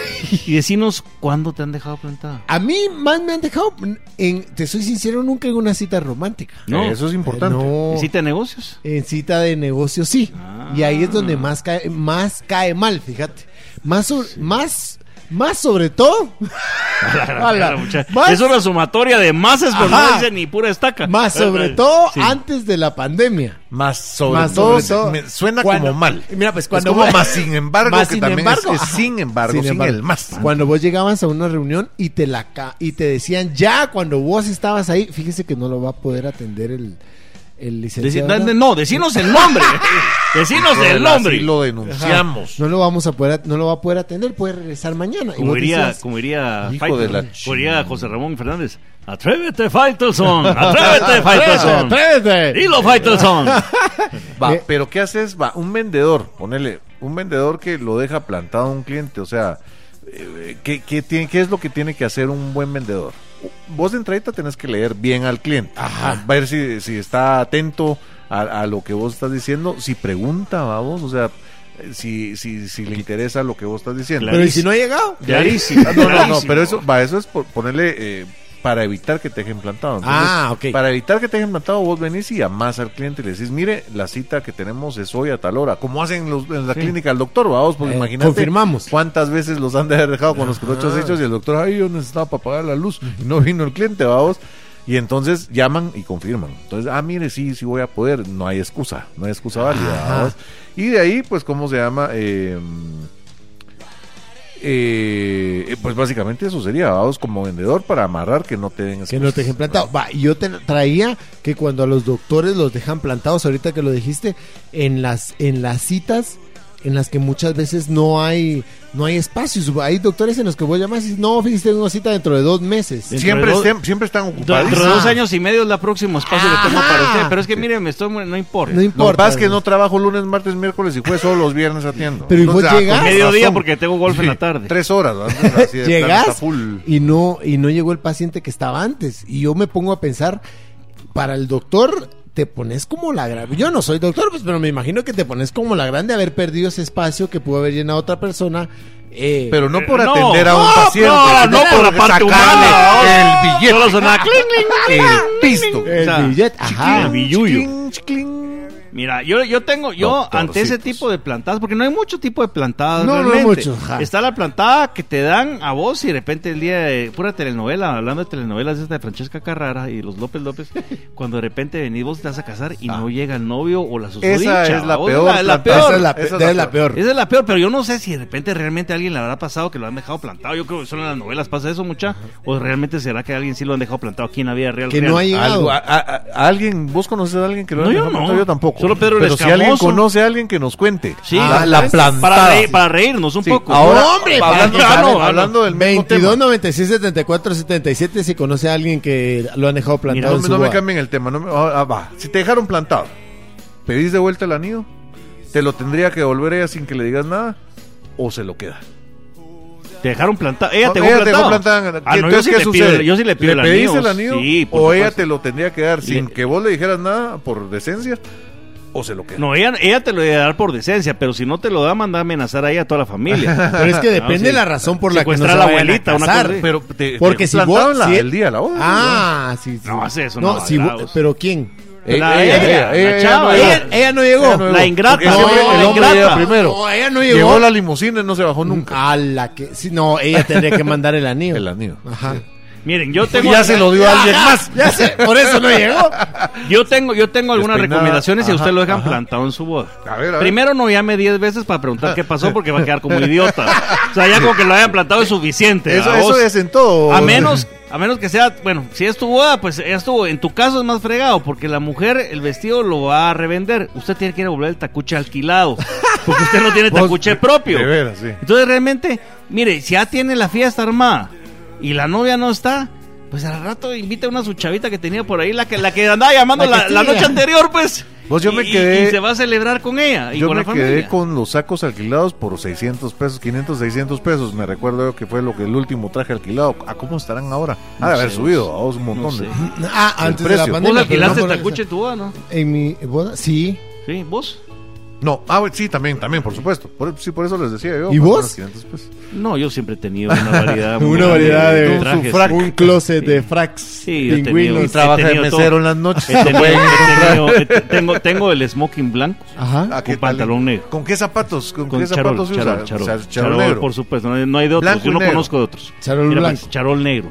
Speaker 2: y decinos cuándo te han dejado plantada.
Speaker 4: A mí más me han dejado, en, te soy sincero, nunca en una cita romántica.
Speaker 2: No.
Speaker 3: Eso es importante.
Speaker 4: Eh, No.
Speaker 2: ¿Hiciste negocios?
Speaker 4: En cita de negocio sí.
Speaker 2: Ah.
Speaker 4: Y ahí es donde más cae, más cae mal, fíjate. Más sobre, más, más sobre todo. Ala,
Speaker 2: Mucha-
Speaker 4: más,
Speaker 2: Es una sumatoria de masas, pero no
Speaker 4: Ajá.
Speaker 2: dice ni pura estaca. eh,
Speaker 4: más sobre todo
Speaker 2: Sí.
Speaker 4: antes de la pandemia.
Speaker 3: Más sobre
Speaker 4: Más
Speaker 3: todo,
Speaker 4: sobre todo.
Speaker 3: me- suena
Speaker 4: Cuando-
Speaker 3: como mal.
Speaker 4: Mira, pues
Speaker 3: Es
Speaker 4: cuando
Speaker 3: como
Speaker 4: voy-
Speaker 3: más sin embargo,
Speaker 4: Más
Speaker 3: que
Speaker 4: sin
Speaker 3: también es-
Speaker 4: embargo,
Speaker 3: es
Speaker 4: ajá.
Speaker 3: sin embargo, sin,
Speaker 4: embargo.
Speaker 3: el más.
Speaker 4: Cuando vos llegabas a una reunión y te la ca- y te decían ya cuando vos estabas ahí, fíjese que no lo va a poder atender el, el
Speaker 2: Deci- no,
Speaker 4: licenciado. ¿no?
Speaker 2: no, decinos el nombre. decinos
Speaker 3: Lo
Speaker 2: el
Speaker 3: del
Speaker 2: nombre.
Speaker 3: asilo denunciamos.
Speaker 4: No lo vamos a poder, at- no lo va a poder atender, puede regresar mañana. Y
Speaker 2: Como
Speaker 4: vos
Speaker 2: diría,
Speaker 4: decías,
Speaker 2: como diría,
Speaker 3: Hijo de
Speaker 2: Faitelson,
Speaker 3: la
Speaker 2: como diría José Ramón Fernández. Atrévete, Faitelson. Atrévete, Faitelson.
Speaker 4: "Atrévete".
Speaker 2: Dilo, Faitelson.
Speaker 3: Va,
Speaker 4: Eh,
Speaker 3: pero ¿qué haces? Va, un vendedor, ponele, un vendedor que lo deja plantado a un cliente, o sea, eh, ¿qué, qué tiene, ¿qué es lo que tiene que hacer un buen vendedor? Vos de entradita tenés que leer bien al cliente, a ver si, si está atento a, a lo que vos estás diciendo, si pregunta, va vos, o sea, eh, si, si, si le interesa lo que vos estás diciendo.
Speaker 4: Pero ¿y si no ha llegado?
Speaker 2: Clarísimo.
Speaker 3: Ah, No, no, no,
Speaker 2: clarísimo.
Speaker 3: pero eso, va, eso es por ponerle eh, para evitar que te dejen plantado.
Speaker 4: Ah, ok.
Speaker 3: Para evitar que te dejen plantado, vos venís y llamás al cliente y le decís, mire, la cita que tenemos es hoy a tal hora, como hacen los- en la clínica el doctor, vamos, porque
Speaker 4: Eh,
Speaker 3: imagínate
Speaker 4: confirmamos.
Speaker 3: cuántas veces los han dejado con los crochos hechos y el doctor, ay, yo necesitaba para pagar la luz y no vino el cliente, vamos. Y entonces llaman y confirman. Entonces, ah, mire, sí, sí voy a poder. No hay excusa, no hay excusa válida. vamos. Y de ahí, pues, ¿cómo se llama? Eh, eh, eh, pues básicamente eso sería, vamos como vendedor para amarrar que no te den
Speaker 4: Que no
Speaker 3: excusas.
Speaker 4: te dejen plantado. Va, yo te traía que cuando a los doctores los dejan plantados, ahorita que lo dijiste, en las, en las citas en las que muchas veces no hay no hay espacios. Hay doctores en los que vos llamas y no, fíjate, tengo una cita dentro de dos meses.
Speaker 3: Siempre, estén- siempre están ocupados.
Speaker 2: Dentro de dos años y medio es la próxima espacio que tengo para usted. Pero es que mire, me estoy, mu- no importa.
Speaker 4: No
Speaker 3: Lo que
Speaker 4: importa.
Speaker 3: pasa es que no trabajo lunes, martes, miércoles y jueves, solo los viernes atiendo.
Speaker 4: Pero y vos
Speaker 3: ah, con
Speaker 4: llegás.
Speaker 2: Mediodía
Speaker 3: razón.
Speaker 2: porque tengo golf en la tarde.
Speaker 3: Tres horas. ¿verdad? Así de plano, está
Speaker 4: Llegas
Speaker 3: full.
Speaker 4: y no y no llegó el paciente que estaba antes y yo me pongo a pensar para el doctor te pones como la grande. Yo no soy doctor, pues, pero me imagino que te pones como la grande haber perdido ese espacio que pudo haber llenado otra persona. eh,
Speaker 3: Pero no por
Speaker 2: No,
Speaker 3: atender a un
Speaker 2: no,
Speaker 3: paciente,
Speaker 2: no,
Speaker 3: sino
Speaker 2: no por la parte humana.
Speaker 3: el billete.
Speaker 2: Solo sonaba cling, cling, cling,
Speaker 3: El pisto.
Speaker 4: el
Speaker 2: o sea,
Speaker 4: billete, ajá.
Speaker 2: el billuyo.
Speaker 3: Cling, cling.
Speaker 2: Mira, yo, yo tengo, yo
Speaker 3: Doctorcitos.
Speaker 2: ante ese tipo de plantadas, porque no hay mucho tipo de plantadas.
Speaker 4: No, no hay
Speaker 2: realmente.
Speaker 4: mucho, ajá.
Speaker 2: Está la plantada que te dan a vos y de repente el día de pura telenovela, hablando de telenovelas esta de Francesca Carrara y los López López, cuando de repente venís vos te vas a casar y no llega el novio o la susodicha.
Speaker 3: Esa es la
Speaker 2: ¿va?
Speaker 3: peor.
Speaker 2: La, la
Speaker 3: plantada.
Speaker 2: peor.
Speaker 4: Esa es la pe- es la peor.
Speaker 2: Esa es la peor, pero yo no sé si de repente realmente a alguien le habrá pasado que lo han dejado plantado. Yo creo que solo en las novelas pasa eso, mucha. O realmente será que a alguien sí lo han dejado plantado aquí en la vida real.
Speaker 4: que
Speaker 2: real.
Speaker 4: no ha llegado.
Speaker 3: Algo, a, a- a- alguien, ¿vos conoces a alguien que lo
Speaker 2: No,
Speaker 3: haya
Speaker 2: yo
Speaker 3: dejado
Speaker 2: no.
Speaker 3: plantado? Yo tampoco.
Speaker 2: Solo Pedro el
Speaker 3: Pero si alguien
Speaker 2: Escamoso.
Speaker 3: conoce a alguien que nos cuente.
Speaker 2: Sí,
Speaker 4: Ah, la
Speaker 2: ¿sabes?
Speaker 4: plantada.
Speaker 2: Para, reír- para reírnos un
Speaker 3: Sí,
Speaker 2: poco.
Speaker 3: Ahora,
Speaker 4: ¡No, hombre!
Speaker 3: hablando,
Speaker 2: para-
Speaker 3: hablando-
Speaker 2: no,
Speaker 3: hablando del mismo
Speaker 4: 22,
Speaker 3: tema.
Speaker 4: 96, 74, 77, si conoce a alguien que lo han dejado plantado
Speaker 3: No, me-
Speaker 4: en su
Speaker 3: no me
Speaker 4: boda.
Speaker 3: cambien el tema. no me- ah, ah, va. Si te dejaron plantado, ¿pedís de vuelta el anillo? ¿Te lo tendría que devolver ella sin que le digas nada? ¿O se lo queda?
Speaker 2: Te dejaron plantado. Ella te
Speaker 3: Ella
Speaker 2: dejó plantado.
Speaker 3: plantada.
Speaker 2: Ah, no, yo
Speaker 3: Entonces,
Speaker 2: sí,
Speaker 3: ¿qué
Speaker 2: le pido,
Speaker 3: sucede?
Speaker 2: yo sí le pido el
Speaker 3: pedís
Speaker 2: anillo.
Speaker 3: el anillo?
Speaker 2: Sí, por
Speaker 3: ¿O ella
Speaker 2: supuesto.
Speaker 3: te lo tendría que dar sin
Speaker 2: Le-
Speaker 3: que vos le dijeras nada por decencia? ¿O se lo queda?
Speaker 2: No, ella, ella te lo debe dar por decencia, pero si no te lo da, manda a amenazar ahí a toda la familia.
Speaker 4: Pero es que depende
Speaker 2: sí.
Speaker 4: de la razón por la que no
Speaker 2: Secuestrar
Speaker 4: se
Speaker 2: a la
Speaker 4: vayan a
Speaker 2: abuelita, una
Speaker 4: casar.
Speaker 2: cosa así.
Speaker 3: Pero te,
Speaker 4: Porque si
Speaker 3: plantaron
Speaker 4: vos-
Speaker 3: la-
Speaker 4: si-
Speaker 3: el día de la boda.
Speaker 4: Ah, sí, sí.
Speaker 2: No, hace eso, no,
Speaker 4: si vos-
Speaker 2: bravos.
Speaker 4: pero ¿quién?
Speaker 3: Eh,
Speaker 2: La-
Speaker 3: ella,
Speaker 2: ella,
Speaker 3: ella,
Speaker 2: la
Speaker 3: ella
Speaker 2: chava.
Speaker 3: no
Speaker 4: Ella,
Speaker 3: llegó.
Speaker 4: ella no llegó.
Speaker 3: no
Speaker 2: La
Speaker 3: llegó.
Speaker 2: ingrata.
Speaker 3: Porque siempre
Speaker 4: No,
Speaker 3: el
Speaker 4: la
Speaker 3: hombre llega
Speaker 2: ingrata.
Speaker 3: primero.
Speaker 4: No, ella no
Speaker 3: llegó.
Speaker 4: llegó.
Speaker 3: la limusina y no se bajó nunca.
Speaker 4: A la que. Sí, no, ella tendría que mandar el anillo.
Speaker 3: El anillo.
Speaker 4: Ajá.
Speaker 2: Miren, yo
Speaker 3: Y
Speaker 2: tengo.
Speaker 3: ya se lo dio a alguien más.
Speaker 4: Ya sé, por eso no llegó.
Speaker 2: Yo tengo, yo tengo algunas
Speaker 3: Despeinada.
Speaker 2: recomendaciones si a usted
Speaker 3: Ajá,
Speaker 2: lo dejan
Speaker 3: ajá.
Speaker 2: plantado en su boda.
Speaker 3: A ver, a ver.
Speaker 2: Primero no llame 10 veces para preguntar qué pasó porque va a quedar como idiota. O sea, ya como que lo hayan plantado es suficiente.
Speaker 3: Eso,
Speaker 2: ¿va
Speaker 3: eso
Speaker 2: vos?
Speaker 3: es en todo.
Speaker 2: A menos, a menos que sea, bueno, si es tu boda, pues ya estuvo. En tu caso es más fregado, porque la mujer el vestido lo va a revender. Usted tiene que ir a volver el tacuche alquilado, porque usted no tiene
Speaker 3: Vos,
Speaker 2: tacuche propio.
Speaker 3: De veras, sí.
Speaker 2: Entonces realmente, mire, si ya tiene la fiesta armada y la novia no está, pues al rato invita a una su chavita que tenía por ahí, la que, la que andaba llamando
Speaker 4: La
Speaker 2: la,
Speaker 4: que
Speaker 2: la
Speaker 4: sigue.
Speaker 2: noche anterior, pues.
Speaker 3: Vos, yo
Speaker 2: Y-
Speaker 3: me
Speaker 2: y-
Speaker 3: quedé-
Speaker 2: Y, se va a celebrar con ella y
Speaker 3: Yo
Speaker 2: con
Speaker 3: me
Speaker 2: la familia.
Speaker 3: quedé con los sacos alquilados por 600 pesos, 500, 600 pesos. Me recuerdo yo que fue lo que el último traje alquilado. ¿A cómo estarán ahora? Ha de
Speaker 2: No
Speaker 3: haber
Speaker 2: sé,
Speaker 3: subido a un montón
Speaker 2: sé.
Speaker 3: de.
Speaker 4: Ah,
Speaker 3: El
Speaker 4: antes de
Speaker 3: precio.
Speaker 4: la
Speaker 2: ¿Vos
Speaker 4: pandemia. pero
Speaker 2: alquilaste
Speaker 4: no por-
Speaker 2: tacuche en tu boda, no?
Speaker 4: En mi boda, sí.
Speaker 2: Sí, vos.
Speaker 3: No, ah, bueno, sí, también, también, por supuesto. Por- sí, por eso les decía yo. más
Speaker 4: ¿Y
Speaker 3: o
Speaker 4: vos?
Speaker 3: menos 500 pesos.
Speaker 2: No, yo siempre he tenido una variedad, muy
Speaker 4: Una variedad
Speaker 2: grande
Speaker 4: de.
Speaker 2: trajes.
Speaker 4: Un closet de
Speaker 2: Sí.
Speaker 4: fracs.
Speaker 2: Sí, yo he
Speaker 4: pingüinos.
Speaker 2: tenido- Trabaja de mesero todo. en
Speaker 3: las noches.
Speaker 2: He tenido- he tenido- he te- tengo, tengo el smoking blanco
Speaker 4: Ajá.
Speaker 2: con pantalón negro.
Speaker 3: Ah, ¿Con qué zapatos? ¿Con,
Speaker 2: Con
Speaker 3: qué
Speaker 2: charol,
Speaker 3: zapatos se usa?
Speaker 2: charol, charol,
Speaker 3: O sea,
Speaker 2: charol, por supuesto, no hay, no hay de otros,
Speaker 3: Blanco
Speaker 2: yo
Speaker 3: y
Speaker 2: no
Speaker 3: negro.
Speaker 2: conozco de otros.
Speaker 4: Charol
Speaker 2: Mira,
Speaker 4: blanco.
Speaker 2: pues, charol negro.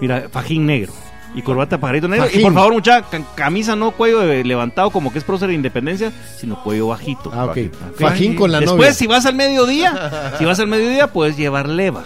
Speaker 2: Mira, fajín negro. Y corbata pajarito negro.
Speaker 4: Fajín.
Speaker 2: Y por favor, mucha ca- camisa no cuello eh, levantado como que es prócer de independencia, sino cuello bajito.
Speaker 4: Ah, ok.
Speaker 3: Fajín.
Speaker 4: Fajín con la
Speaker 2: Después,
Speaker 4: novia.
Speaker 2: si vas al mediodía, si vas al mediodía, puedes llevar leva.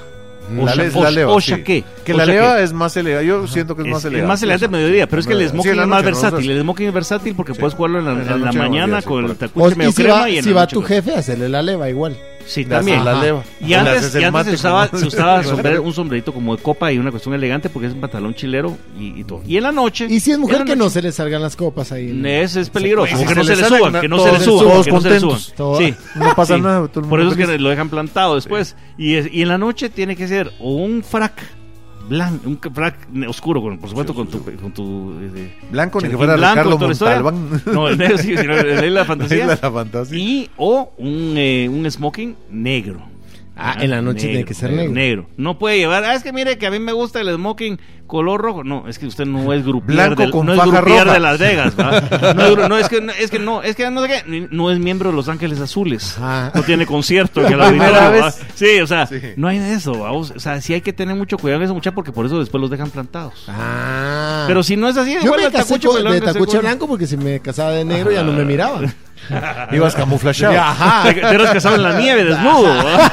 Speaker 2: O,
Speaker 3: La,
Speaker 2: cha-
Speaker 3: le-
Speaker 2: o-
Speaker 3: la leva.
Speaker 2: o
Speaker 3: sí.
Speaker 2: chaqué.
Speaker 3: Que
Speaker 2: o
Speaker 3: la
Speaker 2: chaqué.
Speaker 3: leva es más elegante. Yo siento que es,
Speaker 2: Es,
Speaker 3: más elegante.
Speaker 2: es más elegante al mediodía, pero es que el smoking
Speaker 3: Sí, en la
Speaker 2: es más
Speaker 3: noche, ¿no?
Speaker 2: versátil.
Speaker 3: O sea,
Speaker 2: El smoking es versátil porque
Speaker 3: Sí.
Speaker 2: puedes jugarlo en la,
Speaker 3: En la
Speaker 2: en la
Speaker 3: noche,
Speaker 2: mañana
Speaker 3: mediodía, sí,
Speaker 2: con el
Speaker 3: correcto.
Speaker 4: O-
Speaker 2: tacuche medio
Speaker 4: y si
Speaker 2: crema
Speaker 4: va,
Speaker 2: y en
Speaker 4: si
Speaker 2: la
Speaker 4: va
Speaker 2: noche
Speaker 4: tu
Speaker 2: con-
Speaker 4: jefe, hacerle la leva igual.
Speaker 2: Sí,
Speaker 3: le haces
Speaker 2: también.
Speaker 3: La leva.
Speaker 2: Y
Speaker 3: O le
Speaker 2: antes,
Speaker 3: haces el
Speaker 2: y antes se
Speaker 3: mate
Speaker 2: usaba,
Speaker 3: con-
Speaker 2: se usaba sombrero- un sombrerito como de copa y una cuestión elegante porque es un pantalón chilero y, y todo. Y en la noche.
Speaker 4: Y si es
Speaker 2: en
Speaker 4: mujer,
Speaker 2: la
Speaker 4: que no
Speaker 2: noche-
Speaker 4: se le salgan las copas ahí. pues, en-
Speaker 2: Ese es peligroso.
Speaker 3: Y si
Speaker 2: que
Speaker 3: se
Speaker 2: no
Speaker 3: le
Speaker 2: se le
Speaker 3: salen,
Speaker 2: suban,
Speaker 3: na-
Speaker 2: que no se le
Speaker 3: todos-
Speaker 2: suban.
Speaker 3: todos
Speaker 2: que no se le
Speaker 3: contentos.
Speaker 2: suban.
Speaker 4: Todo-
Speaker 2: Sí.
Speaker 3: No pasa
Speaker 2: Sí.
Speaker 3: nada. todo el
Speaker 2: Por eso
Speaker 3: mundo
Speaker 2: es que
Speaker 3: feliz.
Speaker 2: lo dejan plantado después. Y, es- y en la noche tiene que ser o un frac blanco, un frac oscuro, con- por supuesto, con tu. Con tu eh,
Speaker 3: Blanco ni que
Speaker 2: chalequín
Speaker 3: fuera
Speaker 2: blanco,
Speaker 3: Ricardo
Speaker 2: toda la historia.
Speaker 3: Montalbán.
Speaker 2: No, el negro sí, sino el- el de la fantasía.
Speaker 3: La fantasía.
Speaker 2: Y o un, eh, un smoking negro.
Speaker 4: Ah, en la noche tiene que ser negro.
Speaker 2: No puede llevar, ah, es que mire que a mí me gusta el smoking color rojo. No, es que usted no es grupier
Speaker 3: Blanco
Speaker 2: de,
Speaker 3: con
Speaker 2: no es
Speaker 3: faja
Speaker 2: grupier
Speaker 3: roja.
Speaker 2: de Las Vegas, ¿va? No, es gru- no, es que no, es que no, es que no sé qué, no es miembro de Los Ángeles Azules.
Speaker 4: Ajá.
Speaker 2: No tiene concierto en el
Speaker 3: primera
Speaker 2: auditorio, ¿va?
Speaker 3: vez.
Speaker 2: Sí, o sea,
Speaker 3: Sí.
Speaker 2: no hay de eso, ¿va? o sea, sí hay que tener mucho cuidado en eso, mucha porque por eso después los dejan plantados.
Speaker 4: Ah.
Speaker 2: Pero si no es así,
Speaker 4: Yo
Speaker 2: igual
Speaker 4: me
Speaker 2: el
Speaker 4: casé
Speaker 2: tacuche
Speaker 4: con-
Speaker 2: pelón
Speaker 4: de
Speaker 2: que se
Speaker 4: tacuche
Speaker 2: cuelga.
Speaker 4: blanco porque si me casaba de negro ya no me miraban.
Speaker 3: Ibas camuflajeado.
Speaker 4: Ajá.
Speaker 2: Te te eras casado en la nieve desnudo, ¿va?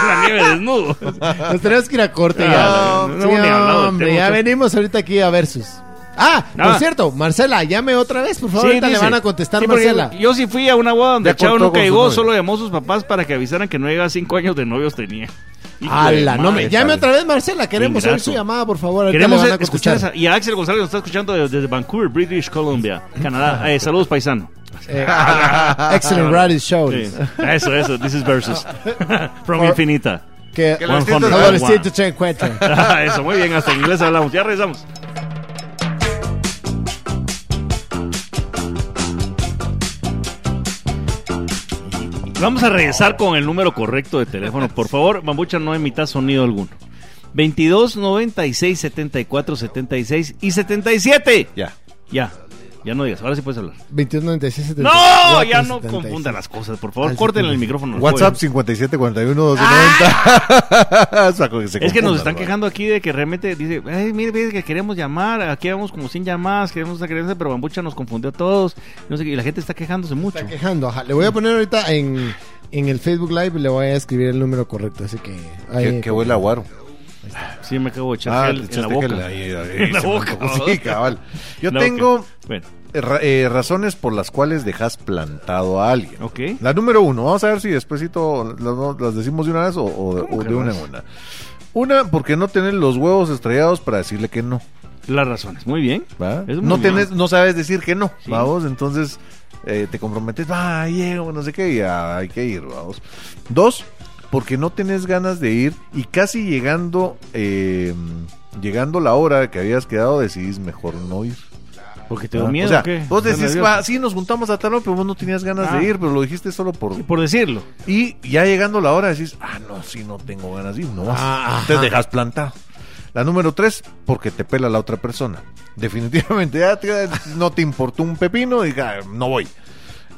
Speaker 2: En la nieve desnudo.
Speaker 4: Nos tenemos que ir a corte
Speaker 2: Ah, no,
Speaker 4: ya.
Speaker 2: no, no,
Speaker 4: Sí,
Speaker 2: no, no,
Speaker 4: hombre,
Speaker 2: tenemos
Speaker 4: ya
Speaker 2: que-
Speaker 4: venimos ahorita aquí a Versus. Ah, por
Speaker 2: Ah.
Speaker 4: cierto, Marcela, llame otra vez, por
Speaker 2: Sí,
Speaker 4: favor. ahorita
Speaker 2: dice.
Speaker 4: le van a contestar,
Speaker 2: Sí, porque
Speaker 4: Marcela.
Speaker 2: Yo sí fui a una boda donde
Speaker 4: Ya
Speaker 2: el chavo
Speaker 4: cortó
Speaker 2: nunca
Speaker 4: con su
Speaker 2: llegó,
Speaker 4: novio.
Speaker 2: solo llamó a sus papás para que avisaran que no llegaba cinco años de novios tenía. Hijo de
Speaker 4: Ala, no
Speaker 2: madre,
Speaker 4: me llame
Speaker 2: padre.
Speaker 4: otra vez, Marcela. Queremos oír
Speaker 2: Ingrato.
Speaker 4: su llamada, por favor. Ahorita
Speaker 2: Queremos
Speaker 4: le van a
Speaker 2: escuchar
Speaker 4: contestar.
Speaker 2: esa. Y a Axel González nos está escuchando desde Vancouver, British Columbia, Canadá. Eh, saludos, paisano.
Speaker 4: Eh, excellent radio show.
Speaker 2: Sí. Eso, eso. This is versus. From Infinita.
Speaker 4: Que,
Speaker 2: Que
Speaker 4: los
Speaker 2: los
Speaker 4: distintos
Speaker 2: distintos-
Speaker 4: adolescentes se encuentran.
Speaker 2: eso, muy bien. Hasta en inglés hablamos. Ya regresamos. Vamos a regresar con el número correcto de teléfono. Por favor, Mambucha, no emita sonido alguno. 22 96 74 76 y 77.
Speaker 3: Ya.
Speaker 2: Ya. Ya no digas. Ahora sí puedes hablar.
Speaker 4: 2196
Speaker 2: No, ya no confunda las cosas. Por favor, córtenle el micrófono. al
Speaker 3: WhatsApp
Speaker 2: joven.
Speaker 3: 5741-1290. Saco que se
Speaker 2: Es que nos están
Speaker 3: confundan, ¿verdad?
Speaker 2: quejando aquí de que realmente dice, ay, mire, mire que queremos llamar, aquí vamos como sin llamadas, queremos esa creencia, pero Bambucha nos confundió a todos, no sé qué, y la gente está quejándose mucho.
Speaker 4: Está quejando, ajá. Le voy a poner ahorita en, en el Facebook Live, le voy a escribir el número correcto, así que... ahí-
Speaker 3: Que, que huele a guaro.
Speaker 2: Sí, me acabo de echar
Speaker 3: Ah,
Speaker 2: gel
Speaker 3: te
Speaker 2: en la
Speaker 3: echaste
Speaker 2: boca.
Speaker 3: que la- ahí, ahí,
Speaker 2: En la
Speaker 3: se me
Speaker 2: boca.
Speaker 3: antojó. Sí, cabal. Yo
Speaker 2: No,
Speaker 3: tengo
Speaker 2: ok. Bueno,
Speaker 3: eh, ra- eh, razones por las cuales dejas plantado a alguien.
Speaker 2: ok.
Speaker 3: La número uno, vamos a ver si despuésito las, no- las decimos de una vez o, o-
Speaker 2: ¿Cómo
Speaker 3: o
Speaker 2: que
Speaker 3: de una
Speaker 2: más?
Speaker 3: en una. Una, porque no tenés los huevos estrellados para decirle que no.
Speaker 2: Las razones, muy bien.
Speaker 3: ¿va?
Speaker 2: Es muy
Speaker 3: No,
Speaker 2: bien.
Speaker 3: tenés, no sabes decir que no,
Speaker 2: Sí.
Speaker 3: vamos. Entonces eh, te comprometes, va, llego, no sé qué, y ah, hay que ir, vamos. Dos, porque no tenés ganas de ir y casi llegando, eh, llegando la hora que habías quedado, decidís mejor no ir.
Speaker 2: Porque te dio
Speaker 3: Ah,
Speaker 2: miedo.
Speaker 3: o sea,
Speaker 2: ¿o qué?
Speaker 3: vos decís,
Speaker 2: ¿Estás
Speaker 3: va,
Speaker 2: nervioso?
Speaker 3: sí, nos juntamos a tal hora, pero vos no tenías ganas
Speaker 2: Ah.
Speaker 3: de ir, pero lo dijiste solo por...
Speaker 2: Y Por decirlo.
Speaker 3: Y ya llegando la hora decís, ah, no, sí, no tengo ganas de ir, no vas.
Speaker 4: Ah,
Speaker 3: te
Speaker 4: ajá.
Speaker 3: dejas plantado. La número tres, porque te pela la otra persona. Definitivamente, ya te- no te importó un pepino, y ah, no voy.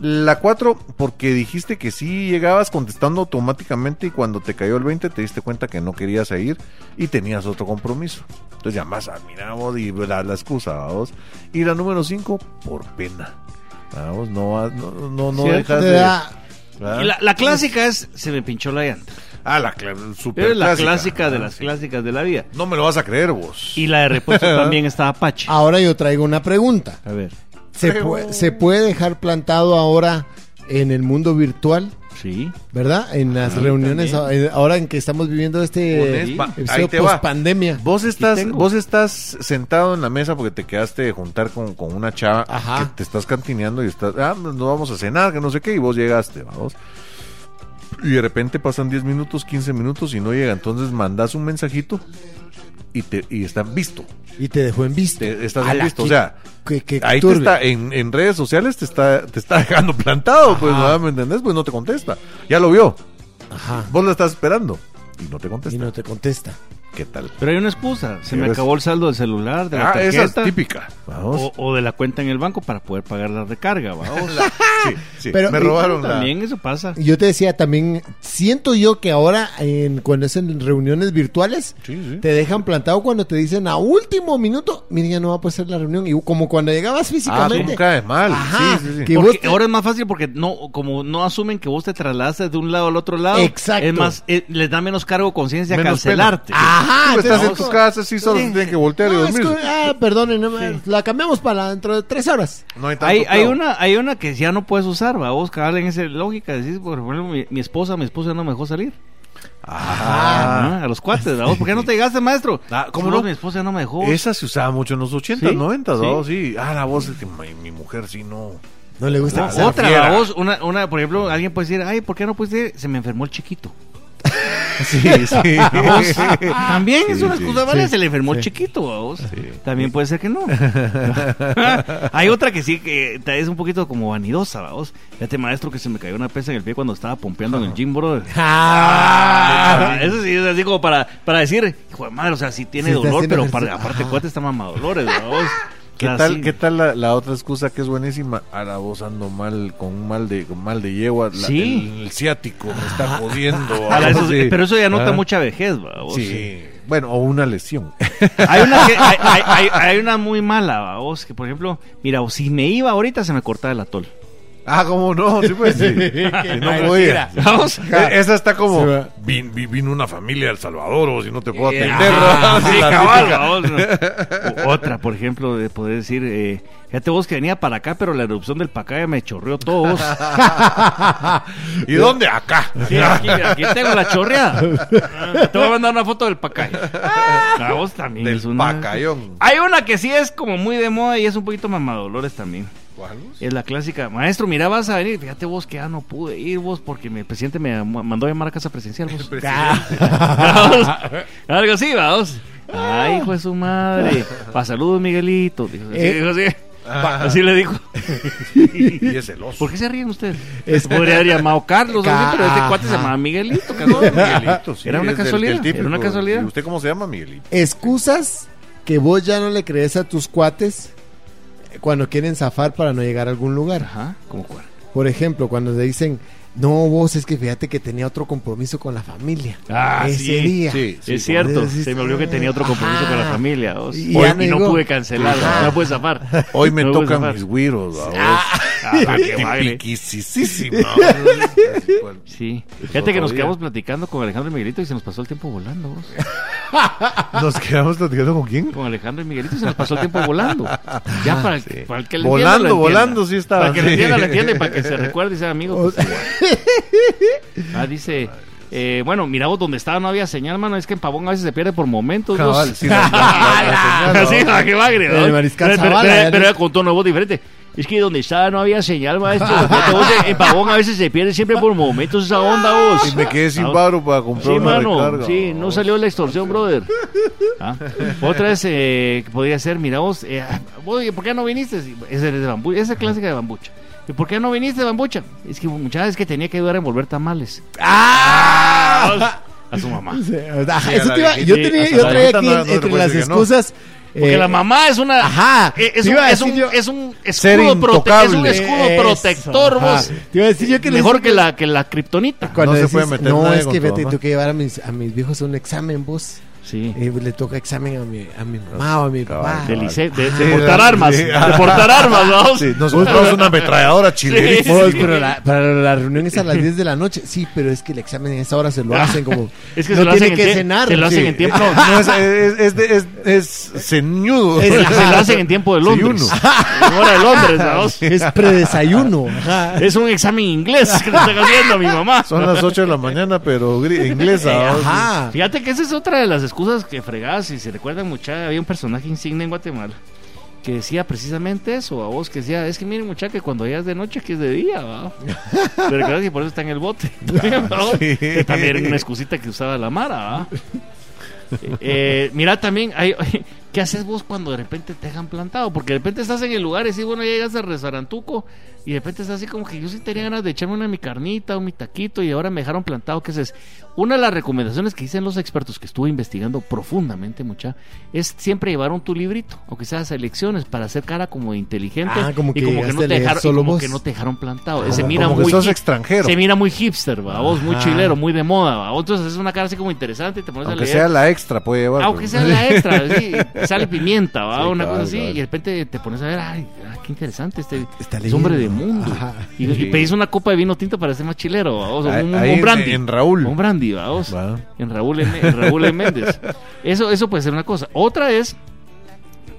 Speaker 3: La cuatro, porque dijiste que sí llegabas contestando automáticamente y cuando te cayó el 20 te diste cuenta que no querías ir y tenías otro compromiso. Entonces llamas a mira vos y la, la excusa, ¿va vos. Y la número cinco, por pena. ¿va vos? no, vas- no, no, no
Speaker 4: Cierto,
Speaker 3: dejas
Speaker 4: te
Speaker 3: de...
Speaker 4: da-
Speaker 3: ¿va?
Speaker 2: Y La, la clásica es, se me pinchó la llanta.
Speaker 3: Ah, la cla- super
Speaker 2: Es la clásica, de
Speaker 3: Ah,
Speaker 2: las
Speaker 3: sí.
Speaker 2: clásicas de la vida.
Speaker 3: No me lo vas a creer vos.
Speaker 2: Y la de repuesto también está Apache.
Speaker 3: Ah.
Speaker 4: Ahora yo traigo una pregunta.
Speaker 2: A ver.
Speaker 4: ¿Se,
Speaker 3: Pero-
Speaker 4: pue- ¿Se puede dejar plantado ahora en el mundo virtual?
Speaker 2: Sí.
Speaker 4: ¿Verdad? En las reuniones, a- ahora en que estamos viviendo este
Speaker 3: Pones pa- ahí te
Speaker 4: episodio
Speaker 3: va.
Speaker 4: post pandemia.
Speaker 3: Vos estás,
Speaker 2: tengo.
Speaker 3: vos estás sentado en la mesa porque te quedaste de juntar con, con una chava
Speaker 4: Ajá.
Speaker 3: que te estás cantineando y estás, ah, nos vamos a cenar, que no sé qué, y vos llegaste, vamos. Y de repente pasan 10 minutos, 15 minutos y no llega. Entonces mandas un mensajito y te y están visto.
Speaker 4: Y te dejó en visto.
Speaker 3: Te- estás
Speaker 4: A
Speaker 3: en
Speaker 4: la
Speaker 3: visto, o
Speaker 4: que-
Speaker 3: sea,
Speaker 4: que- que
Speaker 3: Ahí te
Speaker 4: turbio.
Speaker 3: está, en, en redes sociales te está, te está dejando plantado, pues,
Speaker 4: Ajá.
Speaker 3: ¿verdad? ¿me entendés? Pues no te contesta. Ya lo vio.
Speaker 4: Ajá.
Speaker 3: Vos lo estás esperando y no te
Speaker 4: Y
Speaker 3: contesta.
Speaker 4: no te contesta.
Speaker 3: ¿Qué tal?
Speaker 2: Pero hay una excusa. Se me
Speaker 3: Señores.
Speaker 2: acabó el saldo del celular, de la
Speaker 3: Ah, esa es
Speaker 2: tarjeta.
Speaker 3: típica. Vamos.
Speaker 2: o, o de la cuenta en el banco para poder pagar la recarga, ¿va? O
Speaker 3: Sí, sí.
Speaker 4: Pero-
Speaker 3: me
Speaker 4: y-
Speaker 3: robaron la...
Speaker 2: también eso pasa.
Speaker 4: Y Yo te decía también, siento yo que ahora en, cuando es en reuniones virtuales,
Speaker 3: Sí, sí.
Speaker 4: te dejan plantado cuando te dicen a último minuto, mira, ya no va a poder ser la reunión. Y como cuando llegabas
Speaker 3: Ah, tú
Speaker 4: físicamente.
Speaker 3: caes mal.
Speaker 4: Ajá,
Speaker 3: sí, sí, sí.
Speaker 4: que-
Speaker 2: Porque
Speaker 4: vos te-
Speaker 2: ahora es más fácil porque no, como no asumen que vos te trasladaste de un lado al otro lado,
Speaker 4: Exacto.
Speaker 2: es más, eh, les da menos cargo de conciencia
Speaker 3: Menos Ah,
Speaker 2: cancelarte.
Speaker 4: Ajá,
Speaker 3: Tú estás en
Speaker 4: ah, entonces-
Speaker 3: tus casas sí solo
Speaker 4: Sí.
Speaker 3: tienen que voltear y
Speaker 4: No, es
Speaker 3: dormir.
Speaker 4: que- ah, perdonen, no me- la cambiamos para dentro de tres horas.
Speaker 3: No hay tanto
Speaker 2: Hay, hay
Speaker 3: clavo.
Speaker 2: una, hay una que ya no puedes usar, va vos cabal en esa lógica, decís, por ejemplo, mi, mi esposa, mi esposa no me dejó salir.
Speaker 3: Ah,
Speaker 2: Ah, a los cuates, ¿va vos, ¿por qué no te llegaste, maestro?
Speaker 3: Ah, ¿cómo
Speaker 2: Solo
Speaker 3: no?
Speaker 2: Mi esposa no me dejó.
Speaker 3: Esa se usaba mucho en los 80,
Speaker 2: Sí,
Speaker 3: 90,
Speaker 2: sí.
Speaker 3: ¿no? Sí. Ah, la voz de que mi, mi mujer sí no.
Speaker 4: No le gusta.
Speaker 3: Ah,
Speaker 4: que sea
Speaker 2: Otra,
Speaker 3: fiera.
Speaker 2: ¿va vos, una, una, por ejemplo, alguien puede decir, ay, ¿por qué no pudiste ir? Se me enfermó el chiquito.
Speaker 3: Sí, sí.
Speaker 2: También es
Speaker 3: Sí,
Speaker 2: una
Speaker 3: sí,
Speaker 2: excusa, ¿vale? se le enfermó el chiquito, vamos. También puede ser que no. Hay otra que sí, que ta- es un poquito como vanidosa, vamos. Este maestro que se me cayó una pesa en el pie cuando estaba pompeando en el gym, brother. Ah, Eso sí es así como para, para decir, hijo de madre, o sea, sí tiene
Speaker 4: Sí está
Speaker 2: dolor,
Speaker 4: haciendo
Speaker 2: pero para-
Speaker 4: ejercicio.
Speaker 2: aparte,
Speaker 4: Ajá.
Speaker 2: cuate está mamadolores, vamos.
Speaker 3: ¿Qué
Speaker 2: Ah,
Speaker 3: tal, ¿qué tal la, la otra excusa que es buenísima? A la voz ando mal, con un mal de, con mal de yegua. la-
Speaker 2: Sí.
Speaker 3: el, el ciático me está jodiendo. Sí.
Speaker 2: Pero Ah, eso ya nota Oh,
Speaker 3: Ah,
Speaker 2: mucha vejez, vamos.
Speaker 3: Sí. Bueno, o una lesión.
Speaker 2: Hay una, que- hay, hay- hay- hay una muy mala, ¿va? vos, que por ejemplo, mira, o si me iba ahorita se me cortaba el atol.
Speaker 3: Ah, ¿cómo no? Sí, pues sí. Si no,
Speaker 4: Ay,
Speaker 3: voy
Speaker 4: mentira.
Speaker 3: a-
Speaker 2: Vamos.
Speaker 3: Eh, Esa está como,
Speaker 4: Sí, va.
Speaker 3: "Vin- vi- vino una familia de El Salvador, o si no te puedo
Speaker 2: Eh,
Speaker 3: atender.
Speaker 2: ah,
Speaker 3: ¿no?
Speaker 2: sí,
Speaker 3: La
Speaker 2: cabal,
Speaker 3: típica.
Speaker 2: vamos, ¿no? O- Otra, por ejemplo, de poder decir, eh, fíjate vos que venía para acá, pero la erupción del Pacaya me chorreó todos.
Speaker 3: ¿Y dónde? Acá.
Speaker 2: Sí, aquí, aquí tengo la chorreada. Ah, Te voy a mandar una foto del Pacaya. La voz también
Speaker 3: Del
Speaker 2: es una-
Speaker 3: pacayón.
Speaker 2: Hay una que sí es como muy de moda y es un poquito mamadolores también. Es la clásica. Maestro, mira, vas a venir. Fíjate vos que ya no pude ir vos porque mi presidente me llamó- mandó a llamar a casa presidencial vos. Vamos. Algo así, vamos. Ay, hijo de su madre. Pa' saludos, Miguelito. Dijo así,
Speaker 4: Eh.
Speaker 2: dijo así. Pa- así le dijo.
Speaker 3: Y es celoso.
Speaker 2: ¿Por qué se ríen ustedes? Podría haber llamado Carlos,
Speaker 4: Ca-
Speaker 2: así, pero este cuate se
Speaker 4: ajá.
Speaker 2: llamaba Miguelito.
Speaker 3: No,
Speaker 2: cabrón.
Speaker 3: Miguelito, sí,
Speaker 2: Era una
Speaker 3: es del-
Speaker 2: casualidad,
Speaker 3: del típico.
Speaker 2: era una casualidad.
Speaker 3: ¿Y usted cómo se llama, Miguelito?
Speaker 4: Excusas que vos ya no le crees a tus cuates cuando quieren zafar para no llegar a algún lugar.
Speaker 2: Ajá, como cuál.
Speaker 4: Por ejemplo, cuando le dicen, no, vos es que fíjate que tenía otro compromiso con la familia.
Speaker 2: Ah,
Speaker 4: ese
Speaker 2: sí,
Speaker 4: día.
Speaker 3: Sí, sí. Ah.
Speaker 2: es cierto,
Speaker 4: Entonces,
Speaker 2: se me olvidó que tenía otro compromiso
Speaker 4: ajá.
Speaker 2: con la familia. vos.
Speaker 4: Y
Speaker 2: Y,
Speaker 4: ya
Speaker 2: y no
Speaker 4: llegó.
Speaker 2: pude cancelar,
Speaker 4: Ajá.
Speaker 2: no pude zafar.
Speaker 3: Hoy me
Speaker 2: No pude
Speaker 3: tocan
Speaker 2: zafar.
Speaker 3: mis güiros. ¿va vos?
Speaker 2: Ah, pa' que baile.
Speaker 3: Tipiquisisísimo. Así, pues.
Speaker 2: Sí. Fíjate
Speaker 3: Otro
Speaker 2: que nos
Speaker 3: día.
Speaker 2: quedamos platicando con Alejandro y Miguelito y se nos pasó el tiempo volando. vos.
Speaker 3: ¿Nos quedamos platicando con quién?
Speaker 2: Con Alejandro y Miguelito se nos pasó el tiempo volando. Ya para, el- para el que le entienda,
Speaker 3: Volando,
Speaker 2: lo entienda.
Speaker 3: volando, sí estaba,
Speaker 2: Para que le
Speaker 3: sí.
Speaker 2: entienda, lo entienda y para que se recuerde y sea amigo. pues, igual. ah, dice. eh, bueno, mira vos, donde estaba no había señal, mano. Es que en Pavón a veces se pierde por momentos. vos.
Speaker 3: Cabal, sí, la- la- la- la
Speaker 2: Sí,
Speaker 3: señal,
Speaker 2: va, qué bagre, ¿no?
Speaker 4: El mariscal
Speaker 2: Pero- pero-
Speaker 4: Zavala,
Speaker 2: pero-
Speaker 4: ya no-
Speaker 2: Pero era con tono de voz diferente. Es que donde estaba no había señal, maestro. Fíjate vos, en- en Pavón a veces se pierde siempre por momentos esa onda, vos.
Speaker 3: Y me quedé
Speaker 2: Ah,
Speaker 3: sin varo para comprar
Speaker 2: Sí,
Speaker 3: una
Speaker 2: mano,
Speaker 3: recarga.
Speaker 2: sí, no
Speaker 3: vos.
Speaker 2: salió la extorsión, brother. Ah, Otra es, eh, que podría ser, mira vos, eh, vos, ¿por qué no viniste? Esa es de bambu- esa es clásica de bambucha. ¿Y por qué no viniste, bambucha? Es que muchas veces que tenía que ayudar a envolver tamales. ¡Ah! A su mamá.
Speaker 4: Sí, ajá,
Speaker 3: Sí, a
Speaker 4: eso
Speaker 3: la
Speaker 4: te iba-
Speaker 3: viejita.
Speaker 4: yo tenía,
Speaker 3: Sí,
Speaker 4: yo
Speaker 3: a la
Speaker 4: traía
Speaker 3: viejita
Speaker 4: aquí
Speaker 3: no- no le
Speaker 4: entre
Speaker 3: puedes
Speaker 4: las
Speaker 3: decir que no.
Speaker 4: excusas.
Speaker 2: Porque
Speaker 4: eh,
Speaker 2: la mamá es una.
Speaker 4: Ajá,
Speaker 2: eh, Es,
Speaker 4: te
Speaker 2: un,
Speaker 4: iba a
Speaker 2: es, un,
Speaker 4: decir yo-
Speaker 2: es un
Speaker 3: Ser
Speaker 2: escudo, prote- es un
Speaker 3: intocable.
Speaker 2: escudo
Speaker 4: Eso,
Speaker 2: protector,
Speaker 4: ajá.
Speaker 2: vos.
Speaker 4: Te iba a decir yo que les-
Speaker 2: Mejor que la, que la kriptonita.
Speaker 4: cuando
Speaker 3: No se
Speaker 4: decís,
Speaker 3: puede meter
Speaker 4: No,
Speaker 3: nadie
Speaker 4: es
Speaker 3: con
Speaker 4: que
Speaker 3: tu
Speaker 4: fíjate,
Speaker 3: mamá".
Speaker 4: tengo que llevar a mis, a mis viejos a un examen, vos.
Speaker 2: Sí.
Speaker 4: Eh, le toca examen a mi, a mi mamá o a mi papá.
Speaker 2: De, lice- de- de
Speaker 3: Sí,
Speaker 2: portar
Speaker 3: la-
Speaker 2: armas.
Speaker 3: sí.
Speaker 2: De portar armas, vamos.
Speaker 3: Sí, nos compramos una ametralladora chilena.
Speaker 4: Vos, pero la, para la reunión es a las 10 de la noche. Sí, pero es que el examen en esa hora se lo hacen como.
Speaker 2: Ah, Es que
Speaker 4: no
Speaker 2: se lo
Speaker 4: tiene
Speaker 2: hacen en
Speaker 4: que
Speaker 2: tie-
Speaker 4: cenar.
Speaker 2: se lo hacen en tiempo-
Speaker 3: No, es, es, es, de- es, es ceñudo.
Speaker 2: Es- se lo hacen en tiempo de Londres. En hora de Londres, vamos.
Speaker 4: Es predesayuno. Ajá.
Speaker 2: Es un examen inglés que le están haciendo a mi mamá.
Speaker 3: Son las 8 de la mañana, pero gri- inglesa.
Speaker 2: Eh,
Speaker 3: ¿no?
Speaker 4: Ajá.
Speaker 2: Fíjate que esa es otra de las excusas que fregadas. Si se recuerdan, mucha, había un personaje insigne en Guatemala que decía precisamente eso a vos: que decía, es que miren, mucha, que cuando ya es de noche, que es de día, ¿va? Pero claro que por eso está en el bote. ¿va?
Speaker 3: sí.
Speaker 2: Que también era una excusita que usaba la Mara, ¿va? Eh, eh, mira, también, hay, ¿qué haces vos cuando de repente te dejan plantado? Porque de repente estás en el lugar y sí, bueno, ya llegas al restaurantuco y de repente estás así como que yo sí tenía ganas de echarme una de mi carnita o mi taquito y ahora me dejaron plantado. ¿Qué haces? Una de las recomendaciones que dicen los expertos que estuve investigando profundamente, mucha, es siempre llevar un tu librito, aunque sea selecciones, para hacer cara como de inteligente
Speaker 4: Ah, como
Speaker 2: y
Speaker 4: que
Speaker 2: como que no
Speaker 4: llegaste a
Speaker 2: te
Speaker 4: leer
Speaker 2: dejaron, y
Speaker 4: solo
Speaker 2: como
Speaker 4: vos.
Speaker 2: que no te dejaron plantado.
Speaker 3: Ah, Como-
Speaker 2: se mira
Speaker 3: como que
Speaker 2: muy
Speaker 3: sos
Speaker 2: hip-
Speaker 3: extranjero. Ah.
Speaker 2: Se mira muy hipster, va, vos muy
Speaker 4: Ajá.
Speaker 2: chilero, muy de moda, va. Entonces es una cara así como interesante y te pones a
Speaker 3: Aunque
Speaker 2: leer.
Speaker 3: sea la extra, puede llevar.
Speaker 2: Aunque
Speaker 3: pero-
Speaker 2: sea la extra, sí, sale pimienta, va, una cosa así,
Speaker 3: cabal.
Speaker 2: y de repente te pones a ver, ay, ah, qué interesante este
Speaker 4: Está
Speaker 2: es
Speaker 4: leyendo.
Speaker 2: hombre de mundo.
Speaker 4: Ajá.
Speaker 2: Y, y pedís una copa de vino tinto para ser más chilero, ¿va? O sea,
Speaker 3: Ahí-
Speaker 2: pues, un, un
Speaker 3: ahí en-
Speaker 2: brandy.
Speaker 3: en Raúl.
Speaker 2: Un brandy, ¿va? O sea,
Speaker 3: Va.
Speaker 2: En Raúl, M- en Raúl M. Méndez. Eso, eso puede ser una cosa. Otra es,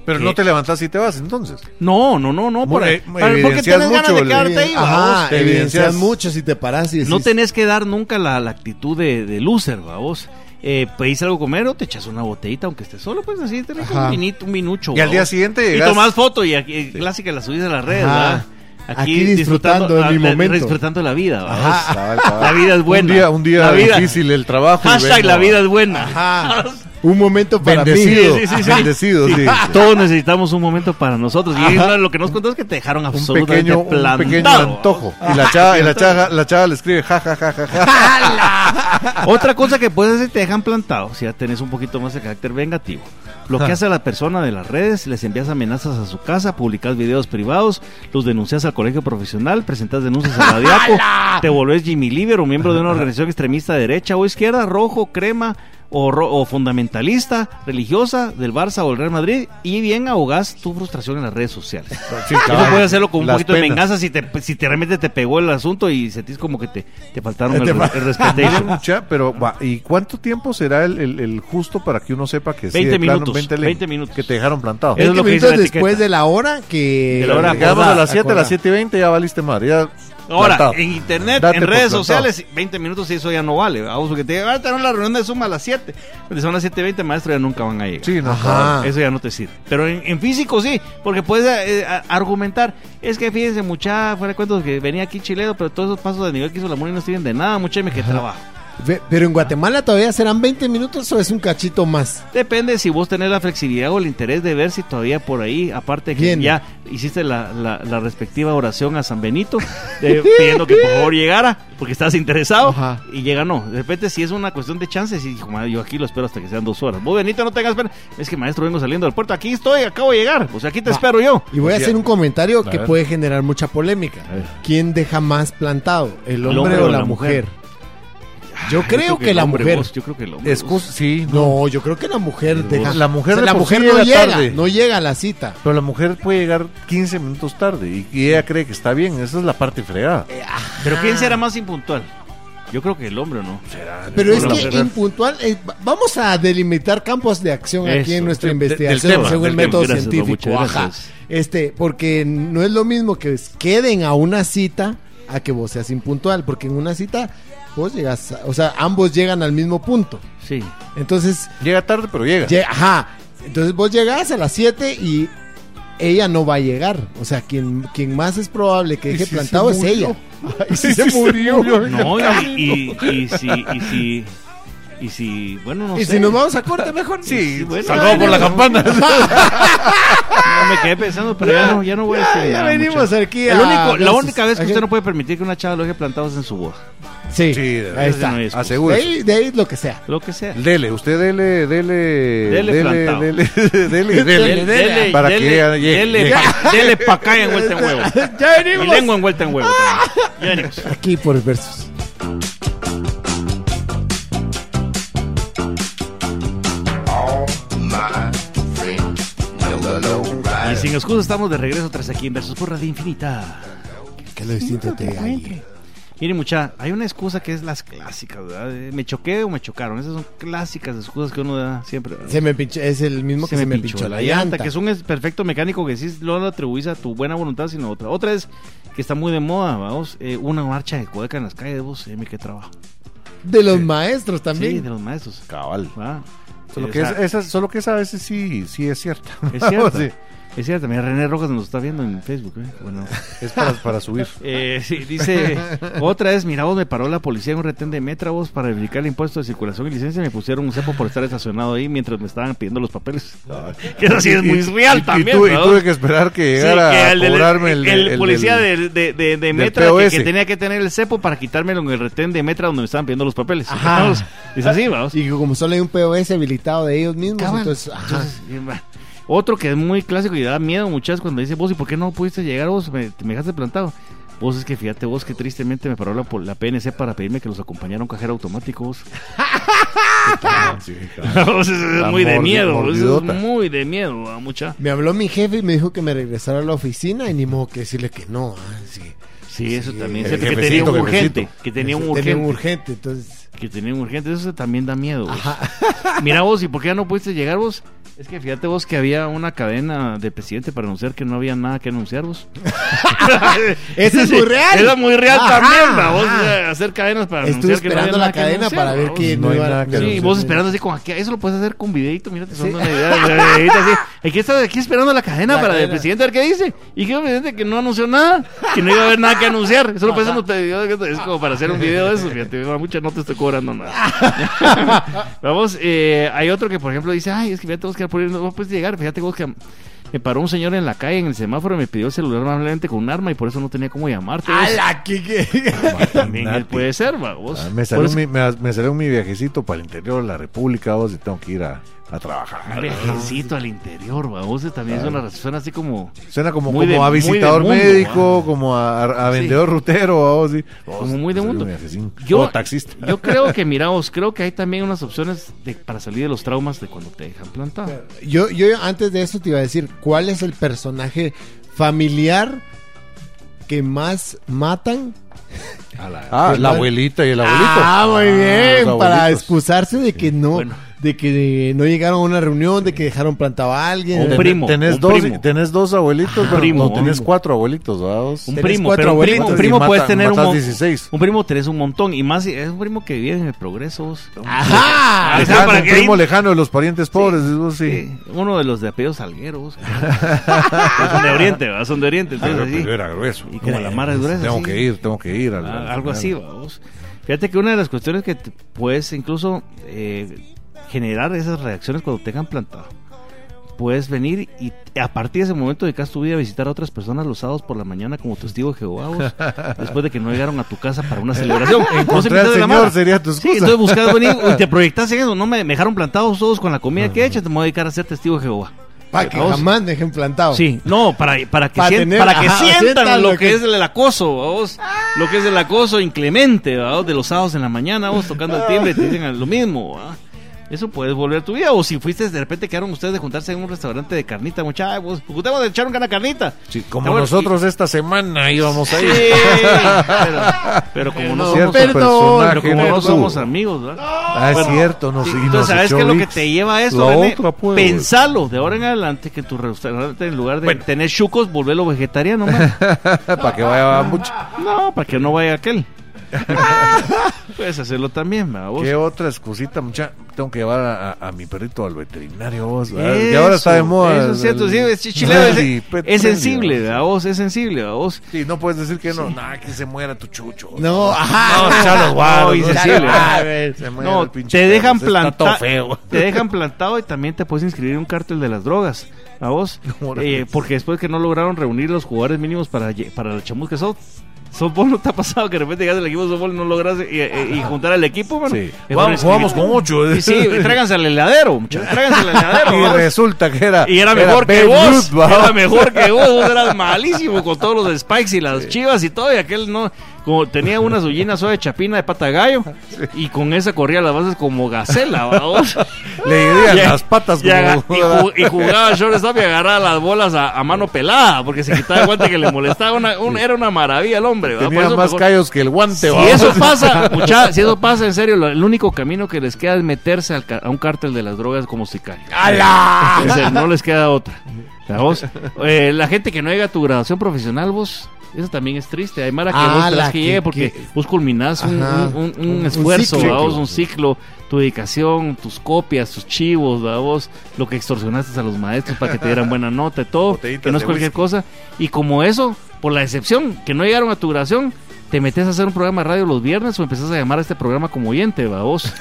Speaker 3: Pero no
Speaker 2: ¿Qué? Ah.
Speaker 3: te levantas y te vas, entonces.
Speaker 2: no, no, no, no,
Speaker 3: Muy-
Speaker 2: por ahí.
Speaker 3: muy
Speaker 2: Para- porque
Speaker 3: evidencias
Speaker 2: tenés ganas
Speaker 3: mucho,
Speaker 2: de
Speaker 3: le-
Speaker 2: quedarte ahí, ¿va?
Speaker 4: Ajá,
Speaker 3: te
Speaker 4: evidencias
Speaker 3: evidencias.
Speaker 4: mucho si te paras y decís,
Speaker 2: No tenés que dar nunca la, la actitud de, de loser, ¿va? Vos eh, pedís algo comer o te echas una botellita, aunque estés solo, pues así te rico
Speaker 4: Ajá.
Speaker 2: un vinito, un minucho.
Speaker 3: Y al
Speaker 2: ¿va?
Speaker 3: día siguiente
Speaker 2: Y
Speaker 3: llegas.
Speaker 2: tomás foto y aquí, clásica la subís a las redes,
Speaker 4: Ajá.
Speaker 2: ¿va? ah,
Speaker 4: Aquí disfrutando de mi
Speaker 2: la- la-
Speaker 4: momento.
Speaker 2: Disfrutando de la vida, ¿va?
Speaker 4: Ajá.
Speaker 3: Cabal, cabal.
Speaker 2: La vida es buena.
Speaker 3: Pues, ah, Un día, un
Speaker 2: La
Speaker 3: día
Speaker 2: vida-
Speaker 3: difícil el trabajo. y
Speaker 2: Hashtag
Speaker 3: vengo
Speaker 2: la
Speaker 3: a- Ah,
Speaker 2: vida es buena.
Speaker 4: Ajá. Un momento para
Speaker 3: Bendecido.
Speaker 4: mí.
Speaker 3: Bendecido, sí.
Speaker 2: Todos necesitamos un momento para nosotros. Y eso es lo que nos contó es que te dejaron
Speaker 3: Un
Speaker 2: absolutamente
Speaker 3: pequeño, un
Speaker 2: plantado.
Speaker 3: pequeño antojo. Y la chava, y la chava, la chava le escribe ja, ja, ja, ja, ja.
Speaker 2: Otra cosa que puedes hacer, te dejan plantado, si ya tenés un poquito más de carácter vengativo.
Speaker 3: Ah.
Speaker 2: Bloqueas a la persona de las redes, les envías amenazas a su casa, publicas videos privados, los denuncias al colegio profesional, presentas denuncias a la DIACO, te volvés Jimmy Liver o miembro de una organización extremista de derecha o izquierda, rojo, crema o, ro- o fundamentalista, religiosa del Barça o el Real Madrid y bien ahogás tu frustración en las redes sociales.
Speaker 4: Sí,
Speaker 2: Eso
Speaker 4: cabal.
Speaker 2: puedes hacerlo con un
Speaker 4: Las
Speaker 2: poquito de
Speaker 4: penas.
Speaker 2: venganza si, te, si te- realmente te pegó el asunto y sentís como que te, te faltaron el,
Speaker 3: Te va-
Speaker 2: res- el respetation.
Speaker 3: Cha, pero va, ¿y cuánto tiempo será el, el- el justo para que uno sepa que sí,
Speaker 2: 20
Speaker 3: de plano,
Speaker 2: minutos,
Speaker 3: 20 le-
Speaker 2: 20 minutos.
Speaker 3: que te dejaron plantado?
Speaker 2: Eso es lo que dice
Speaker 4: Entonces,
Speaker 2: la
Speaker 4: después
Speaker 2: etiqueta.
Speaker 4: de la hora que...
Speaker 2: De la hora
Speaker 3: Llegamos
Speaker 2: acordada,
Speaker 3: a las 7, a
Speaker 2: acordada.
Speaker 3: las 7 y 20 ya valiste madre. ya
Speaker 2: Ahora,
Speaker 3: plantado.
Speaker 2: en internet,
Speaker 3: Date
Speaker 2: en
Speaker 3: por
Speaker 2: redes
Speaker 3: plantado.
Speaker 2: sociales, 20 minutos y eso ya no vale. Vamos, porque te va a tener la reunión de Zoom a las 7. Pero son las 7.20, maestro, ya nunca van a llegar.
Speaker 3: Sí, Ah. no,
Speaker 4: Ajá.
Speaker 2: Eso ya no te sirve. Pero en, en físico sí, porque puedes eh, a- argumentar. Es que fíjense, mucha, fuera de cuentos que venía aquí chileno, pero todos esos pasos de nivel que hizo la Muni no sirven de nada, mucha, me que trabajo.
Speaker 4: Ve- Pero en Guatemala todavía serán 20 minutos o es un cachito más.
Speaker 2: Depende si vos tenés la flexibilidad o el interés de ver si todavía por ahí, aparte que
Speaker 4: Bien.
Speaker 2: ya hiciste la, la- la respectiva oración a San Benito, eh, pidiendo que por favor llegara, porque estás interesado,
Speaker 4: Ajá.
Speaker 2: y llega no. De repente, si es una cuestión de chances, y dijo, "Madre, yo aquí lo espero hasta que sean dos horas. Vos, Benito, no tengas pena. Es que, maestro, vengo saliendo del puerto, aquí estoy, acabo de llegar, o sea, aquí te
Speaker 4: Va.
Speaker 2: espero yo.
Speaker 4: Y voy a
Speaker 3: Sí.
Speaker 4: hacer un comentario
Speaker 3: A
Speaker 4: que
Speaker 3: ver. Eh.
Speaker 4: puede generar mucha polémica.
Speaker 3: A ver.
Speaker 4: ¿Quién deja más plantado, el hombre, o la, mujer?
Speaker 3: Ah,
Speaker 4: Yo creo que
Speaker 2: el
Speaker 4: la
Speaker 2: hombre,
Speaker 4: mujer.
Speaker 2: vos, yo creo que el hombre,
Speaker 3: Es
Speaker 2: vos.
Speaker 3: cus- sí, no.
Speaker 4: No, yo creo que la mujer deja.
Speaker 3: La mujer de
Speaker 4: la
Speaker 3: por
Speaker 4: mujer
Speaker 3: sí
Speaker 4: no
Speaker 3: llega
Speaker 4: llega,
Speaker 3: tarde.
Speaker 4: no llega a la cita.
Speaker 3: Pero la mujer puede llegar 15 minutos tarde y, y ella cree que está bien. Esa es la parte fregada.
Speaker 2: Pero
Speaker 4: Ah.
Speaker 2: ¿quién será más impuntual? Yo creo que el hombre, ¿no?
Speaker 4: Pero es
Speaker 2: Hola,
Speaker 4: que
Speaker 2: Ferrer.
Speaker 4: impuntual, eh, va- vamos a delimitar campos de acción aquí
Speaker 2: Eso,
Speaker 4: en nuestra
Speaker 2: de- de- del
Speaker 4: investigación
Speaker 2: tema,
Speaker 4: según el
Speaker 2: del tema.
Speaker 4: método
Speaker 2: Gracias, don,
Speaker 4: científico.
Speaker 2: muchas
Speaker 4: Ajá.
Speaker 2: gracias.
Speaker 4: Este, porque no es lo mismo que es- queden a una cita a que vos seas impuntual, porque en una cita vos llegas, a- o sea, ambos llegan al mismo punto.
Speaker 2: Sí.
Speaker 4: Entonces,
Speaker 3: Llega tarde, pero llega.
Speaker 4: lle- ajá, entonces vos llegás a las 7 y ella no va a llegar. O sea, quien, quien más es probable que
Speaker 3: Y
Speaker 4: deje
Speaker 3: si se
Speaker 4: plantado es
Speaker 3: murió.
Speaker 4: ella.
Speaker 3: y si se murió.
Speaker 2: No, y, y, y si, y si, y si, bueno, no
Speaker 4: y
Speaker 2: sé.
Speaker 4: si nos vamos a corte, mejor
Speaker 2: Sí, bueno,
Speaker 3: Salvado por la campana.
Speaker 2: No, me quedé pensando, pero ya no, ya no voy a
Speaker 4: Ya,
Speaker 2: decir
Speaker 4: ya
Speaker 2: nada,
Speaker 4: venimos
Speaker 2: muchacho.
Speaker 4: aquí
Speaker 2: El
Speaker 4: a-
Speaker 2: único- la
Speaker 4: a-
Speaker 2: única vez que
Speaker 4: a-
Speaker 2: usted no puede permitir que una chava lo deje plantado es en su boda.
Speaker 4: Sí,
Speaker 3: Sí, de verdad,
Speaker 4: ahí
Speaker 2: ese
Speaker 4: está.
Speaker 2: no
Speaker 4: De
Speaker 2: es.
Speaker 3: Asegúrese.
Speaker 4: ahí, de ahí lo que sea.
Speaker 2: Lo que sea.
Speaker 3: Dele, usted dele, dele,
Speaker 2: Dele plantado.
Speaker 3: dele, dele, dele, dele, para que ella llegue.
Speaker 2: dele,
Speaker 3: llegue.
Speaker 2: pa- dele pa' acá y envuelta en huevo.
Speaker 4: Ya
Speaker 2: Mi lengua envuelta en huevo. también. Ya venimos.
Speaker 4: Aquí por versus.
Speaker 8: All my friends know the low
Speaker 2: Y
Speaker 8: rider.
Speaker 2: sin excusas estamos de regreso tras aquí en Versus por Radio Infinita.
Speaker 4: Que lo distinto te hay.
Speaker 2: Miren, mucha, hay una excusa que es las clásicas, ¿verdad? Eh, Me choqué o me chocaron. Esas son clásicas excusas que uno da siempre. ¿verdad?
Speaker 4: Se me pinchó, es el mismo que se, me pinchó, la llanta.
Speaker 2: que es un es- perfecto mecánico que sí no lo atribuís a tu buena voluntad, sino a otra. Otra es que está muy de moda, vamos, eh, una marcha de cueca en las calles, vos, eh, mi que trabajo.
Speaker 4: De los maestros
Speaker 2: Sí,
Speaker 4: también.
Speaker 2: de los maestros.
Speaker 3: Cabal.
Speaker 2: ¿va?
Speaker 3: Solo
Speaker 2: Eh,
Speaker 3: que,
Speaker 2: o
Speaker 3: es,
Speaker 2: sea,
Speaker 3: esa, solo que esa a veces sí, sí es cierta.
Speaker 2: es cierto.
Speaker 3: Sí.
Speaker 2: Es cierto, mira, René Rojas nos está viendo en Facebook. ¿eh? Bueno,
Speaker 3: Es para, para subir.
Speaker 2: Eh, sí, dice, otra vez, mira vos, me paró la policía en un retén de Metra vos para verificar el impuesto de circulación y licencia y me pusieron un cepo por estar estacionado ahí mientras me estaban pidiendo los papeles. Que eso sí es muy
Speaker 3: Y-
Speaker 2: real
Speaker 3: y- y
Speaker 2: también,
Speaker 3: tuve- Y,
Speaker 2: ¿no?
Speaker 3: tuve que esperar que
Speaker 2: Sí,
Speaker 3: llegara
Speaker 2: que
Speaker 3: a
Speaker 2: al del-
Speaker 3: cobrarme el,
Speaker 2: el policía
Speaker 3: del-
Speaker 2: del- de, de- de Metra que,
Speaker 3: POS.
Speaker 2: que tenía que tener el cepo para quitármelo en el retén de Metra donde me estaban pidiendo los papeles.
Speaker 4: Ajá.
Speaker 2: Vamos, Es así, vamos.
Speaker 4: Y que como solo hay un POS habilitado de ellos mismos,
Speaker 2: Cabal.
Speaker 4: entonces, ajá.
Speaker 2: Entonces, bien, va. Otro que es muy clásico y da miedo muchas cuando dice vos, ¿y por qué no pudiste llegar vos? Me, te- me dejaste plantado. Vos es que fíjate vos que tristemente me paró la, pol- la PNC para pedirme que los acompañara a un cajero automático vos.
Speaker 3: Ah,
Speaker 2: Ah.
Speaker 3: Sí,
Speaker 2: Vos, eso es
Speaker 3: La
Speaker 2: muy de
Speaker 3: mordi-
Speaker 2: miedo, vos, eso es
Speaker 3: mordidota.
Speaker 2: muy de miedo, va, mucha.
Speaker 4: me habló mi jefe y me dijo que me regresara a la oficina y ni modo que decirle que no. ah, sí.
Speaker 2: Sí, eso
Speaker 4: Sí,
Speaker 2: también.
Speaker 4: el
Speaker 2: es cierto, que tenía
Speaker 3: jefecito,
Speaker 2: un
Speaker 3: jefecito.
Speaker 2: urgente, que tenía un
Speaker 4: Entonces,
Speaker 2: urgente,
Speaker 4: urgente, entonces.
Speaker 2: que tenía un urgente, eso también da miedo. vos. Mira vos, ¿y por qué ya no pudiste llegar vos? Es que fíjate vos que había una cadena de presidente para anunciar que no había nada que anunciar vos.
Speaker 4: Ese es muy real.
Speaker 2: Era muy real
Speaker 4: Ajá,
Speaker 2: también, va, vos,
Speaker 4: ajá.
Speaker 2: eh, hacer cadenas para
Speaker 4: Estuve
Speaker 2: anunciar que no había
Speaker 4: esperando
Speaker 2: nada
Speaker 4: la
Speaker 2: que
Speaker 4: cadena
Speaker 2: anunciar,
Speaker 4: para ver
Speaker 2: va,
Speaker 4: quién
Speaker 3: no
Speaker 4: no
Speaker 3: hay
Speaker 4: iba
Speaker 3: nada
Speaker 4: a
Speaker 3: que
Speaker 2: vos. Sí,
Speaker 3: anunciar.
Speaker 2: vos esperando así como aquí, eso lo puedes hacer con videito, mira, te son una idea, una ideita así. Aquí está, aquí esperando la cadena
Speaker 4: La
Speaker 2: para el
Speaker 4: cadena.
Speaker 2: presidente a ver qué dice. Y que el presidente que no anunció nada, que no iba a haber nada que anunciar. Eso lo puedes hacer es como para hacer un video de eso, fíjate, va, mucha no te estoy cobrando nada. Vamos, eh, hay otro que por ejemplo dice, ay, es que fíjate vos que por ahí no puedes llegar, fíjate vos que me paró un señor en la calle, en el semáforo, y me pidió el celular amablemente con un arma y por eso no tenía cómo llamarte. vos.
Speaker 4: ¡Hala! ¿Qué, qué?
Speaker 2: También él puede ser, va, vos.
Speaker 3: Ah, Me
Speaker 2: Por
Speaker 3: salió,
Speaker 2: eso-
Speaker 3: mi, me, me salió mi viajecito para el interior de la República, vos, y tengo que ir a, a trabajar.
Speaker 2: Un viajecito al interior, vamos, también
Speaker 3: Claro.
Speaker 2: suena, suena así como...
Speaker 3: Suena como,
Speaker 2: muy de-
Speaker 3: como a
Speaker 2: muy de
Speaker 3: visitador
Speaker 2: mundo,
Speaker 3: médico,
Speaker 2: ¿va?
Speaker 3: como a, a- a
Speaker 2: Sí.
Speaker 3: vendedor rutero, vamos, sí.
Speaker 2: Como muy de
Speaker 3: Sería
Speaker 2: mundo.
Speaker 3: un viajecín.
Speaker 2: Yo,
Speaker 3: o taxista.
Speaker 2: yo creo que, mira, vos, creo que hay también unas opciones de, para salir de los traumas de cuando te dejan plantado.
Speaker 4: Yo, yo antes de eso te iba a decir, ¿cuál es el personaje familiar que más matan?
Speaker 3: Ah, la abuelita y el abuelito.
Speaker 4: Ah, muy bien,
Speaker 3: los
Speaker 4: para
Speaker 3: abuelitos.
Speaker 4: excusarse de que no,
Speaker 2: Bueno.
Speaker 4: de que no llegaron a una reunión, de que dejaron plantado a alguien.
Speaker 2: Un
Speaker 4: Eh,
Speaker 3: Ten-
Speaker 2: primo,
Speaker 3: Tenés,
Speaker 2: un
Speaker 3: dos,
Speaker 2: primo. Ah,
Speaker 3: tenés dos abuelitos, pero
Speaker 2: primo,
Speaker 3: no, tenés
Speaker 2: primo.
Speaker 3: cuatro abuelitos, ah, oh, ¿vaos?
Speaker 2: Un
Speaker 4: Tenés
Speaker 2: primo,
Speaker 4: cuatro
Speaker 2: pero un primo,
Speaker 4: abuelitos
Speaker 2: un
Speaker 4: y
Speaker 2: primo
Speaker 3: mata-
Speaker 2: puedes tener un,
Speaker 3: matas
Speaker 2: mon-
Speaker 3: 16.
Speaker 2: un primo tenés un montón y más si es un primo que vive en el progreso. vos.
Speaker 4: ¡Ajá!
Speaker 2: Ah, o sea,
Speaker 3: Lejano,
Speaker 2: para
Speaker 3: un
Speaker 2: que
Speaker 3: primo
Speaker 2: ahí-
Speaker 3: lejano de los parientes pobres, eso sí.
Speaker 2: Sí, uno de los de apellidos salgueros. Pues son de Oriente, ¿verdad? son de Oriente.
Speaker 3: Pero,
Speaker 2: Entonces, sí.
Speaker 3: Ah, pero era grueso.
Speaker 2: Y como la mara es gruesa,
Speaker 3: Tengo
Speaker 2: sí.
Speaker 3: que ir, tengo que ir. al-
Speaker 2: Ah,
Speaker 3: al
Speaker 2: algo
Speaker 3: final.
Speaker 2: así, vamos. Fíjate que una de las cuestiones que te puedes incluso eh, generar esas reacciones cuando te han plantado. Puedes venir y a partir de ese momento dedicas tu vida a visitar a otras personas los sábados por la mañana como testigo de Jehová, vos, después de que no llegaron a tu casa para una celebración. Vos invitas a
Speaker 3: Encontrar al
Speaker 2: la
Speaker 3: señor
Speaker 2: mara.
Speaker 3: sería tu
Speaker 2: Sí,
Speaker 3: excusa.
Speaker 2: entonces buscas venir y te proyectas en eso. No me me dejaron plantados todos con la comida que he hecho, te me voy a dedicar a ser testigo de Jehová.
Speaker 4: Para que
Speaker 2: Vamos.
Speaker 4: jamás me dejen plantado.
Speaker 2: Sí, no, para, para que,
Speaker 4: Oh. Para
Speaker 2: sien-
Speaker 4: tener-
Speaker 2: para que
Speaker 4: ajá,
Speaker 2: sientan
Speaker 4: sientan
Speaker 2: lo
Speaker 4: lo
Speaker 2: que,
Speaker 4: que-
Speaker 2: es el acoso, vamos. Lo que es el acoso inclemente, vamos, de los sábados en la mañana, vamos, tocando el timbre, te dicen lo mismo, ¿va? Eso puedes volver tu vida. O si fuiste, de repente quedaron ustedes de juntarse en un restaurante de carnita, muchachos. pues, Juntemos de echar una carnita.
Speaker 3: Sí, como
Speaker 2: Ah, bueno,
Speaker 3: nosotros esta semana íbamos a
Speaker 2: Sí,
Speaker 3: ir.
Speaker 2: pero, pero como no somos,
Speaker 3: Cierto
Speaker 4: perdón,
Speaker 2: pero
Speaker 3: personaje,
Speaker 2: como no
Speaker 3: tú.
Speaker 2: somos amigos, ¿verdad?
Speaker 3: Ah, es
Speaker 2: Bueno,
Speaker 3: cierto, nos
Speaker 2: sí,
Speaker 3: seguimos.
Speaker 2: Entonces, ¿sabes qué es lo que te lleva a eso? René?
Speaker 3: otra, pues.
Speaker 2: Pensalo de ahora en adelante que tu restaurante, en lugar de tener chucos, volverlo vegetariano, man.
Speaker 3: Para que vaya mucho.
Speaker 2: No, para que no vaya aquel. Puedes hacerlo también, ¿verdad, vos?
Speaker 3: ¿Qué otra excusita, mucha? Tengo que llevar a, a- a mi perrito al veterinario, vos. Que
Speaker 2: Eso,
Speaker 3: ahora está de moda.
Speaker 2: Eso es cierto,
Speaker 3: el-
Speaker 2: sí, es chichileo, es-
Speaker 3: Sí, pet
Speaker 2: es
Speaker 3: friendly,
Speaker 2: sensible,
Speaker 3: vos.
Speaker 2: ¿verdad, vos? Es sensible, ¿verdad, vos?
Speaker 3: Sí, no puedes decir que no. Nah, que se muera tu chucho.
Speaker 4: No, ajá.
Speaker 3: No, Charles Ah, Guaro,
Speaker 2: No,
Speaker 3: no,
Speaker 2: insensible.
Speaker 3: Ah, ver, se muere
Speaker 2: No,
Speaker 3: el pinche
Speaker 2: te dejan
Speaker 3: perro, está todo
Speaker 2: plantado.
Speaker 3: feo.
Speaker 2: Te dejan plantado y también te puedes inscribir en un cártel de las drogas. A vos.
Speaker 3: Órale.
Speaker 2: Eh, porque después que no lograron reunir los jugadores mínimos para, lle- para el chamusca soft. Softball no te ha pasado que de repente llegas al equipo de softball y no logras eh, eh, y juntar al equipo, mano.
Speaker 3: Sí.
Speaker 2: Mejor
Speaker 3: Vamos,
Speaker 2: inscribir-
Speaker 3: jugamos con ocho. eh.
Speaker 2: Y sí, y tráiganse al heladero, muchachos. Tráiganse al heladero.
Speaker 3: Y
Speaker 2: vamos.
Speaker 3: resulta que era.
Speaker 2: Y era mejor que
Speaker 3: Ben
Speaker 2: vos.
Speaker 3: Ruth, ¿va?
Speaker 2: Era mejor que vos. Vos eras malísimo con todos los spikes y las chivas y todo. Y aquel no. Como tenía una sullina suave chapina de pata de gallo. Y con esa corría las bases como gacela, ¿va vos?
Speaker 3: Le dirían
Speaker 2: Y-
Speaker 3: las patas
Speaker 2: y, aga- y
Speaker 3: como.
Speaker 2: ju- y ah, jugaba shortstop y agarraba las bolas a, a mano pelada. Porque se quitaba el guante que le molestaba. Una- un- Era una maravilla el hombre. ¿va? Por
Speaker 3: Tenía
Speaker 2: eso
Speaker 3: más
Speaker 2: mejor-
Speaker 3: callos que el guante,
Speaker 2: si
Speaker 3: ¿va?
Speaker 2: eso pasa, mucha- si eso pasa, en serio, lo- el único camino que les queda es meterse al ca- a un cártel de las drogas como sicario. Es el- no les queda otra. La, voz, eh, la gente que no llega a tu graduación profesional, vos, eso también es triste. Hay mara que
Speaker 4: Ah,
Speaker 2: vos tenés
Speaker 4: la
Speaker 2: que
Speaker 4: que-
Speaker 2: llegue porque
Speaker 4: que-
Speaker 2: vos culminás un,
Speaker 4: Ajá.
Speaker 2: un- un- un
Speaker 4: Un- un
Speaker 2: esfuerzo,
Speaker 4: ciclo.
Speaker 2: ¿va vos? un ciclo, tu dedicación, tus copias, tus chivos, ¿va vos, lo que extorsionaste a los maestros para que te dieran buena nota y todo,
Speaker 3: Botellitas
Speaker 2: que no es
Speaker 3: de
Speaker 2: cualquier
Speaker 3: whisky.
Speaker 2: cosa. Y como eso, por la excepción, que no llegaron a tu graduación, te metes a hacer un programa de radio los viernes o empezás a llamar a este programa como oyente, ¿va vos.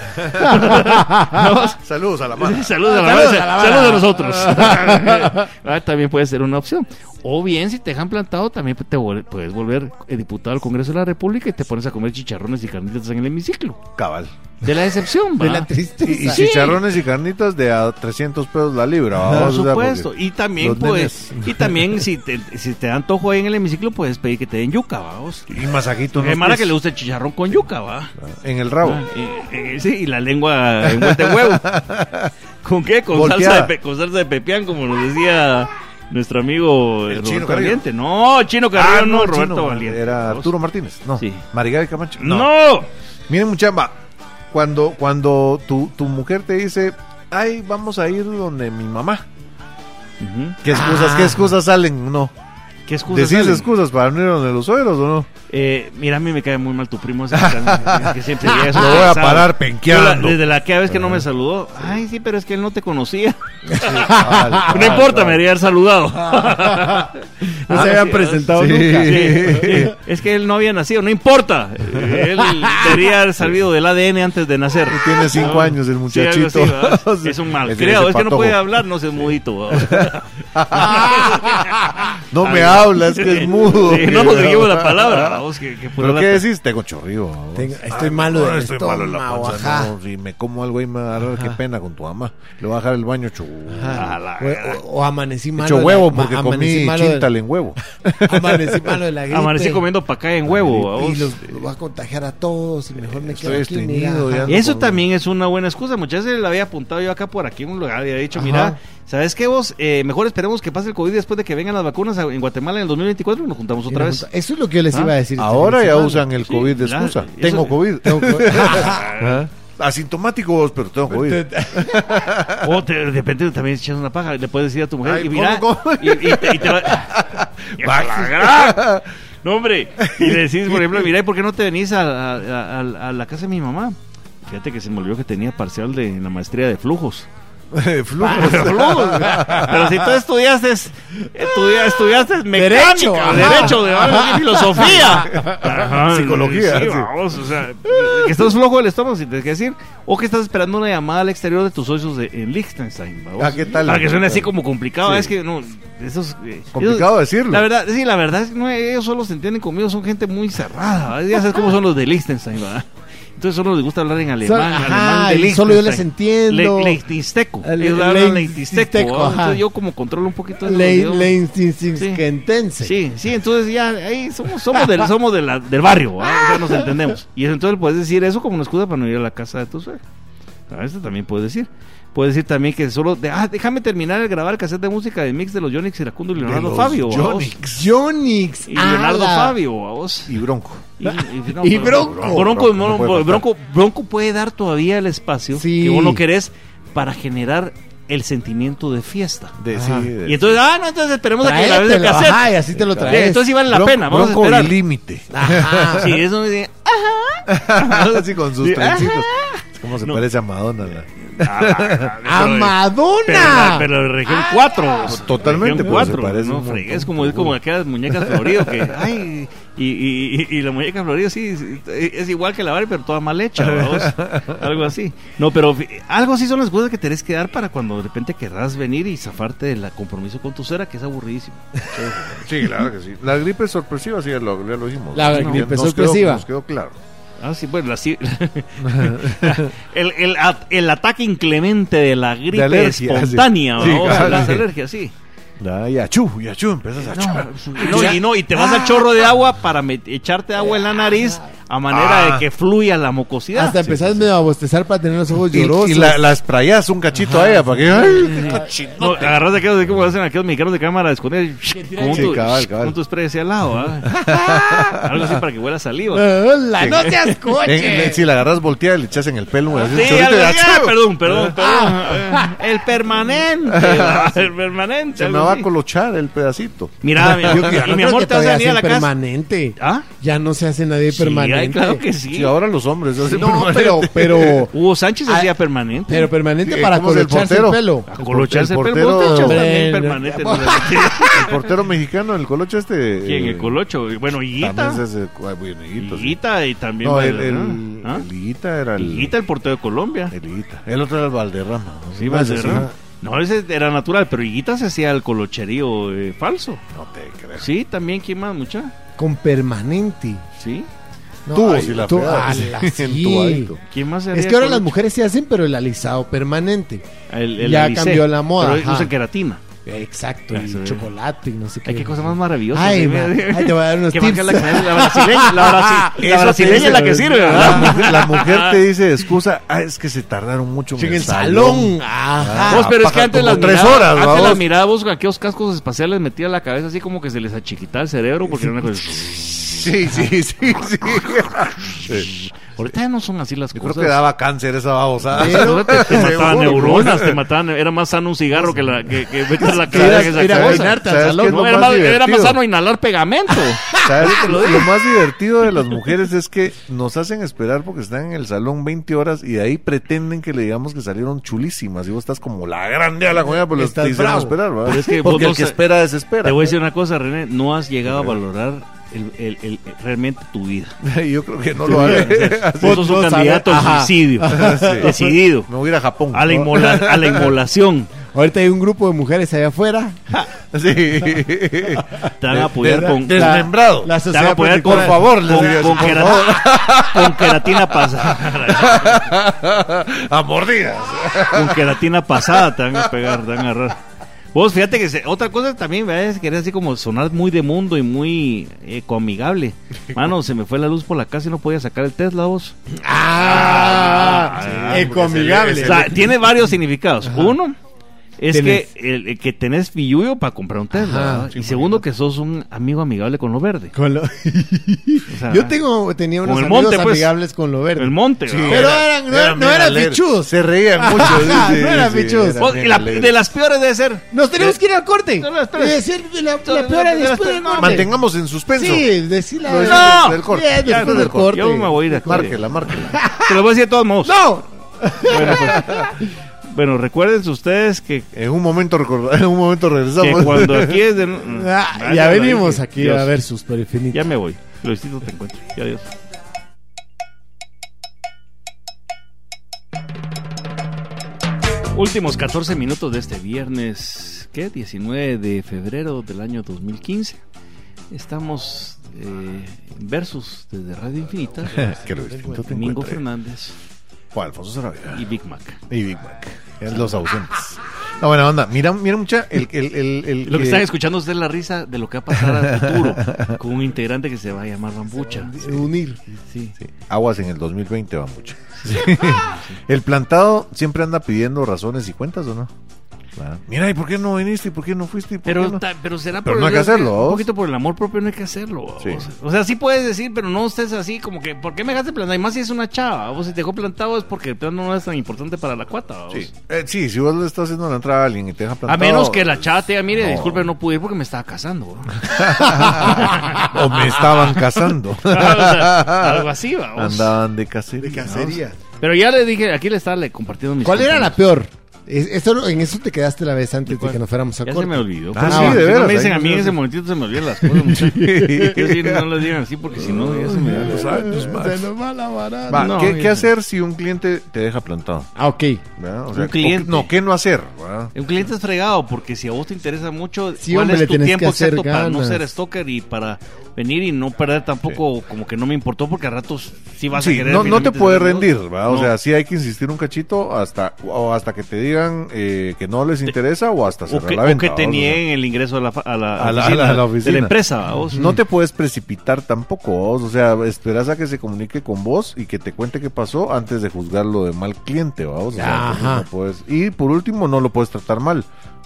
Speaker 2: ¿Va vos?
Speaker 3: Saludos a la mano.
Speaker 2: Saludos a la
Speaker 4: Saludos
Speaker 2: mesa,
Speaker 4: a la mara.
Speaker 2: saludos a nosotros. Ah, también puede ser una opción. O bien, si te dejan plantado, también te vol- puedes volver eh, diputado al Congreso de la República y te pones a comer chicharrones y carnitas en el hemiciclo.
Speaker 3: Cabal.
Speaker 2: De la decepción, ¿va?
Speaker 4: De la tristeza.
Speaker 3: Y, y
Speaker 2: Sí.
Speaker 3: chicharrones y carnitas de a 300 pesos la libra. ¿va?
Speaker 2: Por
Speaker 3: O sea, porque-
Speaker 2: supuesto. Y también,
Speaker 3: los
Speaker 2: pues,
Speaker 3: nenes.
Speaker 2: y también si te, si te da antojo ahí en el hemiciclo, puedes pedir que te den yuca, vamos.
Speaker 3: Y masajito. en
Speaker 2: Hay
Speaker 3: los
Speaker 2: Eh, mara
Speaker 3: pies.
Speaker 2: que le gusta el chicharrón con yuca, va.
Speaker 3: En el rabo.
Speaker 2: Ah, eh, eh, sí, y la lengua envuelta en huevo. ¿Con qué? Con
Speaker 3: Volteada.
Speaker 2: salsa, de, pe- con salsa de pepián, como nos decía nuestro amigo
Speaker 3: El
Speaker 2: eh,
Speaker 3: Chino
Speaker 2: Roberto Valiente. No, Chino Carrillo,
Speaker 3: Ah,
Speaker 2: no,
Speaker 3: no,
Speaker 2: Roberto
Speaker 3: chino,
Speaker 2: Valiente.
Speaker 3: Era
Speaker 2: Vamos.
Speaker 3: Arturo Martínez. No.
Speaker 2: Sí.
Speaker 3: Marigay Camacho.
Speaker 2: ¡No!
Speaker 3: Miren, muchamba, cuando, cuando tu, tu mujer te dice, ay, vamos a ir donde mi mamá.
Speaker 2: Ujú.
Speaker 3: ¿Qué excusas, qué excusas salen? No.
Speaker 2: ¿Qué Ah. excusas?
Speaker 3: ¿Decís
Speaker 2: salen?
Speaker 3: excusas para no ir donde los suegros o no?
Speaker 2: Eh, mira, a mí me cae muy mal tu primo ese que, que siempre llega eso
Speaker 3: Lo voy a
Speaker 2: cansado.
Speaker 3: parar
Speaker 2: Yo la-
Speaker 3: penqueando.
Speaker 2: desde la que vez que no me saludó, ay, sí, pero es que él no te conocía.
Speaker 3: Ah,
Speaker 2: No
Speaker 3: ah,
Speaker 2: importa,
Speaker 3: ah.
Speaker 2: me debería haber saludado.
Speaker 4: No se habían presentado
Speaker 3: sí.
Speaker 4: nunca.
Speaker 2: Ah, Sí, sí. Es que él no había nacido, no importa. Eh, Él debería haber salido del ADN antes de nacer.
Speaker 3: Y Tiene cinco años el
Speaker 2: Sí, algo
Speaker 3: muchachito.
Speaker 2: así, ¿verdad? es un mal
Speaker 3: Ese- ese
Speaker 2: Es que no
Speaker 3: patojo.
Speaker 2: puede hablar, no sé, es mudito. ¿verdad?
Speaker 3: No me
Speaker 2: Algo
Speaker 3: habla, es que es mudo.
Speaker 2: Sí, no conseguimos la palabra, vamos, que- que pura
Speaker 3: ¿Pero qué
Speaker 2: lata.
Speaker 3: decís? Tengo chorrío. vamos.
Speaker 4: Tengo- estoy malo del
Speaker 3: Ah, estoy malo en la
Speaker 4: estómago,
Speaker 3: panza,
Speaker 4: ajá.
Speaker 3: no, si me como algo ahí me va a dar, qué pena con tu mamá. Le voy a dejar el baño chu.
Speaker 4: Ajá.
Speaker 3: a la-
Speaker 4: O, o- o amanecí malo.
Speaker 3: Hecho
Speaker 4: de la-
Speaker 3: huevo porque
Speaker 4: amanecí
Speaker 3: comí
Speaker 4: malo de-
Speaker 3: chintal en huevo.
Speaker 4: Amanecí malo de la gripe.
Speaker 2: Amanecí comiendo pacá en huevo.
Speaker 4: Y
Speaker 2: vamos.
Speaker 4: los, los voy a contagiar a todos y mejor me
Speaker 3: Estoy
Speaker 4: quedo aquí. mira,
Speaker 3: estreñido,
Speaker 4: ajá.
Speaker 3: ya
Speaker 2: Eso
Speaker 3: no-
Speaker 2: también es una buena excusa. Muchas veces le había apuntado yo acá por aquí en un lugar y había dicho,
Speaker 4: Ajá.
Speaker 2: mira, ¿sabes qué vos? Eh, mejor esperemos que pase el COVID después de que vengan las vacunas a- en Guatemala en el 2024 y nos juntamos
Speaker 4: Y
Speaker 2: otra
Speaker 4: la
Speaker 2: vez.
Speaker 4: junta- Eso es lo que yo les
Speaker 2: Ah,
Speaker 4: iba a decir. este
Speaker 3: Ahora
Speaker 4: fin de
Speaker 3: ya
Speaker 4: semana.
Speaker 3: usan el COVID de
Speaker 2: la-
Speaker 3: excusa.
Speaker 2: eso-
Speaker 3: tengo COVID.
Speaker 4: Tengo co-
Speaker 2: Ah,
Speaker 3: Ajá. Asintomático vos, pero tengo COVID.
Speaker 2: O te- de repente también echas una paja, le puedes decir a tu mujer,
Speaker 3: Ay,
Speaker 2: y mira,
Speaker 3: ¿cómo, cómo?
Speaker 2: Y, y te, y te va- ¡A la gran! No, hombre, y le decís, por ejemplo, mira, ¿y por qué no te venís a, a- a- a la casa de mi mamá? Fíjate que se me olvidó que tenía parcial de en la maestría de flujos.
Speaker 3: Flujos.
Speaker 2: Pero si tú estudiaste, estudia- estudiaste mecánica,
Speaker 4: Derecho,
Speaker 2: derecho,
Speaker 4: ajá.
Speaker 2: de vamos, filosofía, Ajá,
Speaker 3: Psicología,
Speaker 2: sí,
Speaker 3: sí.
Speaker 2: vamos, o sea, que estás flojo del estómago, si tienes que decir, o que estás esperando una llamada al exterior de tus socios de, en Liechtenstein, vamos.
Speaker 3: Ah, ¿qué tal?
Speaker 2: Para que suene así como complicado,
Speaker 3: Sí.
Speaker 2: es que no, esos, eh,
Speaker 3: Complicado
Speaker 2: esos-
Speaker 3: decirlo.
Speaker 2: La verdad, sí, la verdad, es que no, ellos solo se entienden conmigo, son gente muy cerrada, ¿verdad? ya sabes cómo son los de Liechtenstein, ¿verdad? Entonces solo les gusta hablar en alemán,
Speaker 4: Ajá,
Speaker 2: alemán de
Speaker 4: y solo yo les
Speaker 2: Liechtenstein.
Speaker 4: entiendo.
Speaker 2: Le- Leichtensteco.
Speaker 4: Le-
Speaker 2: Ellos hablan
Speaker 4: Leichtensteco,
Speaker 2: leichtensteco, ¿va?
Speaker 4: ajá.
Speaker 2: Entonces yo como controlo un poquito eso,
Speaker 4: Ley-
Speaker 2: digo,
Speaker 4: ley sin- sin- sin-
Speaker 2: Sí.
Speaker 4: que entense.
Speaker 2: Sí, sí, entonces ya ahí somos, somos, del, somos de la- del barrio, ¿va? O sea, nos entendemos. Y eso, entonces puedes decir eso como una excusa para no ir a la casa de tu suegro. A eso también puedes decir. Puedes decir también que solo, de- ah, déjame terminar de grabar el cassette de música de mix de los Yonix, Iracundo y Leonardo
Speaker 3: los
Speaker 2: Fabio. ¿va?
Speaker 4: Jonix.
Speaker 2: Y Leonardo
Speaker 4: ala.
Speaker 2: Fabio, ¿va? vos?
Speaker 3: Y bronco.
Speaker 2: Y, y- no,
Speaker 4: Y
Speaker 2: pero-
Speaker 4: Bronco.
Speaker 2: Bronco,
Speaker 3: No
Speaker 2: no,
Speaker 3: puede faltar.
Speaker 2: Bronco- Bronco puede dar todavía el espacio
Speaker 4: Sí.
Speaker 2: que vos no querés para generar el sentimiento de fiesta.
Speaker 3: De, sí, de-
Speaker 2: Y entonces, ah, no, entonces esperemos a que la vez el
Speaker 4: Tráetelo,
Speaker 2: cassette.
Speaker 4: ajá, y así te lo
Speaker 2: Sí,
Speaker 4: traes.
Speaker 2: entonces sí vale ah, la
Speaker 3: Bron-
Speaker 2: pena, vamos
Speaker 3: bronco
Speaker 2: a
Speaker 3: y
Speaker 2: esperar.
Speaker 3: límite.
Speaker 4: Ajá.
Speaker 2: Sí, eso me dice, ah,
Speaker 3: Así con sus
Speaker 2: Sí,
Speaker 3: trencitos. Es como se
Speaker 2: No.
Speaker 3: parece a Madonna. la-
Speaker 2: ah,
Speaker 4: ¡A
Speaker 2: eh, pero, la-
Speaker 4: Madonna!
Speaker 2: pero la región 4.
Speaker 3: Totalmente,
Speaker 2: región
Speaker 3: pero se
Speaker 2: 4.
Speaker 3: parece
Speaker 2: no,
Speaker 3: un montón,
Speaker 2: fregué, es como, es como
Speaker 3: seguro.
Speaker 2: aquellas muñecas floridas que, ay, y, y, y- y la muñeca florida sí, sí, es igual que la Barbie, pero toda mal hecha, ¿verdad? algo así. No, pero fi- algo así son las cosas que tenés que dar para cuando de repente querrás venir y zafarte del compromiso con tu cera, que es aburridísimo.
Speaker 3: Sí, claro que sí. La gripe sorpresiva, sí, ya lo, ya lo dijimos.
Speaker 4: La
Speaker 3: Nos
Speaker 4: gripe
Speaker 3: quedó-
Speaker 4: sorpresiva.
Speaker 3: nos quedó claro.
Speaker 2: Ah, sí, bueno, la, sí- el, el, at- el ataque inclemente de la gripe
Speaker 3: alergia,
Speaker 2: espontánea,
Speaker 3: sí. Sí,
Speaker 2: ¿verdad?
Speaker 3: claro,
Speaker 2: las
Speaker 3: sí.
Speaker 2: alergias, sí.
Speaker 3: Ah, y achú, y achú, empiezas a chupar.
Speaker 2: Y no, y no, y te vas al chorro de agua para met- echarte agua en la nariz a manera
Speaker 3: Ah.
Speaker 2: de que fluya la mucosidad.
Speaker 4: Hasta empezás medio a bostezar para tener los ojos
Speaker 3: Y,
Speaker 4: llorosos.
Speaker 3: y la, las prayas un cachito a ella para que. ¡Ay!
Speaker 2: No, agarras aquellos de como hacen aquellos mexicanos de cámara de esconder con
Speaker 3: Sí,
Speaker 2: tu,
Speaker 3: cabal, cabal.
Speaker 2: con tu spray hacia al lado, ¿ah? algo así para que huela saliva.
Speaker 4: ¡Hola, Eh, no te
Speaker 3: En- en-
Speaker 4: escuches!
Speaker 3: si la agarras volteada y le echas en el pelo. así,
Speaker 2: Sí,
Speaker 3: chorrito, Ah.
Speaker 2: algo
Speaker 3: y
Speaker 2: así.
Speaker 3: achú.
Speaker 2: Ah, perdón, perdón, perdón. Ah, El permanente, ¿verdad? el permanente.
Speaker 3: Se me
Speaker 2: algo
Speaker 3: va a
Speaker 2: así.
Speaker 3: colochar el pedacito.
Speaker 2: Mira, mi,
Speaker 4: Yo que- yo
Speaker 2: y mi
Speaker 4: creo
Speaker 2: amor,
Speaker 4: que
Speaker 2: te vas a
Speaker 4: todavía
Speaker 2: venir a la
Speaker 4: hacen
Speaker 2: casa.
Speaker 4: permanente.
Speaker 2: ¿Ah?
Speaker 4: Ya no se hace nadie
Speaker 2: Sí,
Speaker 4: permanente.
Speaker 2: ay, claro que
Speaker 3: Y
Speaker 2: sí.
Speaker 3: ahora los hombres hacen
Speaker 4: No,
Speaker 3: permanente.
Speaker 4: pero, pero,
Speaker 2: Hugo Sánchez
Speaker 4: Ah,
Speaker 2: hacía permanente.
Speaker 4: pero permanente
Speaker 3: Eh,
Speaker 4: para
Speaker 3: ¿cómo es el
Speaker 4: colocharse el,
Speaker 3: portero?
Speaker 4: pelo.
Speaker 2: a colocharse,
Speaker 3: el
Speaker 2: pero
Speaker 3: portero-
Speaker 2: vos te echas también
Speaker 4: Hombre,
Speaker 2: permanente.
Speaker 4: no-
Speaker 2: ¿no?
Speaker 3: El portero mexicano, el colocho este.
Speaker 2: ¿Quién?
Speaker 3: eh,
Speaker 2: El colocho. Bueno, Higuita.
Speaker 3: También se hace. ah, bueno, Higuita, sí.
Speaker 2: Higuita y también.
Speaker 3: No, el,
Speaker 2: Valderrama.
Speaker 3: el,
Speaker 2: ¿Ah?
Speaker 3: el Higuita era el.
Speaker 2: Higuita, el portero de Colombia.
Speaker 3: El Higuita. El otro era el Valderrama. ¿no?
Speaker 2: Sí,
Speaker 3: No, ese
Speaker 2: Valderrama.
Speaker 3: sí.
Speaker 2: No, ese era natural, pero Higuita se hacía el colocherío eh, falso.
Speaker 3: No te crees.
Speaker 2: Sí, también, ¿quién más, mucha?
Speaker 4: Con permanente.
Speaker 2: Sí.
Speaker 4: No,
Speaker 3: Tuvo,
Speaker 4: ay,
Speaker 3: sí, la
Speaker 4: tú-
Speaker 3: fregada, sí.
Speaker 4: ala,
Speaker 3: Entubadito.
Speaker 2: ¿Quién más se
Speaker 4: Es
Speaker 2: haría
Speaker 4: que ahora
Speaker 2: colocho?
Speaker 4: las mujeres se hacen, pero el alisado permanente.
Speaker 2: El- el
Speaker 4: ya
Speaker 2: alisé.
Speaker 4: cambió la moda,
Speaker 2: Pero
Speaker 4: ajá.
Speaker 2: usan queratina.
Speaker 4: Exacto,
Speaker 2: Eso
Speaker 4: y
Speaker 2: es.
Speaker 4: chocolate y no sé qué.
Speaker 2: Ay, qué cosa más maravillosa.
Speaker 4: Ay,
Speaker 2: Sí,
Speaker 4: ma-
Speaker 2: mira.
Speaker 4: ay, te voy a dar unos
Speaker 2: Que marca
Speaker 4: tips.
Speaker 2: La, la brasileña, la, brasi- la
Speaker 4: Eso te
Speaker 2: brasileña es la que
Speaker 4: dice,
Speaker 2: sirve,
Speaker 3: La
Speaker 2: ¿verdad?
Speaker 3: mujer, la mujer te dice excusa, ah, es que se tardaron mucho en,
Speaker 4: En el salón. Ajá.
Speaker 2: Vos, pero es que
Speaker 3: Ah, Paja,
Speaker 2: antes
Speaker 3: como
Speaker 2: las
Speaker 3: tres
Speaker 2: miraba-
Speaker 3: horas,
Speaker 2: antes
Speaker 3: ¿va
Speaker 2: las
Speaker 3: vos?
Speaker 2: miraba vos con aquellos cascos espaciales metidos en la cabeza, así como que se les achiquitaba el cerebro, porque era una cosa.
Speaker 3: Sí, sí, sí, sí. Sí.
Speaker 2: Ahorita ya no son así las
Speaker 3: Yo creo
Speaker 2: cosas.
Speaker 3: que daba cáncer esa babosada.
Speaker 2: Pero te, te mataban
Speaker 3: Seguro.
Speaker 2: neuronas, te mataban. Era más sano un cigarro que, la, que, que meter la
Speaker 4: Era-
Speaker 2: cabeza. en esa
Speaker 4: era
Speaker 2: cosa.
Speaker 4: orinarte al
Speaker 3: ¿Sabes
Speaker 4: salón,
Speaker 3: qué es
Speaker 2: No,
Speaker 3: lo
Speaker 2: era,
Speaker 3: más
Speaker 2: más, era más
Speaker 3: divertido?
Speaker 2: sano inhalar pegamento.
Speaker 3: ¿Sabes qué? Lo más divertido de las mujeres es que nos hacen esperar porque están en el salón 20 horas y de ahí pretenden que le digamos que salieron chulísimas y vos estás como la grande a la comida por los
Speaker 4: Estás
Speaker 3: te hicieron
Speaker 4: bravo.
Speaker 3: esperar, ¿verdad?
Speaker 2: Pero es que vos
Speaker 3: porque
Speaker 2: no
Speaker 3: el que
Speaker 2: sa-
Speaker 3: espera desespera.
Speaker 2: Te voy a decir una cosa, René. No has llegado a valorar el- el- el- realmente tu vida.
Speaker 3: Yo creo que no lo haré. Así.
Speaker 2: Vos sos un candidato al suicidio. Decidido.
Speaker 3: Me voy a ir a Japón.
Speaker 2: A la,
Speaker 3: ¿no?
Speaker 2: inmola- a la inmolación.
Speaker 4: Ahorita hay un grupo de mujeres allá afuera
Speaker 3: Sí.
Speaker 2: Te van a apoyar con-
Speaker 3: Desmembrado.
Speaker 2: Te van a
Speaker 4: La sociedad
Speaker 2: apoyar
Speaker 3: por
Speaker 2: con-
Speaker 3: favor, les
Speaker 2: con,
Speaker 3: diría,
Speaker 2: con
Speaker 3: por
Speaker 2: queratina, con queratina pasada.
Speaker 3: A mordidas.
Speaker 2: con queratina pasada te van a pegar, te van a agarrar. Vos fíjate que se- otra cosa también ¿verdad? es querer así como sonar muy de mundo y muy ecoamigable. Mano, se me fue la luz por la casa y no podía sacar el Tesla vos.
Speaker 4: Ah, ecoamigable.
Speaker 2: O sea, tiene varios significados. Uno es
Speaker 4: Tenés-
Speaker 2: que el, el que tenés filluyo para comprar un Tesla.
Speaker 4: Ajá,
Speaker 2: ¿verdad? y segundo que sos un amigo amigable con lo verde.
Speaker 4: Con lo-
Speaker 2: O sea,
Speaker 4: Yo tengo, tenía
Speaker 2: Con
Speaker 4: unos
Speaker 2: el
Speaker 4: amigos
Speaker 2: monte, pues.
Speaker 4: amigables con lo verde.
Speaker 2: el monte. ¿verdad?
Speaker 4: Pero eran, no, eran- no eran fichudos.
Speaker 3: Se reían mucho. sí,
Speaker 4: Ajá,
Speaker 3: sí,
Speaker 4: no eran
Speaker 3: sí,
Speaker 4: fichudos.
Speaker 3: eran
Speaker 2: Vos, y la-
Speaker 3: alegres.
Speaker 2: de las peores debe ser.
Speaker 4: Nos tenemos que ir al corte.
Speaker 2: No, no, espera.
Speaker 4: Y decir la, la
Speaker 2: No, no,
Speaker 4: peor
Speaker 2: no,
Speaker 4: después
Speaker 2: espera,
Speaker 4: del
Speaker 2: no.
Speaker 4: corte.
Speaker 3: Mantengamos en suspenso.
Speaker 4: Sí, decir la
Speaker 3: Lo decimos
Speaker 2: No.
Speaker 3: después del corte.
Speaker 4: Bien, después
Speaker 3: Ya, después
Speaker 4: del
Speaker 3: del corte.
Speaker 2: Yo me voy a ir a
Speaker 3: Márquela, márquela.
Speaker 2: Te lo voy a decir de todos modos.
Speaker 4: ¡No!
Speaker 2: Bueno, pues, bueno, recuérdense ustedes que,
Speaker 3: En un momento recorda- en un momento
Speaker 2: que
Speaker 3: regresamos.
Speaker 2: cuando aquí es de...
Speaker 4: Ah,
Speaker 2: Ay,
Speaker 4: ya
Speaker 2: la
Speaker 4: venimos
Speaker 2: dije.
Speaker 4: aquí
Speaker 2: Dios.
Speaker 4: a ver sus perifinitos.
Speaker 2: Ya me voy. Luisito te encuentro. Y adiós. Últimos 14 minutos de este viernes, ¿qué? 19 de febrero del año 2015. Estamos eh, en versus desde Radio Infinita.
Speaker 3: Que lo distinto te
Speaker 2: Domingo
Speaker 3: encuentre.
Speaker 2: Fernández
Speaker 3: Juan Alfonso Sarabia.
Speaker 2: y Big Mac.
Speaker 3: Y Big Mac. Es los ausentes. La buena onda. Mira, mira mucha. El, el, el, el
Speaker 2: Lo que están escuchando es la risa de lo que va a pasar al futuro con un integrante que se va a llamar Bambucha.
Speaker 4: Unir.
Speaker 2: Sí.
Speaker 3: Aguas en el 2020 va mucho. El plantado siempre anda pidiendo razones y cuentas, ¿o no? Ah, Mira, ¿y por qué no viniste? ¿Y por qué no fuiste? ¿Y por
Speaker 2: Pero,
Speaker 3: qué no?
Speaker 2: ta- pero será
Speaker 3: Pero
Speaker 2: por
Speaker 3: no hay
Speaker 2: el-
Speaker 3: que hacerlo, ¿vos?
Speaker 2: Un poquito por el amor propio no hay que hacerlo. ¿vos?
Speaker 3: Sí.
Speaker 2: O sea, sí puedes decir, pero no estés así como que, ¿por qué me dejaste plantado? Y más si es una chava. O si te dejó plantado es porque el plano no es tan importante para la cuata. ¿vos?
Speaker 3: Sí. Eh, sí, si vos le estás haciendo la entrada a alguien y te deja
Speaker 2: A
Speaker 3: plantado.
Speaker 2: menos que la chava te diga, mire,
Speaker 3: No.
Speaker 2: disculpe, no pude ir porque me estaba casando. ¿vos?
Speaker 3: o me estaban casando.
Speaker 2: O Ah, sea, algo así, vamos.
Speaker 3: Andaban de cacería.
Speaker 4: De cacería.
Speaker 2: Pero ya le dije, aquí le estaba le compartiendo mis
Speaker 4: ¿Cuál era la
Speaker 2: compañeros.
Speaker 4: peor? Es- eso- en eso te quedaste la vez antes de que nos fuéramos a
Speaker 2: Ya se me
Speaker 4: corte.
Speaker 2: olvidó.
Speaker 3: Ah,
Speaker 2: Pues,
Speaker 3: sí,
Speaker 2: no, si
Speaker 3: de
Speaker 2: no
Speaker 3: veras,
Speaker 2: me dicen
Speaker 3: ahí
Speaker 2: a mí en
Speaker 3: no
Speaker 2: ese
Speaker 3: se-
Speaker 2: momentito se me olvidan las cosas. muchachos. Yo sí, no las digan así porque si no, ya se me olvidó.
Speaker 4: Se nos va la barata.
Speaker 3: Va,
Speaker 2: No,
Speaker 3: ¿qué,
Speaker 2: ya
Speaker 3: qué
Speaker 2: no.
Speaker 3: hacer si un cliente te deja plantado?
Speaker 4: Ah, ok.
Speaker 3: ¿Verdad? O sea,
Speaker 2: Un cliente.
Speaker 3: o qué- no, ¿qué no hacer? ¿verdad?
Speaker 2: Un cliente es fregado porque si a vos te interesa mucho,
Speaker 4: Sí,
Speaker 2: ¿cuál
Speaker 4: hombre, le
Speaker 2: es tu
Speaker 4: tenés que
Speaker 2: tiempo
Speaker 4: hacer
Speaker 2: exacto para no
Speaker 4: ganas.
Speaker 2: ser stalker y para venir y no perder tampoco, como que no me importó porque a ratos sí vas a
Speaker 3: Sí,
Speaker 2: querer.
Speaker 3: no, no te
Speaker 2: finalmente
Speaker 3: puedes
Speaker 2: salir, ¿no?
Speaker 3: rendir, ¿verdad? O
Speaker 2: No.
Speaker 3: sea, sí hay que insistir un cachito hasta o hasta que te digan eh, que no les interesa o hasta
Speaker 2: O
Speaker 3: cerrar
Speaker 2: que,
Speaker 3: la
Speaker 2: o
Speaker 3: venta.
Speaker 2: que te
Speaker 3: ¿verdad? O sea,
Speaker 2: nieguen el ingreso a la, fa- a la,
Speaker 3: A la-
Speaker 2: oficina,
Speaker 3: a la- a la
Speaker 2: de
Speaker 3: oficina.
Speaker 2: la empresa. ¿va? Vos-
Speaker 3: No te puedes precipitar tampoco, ¿vos? o sea, esperas a que se comunique con vos y que te cuente qué pasó antes de juzgarlo de mal cliente, vamos. O sea, entonces
Speaker 4: Ajá.
Speaker 3: no puedes- Y por último, no lo puedes tratar mal.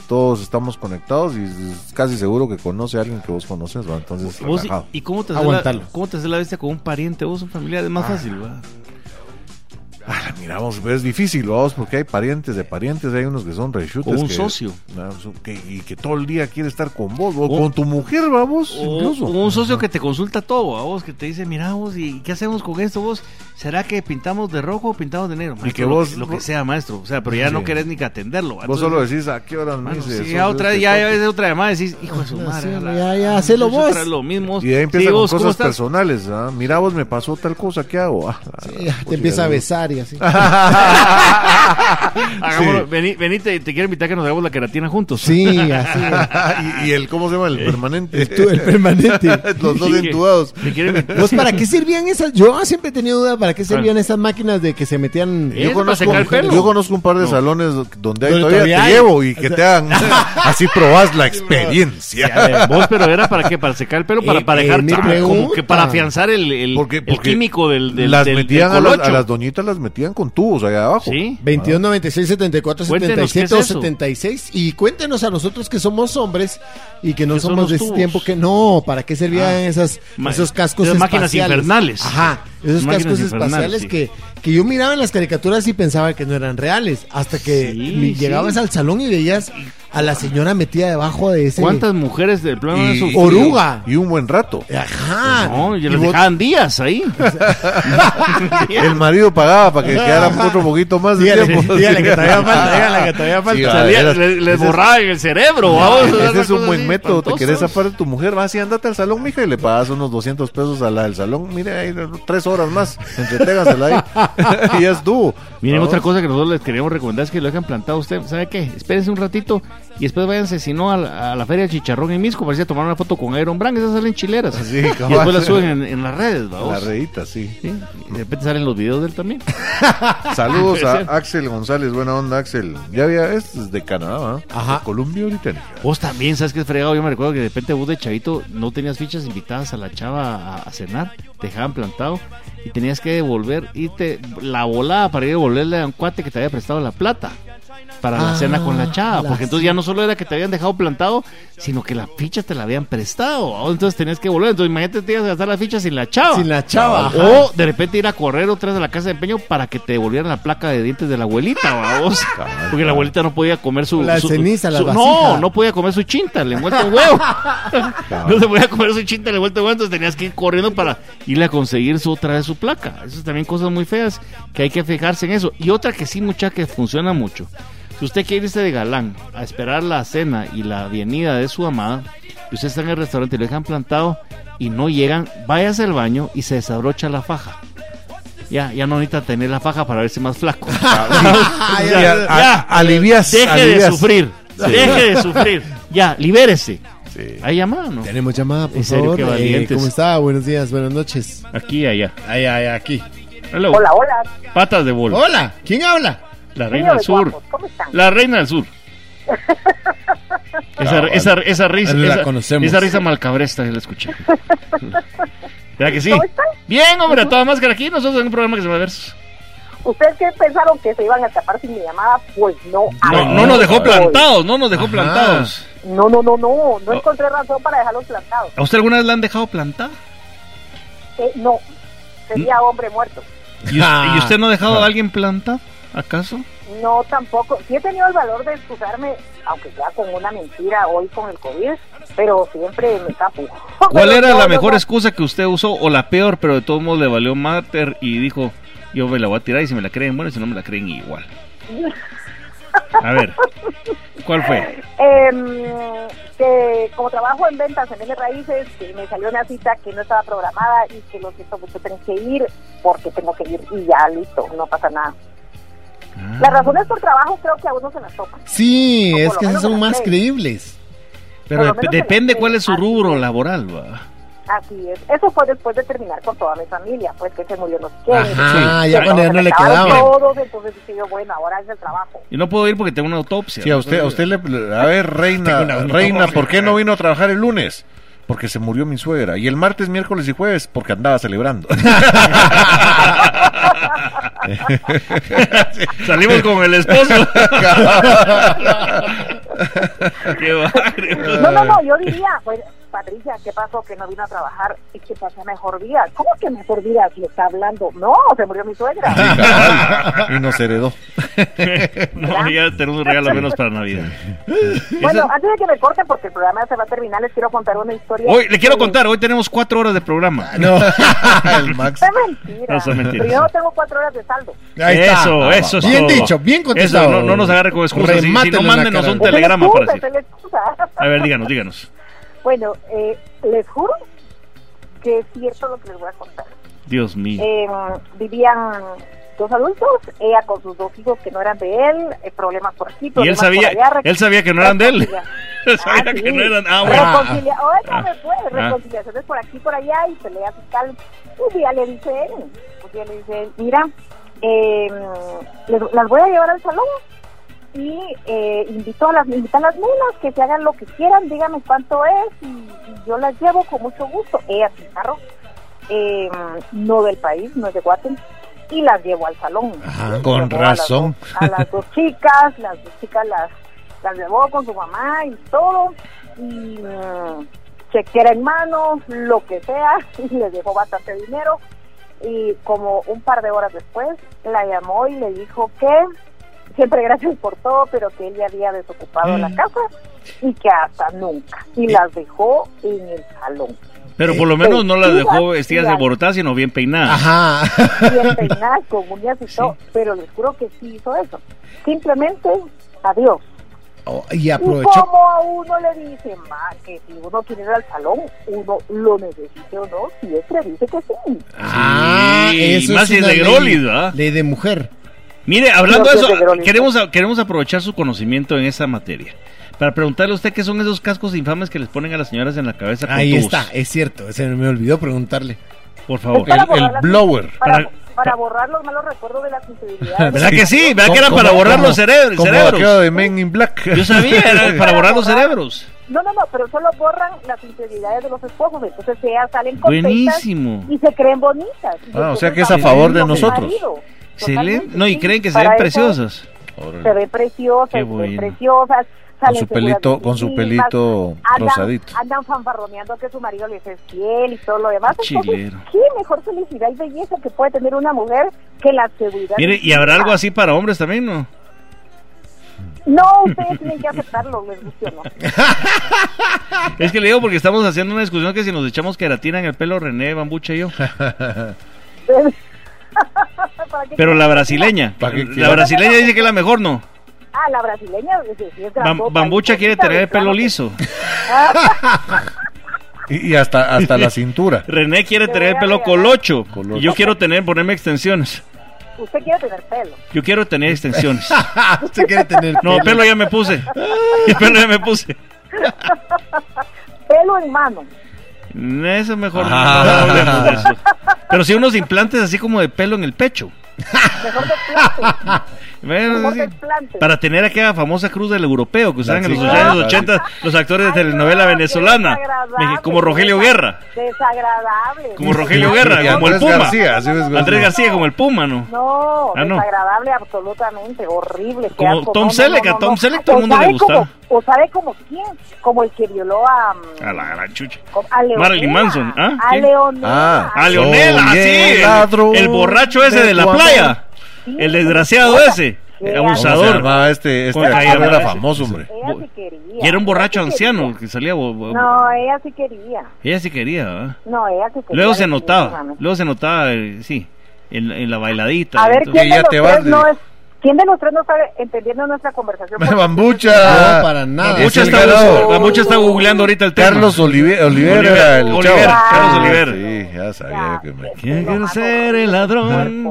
Speaker 3: Todos estamos conectados y es casi seguro que conoce a alguien que vos conoces, ¿va? entonces
Speaker 2: vos-
Speaker 3: relajado.
Speaker 2: ¿Y cómo te, haces
Speaker 4: Aguantalo.
Speaker 2: la, cómo te haces la bestia con un pariente? Vos, un familiar, es más fácil. ¿va?
Speaker 3: Ah, mira, vamos, pero es difícil, vamos, porque hay parientes de parientes, hay unos que son reshutes.
Speaker 2: O un
Speaker 3: que-
Speaker 2: socio.
Speaker 3: Ah, su- que- y que todo el día quiere estar con vos, o
Speaker 2: O-
Speaker 3: con tu mujer, vamos,
Speaker 2: O,
Speaker 3: incluso.
Speaker 2: o un socio que te consulta todo, a vos que te dice, mira vos, ¿y qué hacemos con esto vos? ¿Será que pintamos de rojo o pintamos de negro? Maestro,
Speaker 3: que
Speaker 2: lo
Speaker 3: vos-
Speaker 2: lo que sea, maestro. O sea, pero ya no
Speaker 3: Sí.
Speaker 2: querés ni que atenderlo.
Speaker 3: Vos solo decís a qué horas me
Speaker 2: Mano,
Speaker 3: dices,
Speaker 2: sí,
Speaker 3: sos
Speaker 2: ya otra
Speaker 3: este
Speaker 2: vez, ya, ya
Speaker 3: tóxico.
Speaker 2: ves otra vez más decís, hijo de su
Speaker 4: Sí,
Speaker 2: madre.
Speaker 4: ya,
Speaker 2: la-
Speaker 4: ya, ya, hacelo
Speaker 2: otra
Speaker 4: vos.
Speaker 2: vez Lo mismo.
Speaker 3: Y ahí
Speaker 2: Sí,
Speaker 3: empiezan con
Speaker 2: vos, ¿cómo
Speaker 3: cosas
Speaker 2: estás?
Speaker 3: personales. ¿ah? Mira, vos me pasó tal cosa, ¿qué hago? Ah, la-
Speaker 4: Sí,
Speaker 3: la
Speaker 4: ya te empieza a
Speaker 3: pucha,
Speaker 4: besar y así.
Speaker 3: Ah,
Speaker 2: Hagámoslo,
Speaker 3: Sí.
Speaker 2: vení, vení, te, te quiero invitar que nos hagamos la queratina juntos.
Speaker 4: Sí, así.
Speaker 3: y, y el, ¿cómo se llama?
Speaker 2: Eh,
Speaker 3: El permanente.
Speaker 4: El, tu- el permanente.
Speaker 3: Los dos
Speaker 2: Sí.
Speaker 3: entubados.
Speaker 2: Te quiero invitar.
Speaker 4: ¿Vos para qué servían esas? Yo siempre he tenido duda para qué servían esas máquinas de que se metían.
Speaker 2: Eh,
Speaker 3: Yo
Speaker 2: para
Speaker 3: conozco,
Speaker 2: secar el pelo.
Speaker 3: yo conozco un par de salones donde hay todavía,
Speaker 4: Donde todavía
Speaker 3: te
Speaker 4: hay.
Speaker 3: llevo y que te hagan así probás la experiencia.
Speaker 2: A ver, vos, pero era para qué? Para secar el pelo, para,
Speaker 4: Eh,
Speaker 2: para
Speaker 4: eh,
Speaker 2: dejar
Speaker 4: mi
Speaker 2: como
Speaker 4: pregunta.
Speaker 2: que para afianzar el, el,
Speaker 3: Porque-
Speaker 2: el
Speaker 3: porque
Speaker 2: químico del, del,
Speaker 3: las
Speaker 2: del- del
Speaker 3: metían a las, a
Speaker 2: colocho.
Speaker 3: las doñitas las metían con tubos allá abajo.
Speaker 2: Sí.
Speaker 4: 22, 96, 74,
Speaker 2: Cuéntenos, ¿qué es
Speaker 4: 77 o
Speaker 2: eso?
Speaker 4: 76. Y cuéntenos a nosotros que somos hombres y que no
Speaker 2: ¿Qué son
Speaker 4: somos
Speaker 2: los
Speaker 4: de ese
Speaker 2: tubos?
Speaker 4: tiempo que no. ¿Para qué servían
Speaker 2: Ah.
Speaker 4: esas,
Speaker 2: Ma-
Speaker 4: esos cascos
Speaker 2: esas máquinas
Speaker 4: espaciales?
Speaker 2: infernales.
Speaker 4: Ajá, esos
Speaker 2: Máquinas
Speaker 4: cascos
Speaker 2: infernales,
Speaker 4: espaciales
Speaker 2: sí.
Speaker 4: que, que yo miraba en las caricaturas y pensaba que no eran reales. Hasta que
Speaker 2: Sí,
Speaker 4: li-
Speaker 2: sí.
Speaker 4: llegabas al salón y veías a la señora metida debajo de ese.
Speaker 2: ¿Cuántas mujeres del plano han
Speaker 3: Y-
Speaker 2: sufrido?
Speaker 4: oruga.
Speaker 3: Y un buen rato.
Speaker 4: Ajá.
Speaker 2: No, yo
Speaker 4: Y
Speaker 2: les
Speaker 4: vos-
Speaker 2: dejaban días ahí.
Speaker 3: El marido pagaba para que quedaran otro poquito más de
Speaker 4: Dígale,
Speaker 3: tiempo.
Speaker 4: dígale que todavía falta, dígale que todavía falta.
Speaker 3: Sí,
Speaker 2: O sea, días-
Speaker 3: eras-
Speaker 2: le- les
Speaker 3: ese-
Speaker 2: borraban el cerebro. vamos, o sea,
Speaker 3: Ese
Speaker 2: una
Speaker 3: es un
Speaker 2: cosa
Speaker 3: buen
Speaker 2: así
Speaker 3: método. Te querés
Speaker 2: espantosa.
Speaker 3: zafar de tu mujer. Vas y andate al salón, mija, y le pagas unos 200 pesos a la del salón. Mire, ahí tres horas más. Entretégasela ahí. ya estuvo.
Speaker 2: Miren,
Speaker 3: Vamos.
Speaker 2: otra cosa que nosotros les queremos recomendar es que lo dejan plantado a usted. ¿Sabe qué? Espérense un ratito y después váyanse, si no, a la, a la Feria del Chicharrón en Misco. Parece tomar una foto con Iron Brand, esas salen chileras.
Speaker 3: Sí,
Speaker 2: y
Speaker 3: cabal.
Speaker 2: después las suben en, en las redes, vamos.
Speaker 3: La redita, sí.
Speaker 2: Sí, y de repente salen los videos de él también.
Speaker 3: Saludos
Speaker 2: Puede
Speaker 3: a
Speaker 2: ser.
Speaker 3: Axel González, buena onda Axel. Ya había, este es de Canadá, ¿verdad?
Speaker 4: Ajá.
Speaker 3: De Colombia Británica.
Speaker 2: Vos también, ¿sabes qué es fregado? Yo me recuerdo que de repente vos de chavito no tenías fichas invitadas a la chava a, a cenar, te dejaban plantado y tenías que devolver, irte la volada para ir a devolverle a un cuate que te había prestado la plata para la
Speaker 4: Ah,
Speaker 2: cena con la chava,
Speaker 4: la
Speaker 2: porque entonces ya no solo era que te habían dejado plantado, sino que la ficha te la habían prestado, ¿va? entonces tenías que volver, entonces imagínate te ibas a gastar la ficha sin la chava.
Speaker 4: Sin la chava, ajá.
Speaker 2: O de repente ir a correr otra vez a la casa de empeño para que te devolvieran la placa de dientes de la abuelita, ¿va? vos? Porque la abuelita no podía comer su...
Speaker 4: La
Speaker 2: su-
Speaker 4: ceniza, la
Speaker 2: su- No,
Speaker 4: vasija.
Speaker 2: no podía comer su chinta, le envuelto en huevo. no se podía comer su chinta, le envuelto en huevo, entonces tenías que ir corriendo para irle a conseguir su, otra vez su placa. Eso es también cosas muy feas que hay que fijarse en eso. Y otra que sí, mucha que funciona mucho. Si usted quiere irse de galán a esperar la cena y la venida de su amada, y usted está en el restaurante y lo dejan plantado y no llegan, váyase al baño y se desabrocha la faja. Ya, ya no necesita tener la faja para verse más flaco.
Speaker 3: Ah,
Speaker 4: Ay,
Speaker 2: Ya,
Speaker 4: ay, ay.
Speaker 2: ya.
Speaker 3: alivias.
Speaker 2: Deje de
Speaker 3: alivias.
Speaker 2: sufrir.
Speaker 3: Sí.
Speaker 2: Deje de sufrir. Ya, libérese.
Speaker 3: Sí.
Speaker 2: Ahí llamada, ¿no?
Speaker 4: Tenemos llamada, por
Speaker 2: En serio,
Speaker 4: favor.
Speaker 2: qué
Speaker 4: Eh,
Speaker 2: valientes.
Speaker 4: ¿Cómo está? Buenos días, buenas noches.
Speaker 7: Aquí y allá.
Speaker 4: Ay, ay, aquí.
Speaker 7: Hello.
Speaker 10: Hola, hola.
Speaker 7: Patas de bolo.
Speaker 4: Hola, ¿quién habla?
Speaker 7: La reina
Speaker 10: Niño
Speaker 7: del
Speaker 10: de
Speaker 7: sur.
Speaker 10: guapos, ¿Cómo están?
Speaker 7: La reina del sur. Esa,
Speaker 3: Cabal.
Speaker 7: esa, esa risa.
Speaker 4: La
Speaker 7: esa,
Speaker 4: conocemos.
Speaker 7: Esa risa malcabresta, yo la escuché. ¿Verdad que sí?
Speaker 10: ¿Cómo están?
Speaker 7: Bien, hombre, a toda máscara aquí. Nosotros en un programa que se va a ver.
Speaker 10: ¿Ustedes qué pensaron que se iban a tapar sin mi llamada? Pues no. a
Speaker 7: No,
Speaker 10: ver,
Speaker 7: no nos dejó
Speaker 10: hoy.
Speaker 7: plantados, no nos dejó
Speaker 4: Ajá.
Speaker 7: plantados.
Speaker 10: No, no, no, no. No encontré razón para dejarlos plantados.
Speaker 7: ¿A usted alguna vez la han dejado plantada?
Speaker 10: Eh, no. Sería
Speaker 7: Mm.
Speaker 10: hombre muerto.
Speaker 7: ¿Y, y usted no ha dejado a alguien plantado? ¿Acaso?
Speaker 10: No, tampoco. Sí he tenido el valor de excusarme, aunque sea con una mentira hoy con el COVID, pero siempre me tapo.
Speaker 7: ¿Cuál
Speaker 10: Pero
Speaker 7: era
Speaker 10: no,
Speaker 7: la
Speaker 10: no,
Speaker 7: mejor
Speaker 10: no.
Speaker 7: excusa que usted usó o la peor, pero de todos modos le valió mater y dijo, yo me la voy a tirar y si me la creen, bueno, y si no me la creen, igual. A ver, ¿cuál fue?
Speaker 10: Em, que como trabajo en ventas en N Raíces, que me salió una cita que no estaba programada y que lo siento mucho, tengo que ir porque tengo que ir y ya, listo, no pasa nada.
Speaker 4: Ah.
Speaker 10: Las razones por trabajo creo que a uno se las toca.
Speaker 4: Sí,
Speaker 10: O por
Speaker 4: es
Speaker 10: lo
Speaker 4: que esas
Speaker 10: menos
Speaker 4: son
Speaker 10: las
Speaker 4: más
Speaker 10: tres.
Speaker 4: creíbles.
Speaker 10: por
Speaker 7: Pero
Speaker 10: lo
Speaker 7: dep-
Speaker 10: menos me la
Speaker 7: depende
Speaker 10: creen.
Speaker 7: cuál es su
Speaker 10: Así
Speaker 7: rubro
Speaker 10: es.
Speaker 7: laboral, va.
Speaker 10: Así es. Eso fue después de terminar con toda mi familia, pues que se murió no sé quién.
Speaker 4: Ajá,
Speaker 10: que
Speaker 4: ya cuando ya
Speaker 10: se
Speaker 4: no
Speaker 10: me
Speaker 4: le
Speaker 10: acabaron
Speaker 4: quedaban.
Speaker 10: Todos, entonces dije yo, bueno, ahora es el trabajo.
Speaker 7: Y no puedo ir porque tengo una autopsia.
Speaker 3: Sí, a usted, a usted le. A ver, reina,
Speaker 4: Tengo una-
Speaker 3: reina, ¿por qué no vino a trabajar el lunes? Porque se murió mi suegra. Y el martes, miércoles y jueves, porque andaba celebrando.
Speaker 7: Salimos con el esposo. Qué bárbaro.
Speaker 10: No, no, no, yo diría, pues, Patricia, ¿qué pasó que no vino a trabajar? y que pasó mejor día. ¿Cómo que mejor día si está hablando? No, se murió mi suegra.
Speaker 3: y nos heredó.
Speaker 7: No, ya tenemos un regalo menos para Navidad.
Speaker 10: Bueno, antes de que me corte, porque el programa se va a terminar, les quiero contar una historia.
Speaker 7: Hoy, le quiero contar, hoy tenemos cuatro horas de programa.
Speaker 4: Ah, No, el Max.
Speaker 10: Es mentira.
Speaker 7: No, son mentiras.
Speaker 10: Yo tengo cuatro horas de saldo.
Speaker 4: Ahí está.
Speaker 7: Eso,
Speaker 4: Ah, va,
Speaker 7: eso es
Speaker 4: Bien
Speaker 7: todo.
Speaker 4: dicho, bien contestado.
Speaker 7: Eso, no, no nos agarre con excusas. Si, si
Speaker 4: Remátelo
Speaker 7: no,
Speaker 4: en la
Speaker 7: mándenos
Speaker 4: cara.
Speaker 7: un
Speaker 10: Se le
Speaker 7: telegrama para
Speaker 10: excusa,
Speaker 7: decir.
Speaker 10: se le excusa.
Speaker 7: A ver, díganos, díganos.
Speaker 10: Bueno, eh, les juro que es cierto lo que les voy a contar.
Speaker 7: Dios mío.
Speaker 10: Eh, vivían dos adultos, ella con sus dos hijos que no eran de él, eh, problemas por aquí,
Speaker 7: Y él
Speaker 10: problemas
Speaker 7: sabía,
Speaker 10: por allá.
Speaker 7: él sabía que no eran de él.
Speaker 10: Reconcilia-
Speaker 7: Él sabía
Speaker 10: sí.
Speaker 7: que no eran. Ah, bueno.
Speaker 10: Reconcilia- Óigame,
Speaker 7: Ah.
Speaker 10: pues,
Speaker 7: Ah.
Speaker 10: reconciliaciones por aquí, por allá y pelea fiscal. Un día le dice él, un día le dice él, mira, eh, les- las voy a llevar al salón y eh, invito a las, invito a las nenas que se hagan lo que quieran, díganme cuánto es y, y yo las llevo con mucho gusto. Ella sin carro, eh, no del país, no es de Guatemala. Y las llevo al salón.
Speaker 4: Ajá,
Speaker 10: Y
Speaker 4: con
Speaker 10: llevó a las
Speaker 4: razón.
Speaker 10: dos- A las, dos chicas, las dos chicas las, las llevó con su mamá y todo. Y mm, chequera en mano, lo que sea, y les dejó bastante dinero. Y como un par de horas después, la llamó y le dijo que siempre gracias por todo, pero que él ya había desocupado
Speaker 7: Mm.
Speaker 10: la casa y que hasta nunca. Y
Speaker 7: Eh.
Speaker 10: las dejó en el salón.
Speaker 7: Pero por lo menos no las dejó vestidas
Speaker 10: Sí.
Speaker 7: de borotá, sino bien peinadas.
Speaker 4: Ajá.
Speaker 10: bien peinar con uñas y todo, pero les juro que sí hizo eso. Simplemente, adiós.
Speaker 4: Oh, y
Speaker 10: Y
Speaker 4: aprovechó.
Speaker 10: como a uno le dicen, ma, que si uno quiere ir al salón, uno lo necesite o no, siempre dice que sí.
Speaker 4: Ah,
Speaker 7: Sí,
Speaker 4: eso
Speaker 7: más
Speaker 4: es
Speaker 7: si es
Speaker 4: una
Speaker 7: de
Speaker 4: ley-
Speaker 7: Grolis, ¿verdad?
Speaker 4: Ley de mujer.
Speaker 7: Mire, hablando
Speaker 10: Creo que
Speaker 7: de
Speaker 10: es de
Speaker 7: eso,
Speaker 10: Verónica.
Speaker 7: queremos, queremos aprovechar su conocimiento en esa materia. Para preguntarle a usted qué son esos cascos infames que les ponen a las señoras en la cabeza con
Speaker 4: Ahí
Speaker 7: tubos.
Speaker 4: está, es cierto. Se me olvidó preguntarle.
Speaker 7: Por favor.
Speaker 10: Para borrar
Speaker 3: el
Speaker 10: las-
Speaker 3: blower.
Speaker 10: Para,
Speaker 7: Para-
Speaker 10: para borrar los malos recuerdos de las infidelidades.
Speaker 7: ¿Verdad que sí? ¿Verdad
Speaker 3: Como-
Speaker 7: que era para
Speaker 3: como-
Speaker 7: borrar los
Speaker 3: como-
Speaker 7: cerebros?
Speaker 3: Como
Speaker 7: cerebros?
Speaker 3: aquello de Men in Black.
Speaker 7: Yo sabía, era para borrar los cerebros.
Speaker 10: No, no, no, pero solo borran las infidelidades de los esposos, entonces ellas salen contentas
Speaker 7: Buenísimo.
Speaker 10: y se creen bonitas. Y
Speaker 3: Ah, o
Speaker 10: entonces
Speaker 3: sea que es a
Speaker 10: van
Speaker 3: favor de
Speaker 10: con el
Speaker 3: nosotros.
Speaker 10: marido.
Speaker 7: Excelente.
Speaker 10: Totalmente,
Speaker 7: No, y
Speaker 10: sí.
Speaker 7: creen que se
Speaker 10: Para
Speaker 7: ven
Speaker 10: eso
Speaker 7: preciosas.
Speaker 10: Se ven preciosas,
Speaker 7: Qué
Speaker 10: se ven
Speaker 7: bueno.
Speaker 10: preciosas.
Speaker 3: Con
Speaker 10: salen
Speaker 3: su
Speaker 10: seguras
Speaker 3: pelito,
Speaker 10: de
Speaker 3: con su
Speaker 10: sí
Speaker 3: pelito
Speaker 10: mismas, andan-
Speaker 3: rosadito.
Speaker 10: Andan fanfarroneando que su marido les es fiel y todo lo demás. Entonces,
Speaker 7: Chilero.
Speaker 10: ¿Qué mejor felicidad y belleza que puede tener una mujer que la seguridad?
Speaker 7: Mire,
Speaker 10: de sí
Speaker 7: y habrá algo
Speaker 10: misma?
Speaker 7: así para hombres también, ¿no?
Speaker 10: No, ustedes tienen que aceptarlo, les guste o no.
Speaker 7: Es que le digo porque estamos haciendo una discusión que si nos echamos queratina en el pelo, René, Bambucha y yo.
Speaker 10: ¿Para qué
Speaker 7: Pero
Speaker 10: quieren
Speaker 7: la
Speaker 10: que-
Speaker 7: brasileña.
Speaker 3: ¿Para qué
Speaker 7: La
Speaker 3: quiere?
Speaker 7: brasileña dice que es la mejor, ¿no?
Speaker 10: Ah, la brasileña, es decir, es
Speaker 7: Bam-
Speaker 10: grandota,
Speaker 7: Bambucha
Speaker 10: es
Speaker 7: quiere
Speaker 10: bonita,
Speaker 7: tener el
Speaker 10: pues, claro
Speaker 7: pelo
Speaker 10: que-
Speaker 7: liso.
Speaker 3: Y, y hasta, hasta la cintura.
Speaker 7: René quiere
Speaker 10: Le
Speaker 7: tener el
Speaker 10: voy a
Speaker 7: pelo
Speaker 10: regalar.
Speaker 7: colocho.
Speaker 3: Colocho.
Speaker 7: Y yo quiero tener, ponerme extensiones.
Speaker 10: Usted quiere tener pelo.
Speaker 7: Yo quiero tener extensiones.
Speaker 4: Ah, Usted quiere tener.
Speaker 7: No, pelo ya me puse. El pelo ya me puse.
Speaker 10: Pelo en mano.
Speaker 7: Eso mejor.
Speaker 3: Ah.
Speaker 7: No hablemos de eso. Pero si unos implantes así como de pelo en el pecho.
Speaker 10: Mejor desplante.
Speaker 7: Bueno,
Speaker 10: Mejor
Speaker 7: sí.
Speaker 10: desplante.
Speaker 7: Para tener aquella famosa cruz del europeo que usaban
Speaker 3: La-
Speaker 7: en
Speaker 3: Ah,
Speaker 7: los
Speaker 3: sí,
Speaker 7: años
Speaker 3: claro.
Speaker 7: 80 los actores de
Speaker 10: Ay, no,
Speaker 7: telenovela
Speaker 10: qué
Speaker 7: venezolana.
Speaker 10: desagradable,
Speaker 7: Como Rogelio
Speaker 10: desa-
Speaker 7: Guerra.
Speaker 10: Desagradable.
Speaker 7: Como Rogelio
Speaker 3: Y
Speaker 7: Guerra, como el
Speaker 3: Andrés
Speaker 7: Puma.
Speaker 3: García, así es,
Speaker 7: Andrés García, como el Puma, ¿no?
Speaker 10: No,
Speaker 7: Ah, no.
Speaker 10: desagradable absolutamente, horrible. qué
Speaker 7: Como
Speaker 10: asco,
Speaker 7: Tom
Speaker 10: no, no,
Speaker 7: Selleck,
Speaker 10: no, no,
Speaker 7: a Tom
Speaker 10: no.
Speaker 7: Selleck todo el
Speaker 10: ¿O
Speaker 7: mundo le
Speaker 10: sabe como-
Speaker 7: gustaba.
Speaker 10: ¿O sabe como quién? Como el que violó a... mm,
Speaker 7: A la gran chucha.
Speaker 10: como- a Leonela.
Speaker 7: Marilyn Manson, ¿ah?
Speaker 10: A
Speaker 7: ¿Quién?
Speaker 10: Leonela.
Speaker 3: Ah,
Speaker 7: A Leonela,
Speaker 3: Soy el
Speaker 7: sí. El,
Speaker 3: ladrón
Speaker 7: el borracho ese
Speaker 3: de
Speaker 7: de la
Speaker 3: tu amor.
Speaker 7: playa.
Speaker 10: Sí,
Speaker 7: El desgraciado
Speaker 10: ella-
Speaker 7: ese.
Speaker 10: Sí,
Speaker 7: el
Speaker 3: ¿Cómo se
Speaker 7: abusador.
Speaker 3: llamaba este, este
Speaker 7: ¿Cómo se
Speaker 3: actor?
Speaker 7: llamaba
Speaker 3: Era
Speaker 7: ese?
Speaker 3: famoso, hombre.
Speaker 10: Ella sí quería.
Speaker 7: Y era un
Speaker 10: ella
Speaker 7: borracho
Speaker 10: sí
Speaker 7: anciano
Speaker 10: quería.
Speaker 7: que salía. bo- bo-
Speaker 10: No, ella sí quería.
Speaker 7: Ella sí quería, ¿verdad?
Speaker 10: No, ella sí quería.
Speaker 7: Luego se notaba.
Speaker 10: definitivamente.
Speaker 7: Luego se notaba, eh, sí. En, en la bailadita.
Speaker 10: A ver,
Speaker 7: entonces-
Speaker 10: ¿quién
Speaker 3: ya
Speaker 10: de, los
Speaker 3: te
Speaker 10: tres
Speaker 3: vas de-
Speaker 10: no es, ¿quién de los tres no está entendiendo nuestra conversación? Porque-
Speaker 3: Bambucha.
Speaker 4: No, para nada.
Speaker 7: Bambucha
Speaker 3: Es el
Speaker 7: está,
Speaker 3: ganador.
Speaker 7: Bambucha está googleando ahorita el tema.
Speaker 3: Carlos Olive- Olivera.
Speaker 7: Olivera,
Speaker 3: era el chavo.
Speaker 7: Olivera,
Speaker 10: Carlos
Speaker 3: Ah,
Speaker 7: Olivera.
Speaker 3: Sí, ya sabía que me...
Speaker 7: Quiero ser el ladrón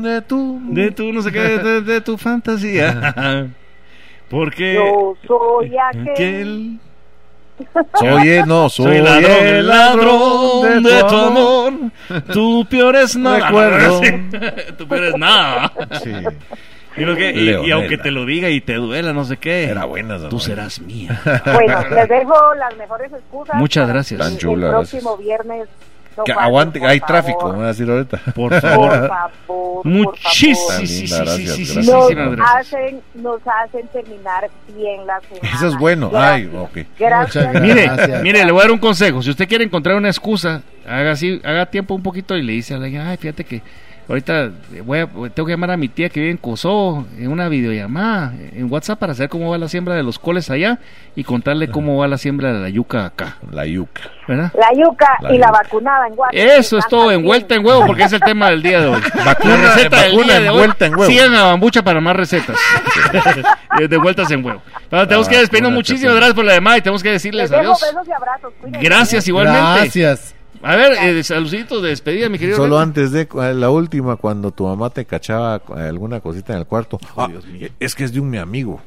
Speaker 3: Mm, De tú.
Speaker 7: de tu, no sé qué, de, de tu fantasía. Porque.
Speaker 10: Yo soy
Speaker 7: Eh,
Speaker 10: aquel.
Speaker 7: aquel-
Speaker 3: Soy el, no, soy,
Speaker 7: Soy el ladrón, el ladrón de tu amor. Tu peor es nada.
Speaker 3: Recuerdo.
Speaker 7: Sí, tu peor es nada.
Speaker 3: Sí.
Speaker 7: Y, lo que- y- y
Speaker 3: Leonela.
Speaker 7: aunque te lo diga y te duela, no sé qué,
Speaker 3: Era buena esa
Speaker 7: tú
Speaker 3: novela.
Speaker 7: serás mía.
Speaker 10: Bueno, les dejo las mejores excusas.
Speaker 7: Muchas
Speaker 10: para
Speaker 7: gracias.
Speaker 10: que
Speaker 3: Tan chula,
Speaker 10: el
Speaker 3: gracias.
Speaker 10: próximo viernes. no
Speaker 3: Que
Speaker 10: falten,
Speaker 3: aguante,
Speaker 10: por
Speaker 3: hay
Speaker 10: favor.
Speaker 3: tráfico, me voy a decir ahorita.
Speaker 7: Por
Speaker 10: Por
Speaker 7: favor.
Speaker 10: favor.
Speaker 3: Tan linda, gracias,
Speaker 7: Muchísimas
Speaker 3: gracias.
Speaker 10: Nos
Speaker 7: gracias.
Speaker 10: hacen, nos hacen terminar bien la semana.
Speaker 3: Eso es bueno.
Speaker 10: Gracias.
Speaker 3: Ay, ok.
Speaker 10: Gracias.
Speaker 4: Muchas gracias.
Speaker 7: Mire, mire, le voy a dar un consejo. Si usted quiere encontrar una excusa, haga así, haga tiempo un poquito y le dice a la ay, fíjate que ahorita voy a- tengo que llamar a mi tía que vive en Kosovo en una videollamada en WhatsApp para saber cómo va la siembra de los coles allá y contarle cómo va la siembra de la yuca acá,
Speaker 3: La yuca.
Speaker 7: ¿verdad?
Speaker 10: La yuca
Speaker 3: La
Speaker 10: y la
Speaker 3: yuca.
Speaker 10: vacunada en Guatemala.
Speaker 7: Eso es todo, envuelta en huevo, porque es el tema del día de hoy.
Speaker 3: Vacuna-
Speaker 7: La receta del
Speaker 3: vacuna
Speaker 7: día de hoy.
Speaker 3: envuelta en huevo.
Speaker 7: Sigan a Bambucha para más recetas. Eh, de vueltas en huevo. Bueno, tenemos que despedirnos.
Speaker 3: vacuna
Speaker 7: Muchísimas
Speaker 3: te-
Speaker 7: gracias por la llamada y tenemos que
Speaker 10: Les
Speaker 7: decirles
Speaker 10: dejo
Speaker 7: adiós.
Speaker 10: besos y abrazos. Cuídense.
Speaker 7: Gracias igualmente.
Speaker 4: Gracias.
Speaker 7: A ver, eh, saluditos de despedida, mi querido.
Speaker 3: Solo
Speaker 7: René.
Speaker 3: antes de eh, la última, cuando tu mamá te cachaba eh, alguna cosita en el cuarto. Ah, es que es de un mi amigo.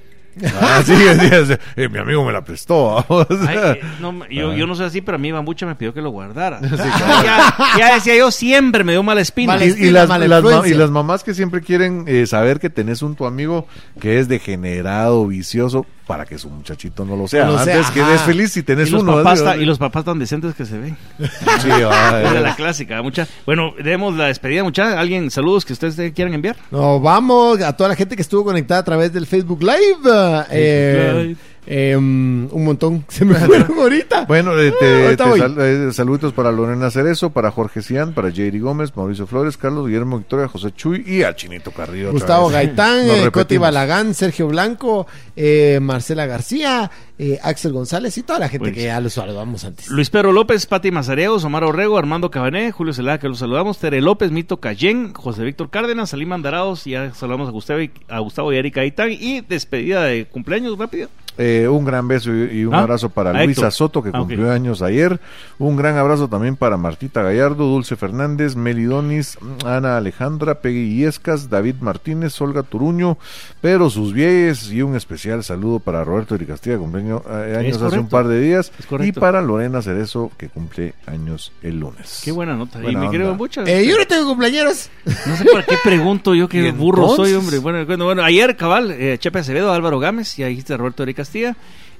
Speaker 3: Ah, sí, sí, sí, eh, mi amigo me la prestó. ah, o sea.
Speaker 2: Ay, eh, no, yo, yo no soy así, pero a mí Bambucha me pidió que lo guardara. ya, ya decía yo, siempre me dio mala espina.
Speaker 4: Mala
Speaker 3: Y- y,
Speaker 4: espina,
Speaker 3: las,
Speaker 4: mala
Speaker 3: las ma-
Speaker 4: influencia.
Speaker 3: y las mamás que siempre quieren eh, saber que tenés un tu amigo que es degenerado, vicioso, para que su muchachito no lo sea.
Speaker 4: No lo sea,
Speaker 3: Antes que
Speaker 4: ajá.
Speaker 3: des feliz si
Speaker 2: Y
Speaker 3: tenés
Speaker 2: los,
Speaker 3: uno.
Speaker 2: papás
Speaker 3: así,
Speaker 2: ta- y los papás tan decentes que se ven.
Speaker 3: Sí, ah,
Speaker 2: Esa es
Speaker 3: eh.
Speaker 2: la clásica. Mucha... Bueno, demos la despedida, mucha. ¿Alguien, saludos que ustedes eh, quieran enviar?
Speaker 4: Nos vamos a toda la gente que estuvo conectada a través del Facebook Live. eh,
Speaker 2: Live.
Speaker 4: eh, un montón. Se me fueron ahorita.
Speaker 3: Bueno, eh, te-
Speaker 4: Ah, ahorita
Speaker 3: te
Speaker 4: voy.
Speaker 3: sal- eh, saluditos para Lorena Cerezo, para Jorge Cian, para Jerry Gómez, Mauricio Flores, Carlos Guillermo Victoria, José Chuy y a Chinito Carrillo. otra
Speaker 4: Gustavo
Speaker 3: vez.
Speaker 4: Gaitán,
Speaker 3: Nos
Speaker 4: eh, Coti
Speaker 3: repetimos.
Speaker 4: Balagán, Sergio Blanco, eh, Marcela García, eh, Axel González y toda la gente
Speaker 2: Pues.
Speaker 4: que ya los saludamos antes.
Speaker 2: Luis Pedro López, Pati Mazariegos, Omar Orrego, Armando Cabané, Julio Celada, que los saludamos, Tere López, Mito Cayén, José Víctor Cárdenas, Salim Andarados, y ya saludamos a Gustavo, y- a Gustavo y Erika Aitán, y despedida de cumpleaños rápido.
Speaker 3: Eh, un gran beso y, y un
Speaker 2: Ah,
Speaker 3: abrazo para
Speaker 2: a
Speaker 3: Luisa
Speaker 2: Héctor.
Speaker 3: Soto, que
Speaker 2: Ah, ok.
Speaker 3: cumplió años ayer. Un gran abrazo también para Martita Gallardo, Dulce Fernández, Melidonis, Ana Alejandra, Peggy Iescas, David Martínez, Olga Turuño, Pedro Susviegues y un especial saludo para Roberto de Castilla, que cumplió eh, años hace un
Speaker 2: correcto.
Speaker 3: par de días.
Speaker 2: Es
Speaker 3: Y
Speaker 2: correcto.
Speaker 3: para Lorena Cerezo, que cumple años el lunes.
Speaker 2: Qué buena nota.
Speaker 3: Buena
Speaker 2: y me
Speaker 3: onda.
Speaker 2: creo muchas.
Speaker 4: Eh, yo no tengo cumpleaños.
Speaker 2: No sé para qué pregunto yo
Speaker 3: ¿Y
Speaker 2: qué burro soy,
Speaker 3: entonces?
Speaker 2: hombre. Bueno, bueno, bueno, ayer cabal, eh, Chepe Acevedo, Álvaro Gámez, ya dijiste a Roberto Ori Castilla.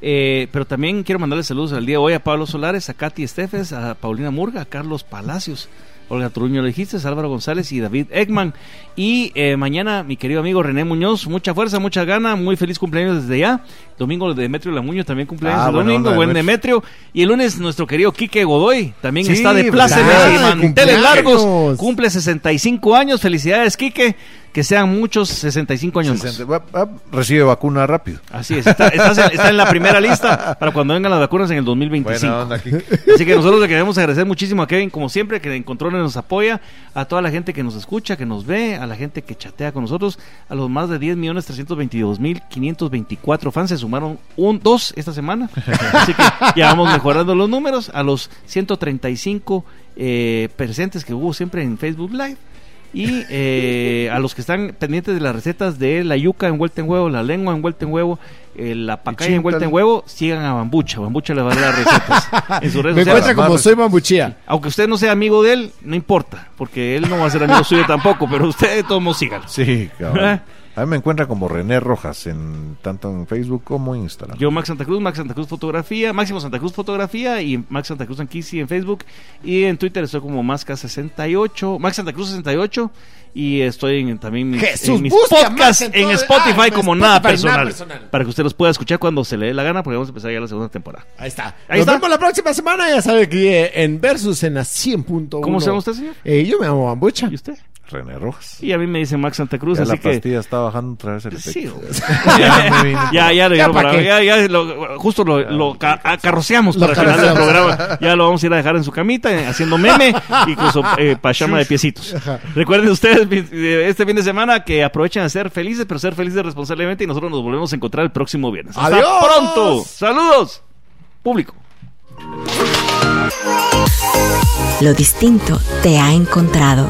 Speaker 2: Eh, pero también quiero mandarle saludos al día de hoy a Pablo Solares, a Katy Estefes, a Paulina Murga, a Carlos Palacios, Olga Truño lo dijiste, a Álvaro González y David Ekman. Y eh, mañana, mi querido amigo René Muñoz, mucha fuerza, mucha gana, muy feliz cumpleaños desde ya. Domingo Demetrio Lamuño también cumpleaños
Speaker 3: Ah,
Speaker 2: el
Speaker 3: buena
Speaker 2: domingo,
Speaker 3: onda,
Speaker 2: buen
Speaker 3: Demetrio.
Speaker 2: Demetrio. Y el lunes nuestro querido Quique Godoy también
Speaker 3: Sí, pues, ah,
Speaker 2: está de
Speaker 3: ¿verdad?
Speaker 2: plácemes y manteles
Speaker 4: Cumpleaños.
Speaker 2: largos. Cumple 65 años. Felicidades, Quique. Que sean muchos 65 años más.
Speaker 3: 60, va- va- recibe vacuna rápido.
Speaker 2: Así es. Está, estás en, está en la primera lista para cuando vengan las vacunas en el 2025. Así que nosotros le queremos agradecer muchísimo a Kevin, como siempre, que en Controles nos apoya, a toda la gente que nos escucha, que nos ve, a la gente que chatea con nosotros, a los más de 10 millones 322 mil 524 fans, se sumaron un, dos esta semana, así que ya vamos mejorando los números, a los 135 eh, presentes que hubo siempre en Facebook Live. Y eh, a los que están pendientes de las recetas de la yuca envuelta en huevo, la lengua envuelta en huevo, eh, la pacaya envuelta en
Speaker 3: chíntale.
Speaker 2: huevo, sigan a Bambucha. Bambucha le va a dar las recetas en sus redes
Speaker 4: Me
Speaker 2: sociales.
Speaker 4: encuentra como
Speaker 3: amarras.
Speaker 4: soy mambuchía.
Speaker 2: Aunque usted no sea amigo de él, no importa, porque él no va a ser amigo suyo tampoco, pero usted de todos modos sígalo.
Speaker 3: Sí, cabrón. A mí me encuentra como René Rojas, en, tanto en Facebook como en Instagram.
Speaker 2: Yo, Max Santa Cruz, Max Santa Cruz Fotografía, Máximo Santa Cruz Fotografía y Max Santa Cruz Anquisi en Facebook. Y en Twitter estoy como Masca68, Max Santa Cruz 68. Y estoy en, también mis,
Speaker 4: Jesús,
Speaker 2: en mis
Speaker 4: busca
Speaker 2: podcasts
Speaker 4: Max en
Speaker 2: en
Speaker 4: todo-
Speaker 2: Spotify
Speaker 4: ah, en
Speaker 2: como nada,
Speaker 4: Spotify,
Speaker 2: personal,
Speaker 4: nada personal.
Speaker 2: Para que usted los pueda escuchar cuando se le dé la gana, porque vamos a empezar ya la segunda temporada.
Speaker 4: Ahí está.
Speaker 2: Ahí
Speaker 4: Nos
Speaker 2: está.
Speaker 4: vemos la próxima semana. Ya sabe que eh, en Versus en la 100.1.
Speaker 2: ¿Cómo se llama usted, señor?
Speaker 4: Eh, yo me llamo Bambucha.
Speaker 2: ¿Y usted?
Speaker 3: René Rojas.
Speaker 2: Y a mí me dice Max Santa Cruz,
Speaker 3: Ya
Speaker 2: así
Speaker 3: la
Speaker 2: que.
Speaker 3: pastilla está bajando otra vez el efecto.
Speaker 2: Sí, güey.
Speaker 3: Ya me vine.
Speaker 2: ya, ya lo
Speaker 4: Ya,
Speaker 2: llevo
Speaker 4: ¿pa'
Speaker 2: para-
Speaker 4: qué?
Speaker 2: ya, ya lo- justo lo, lo ca- a- carroceamos
Speaker 4: Lo
Speaker 2: para el final del
Speaker 4: carroceamos.
Speaker 2: programa. Ya lo vamos a ir a dejar en su camita, eh, haciendo meme y con su eh, pachama de piecitos. Recuerden ustedes eh, este fin de semana que aprovechen a ser felices, pero ser felices responsablemente y nosotros nos volvemos a encontrar el próximo viernes. ¡Hasta
Speaker 4: ¡Adiós!
Speaker 2: pronto! ¡Saludos! Público.
Speaker 1: Lo distinto te ha encontrado.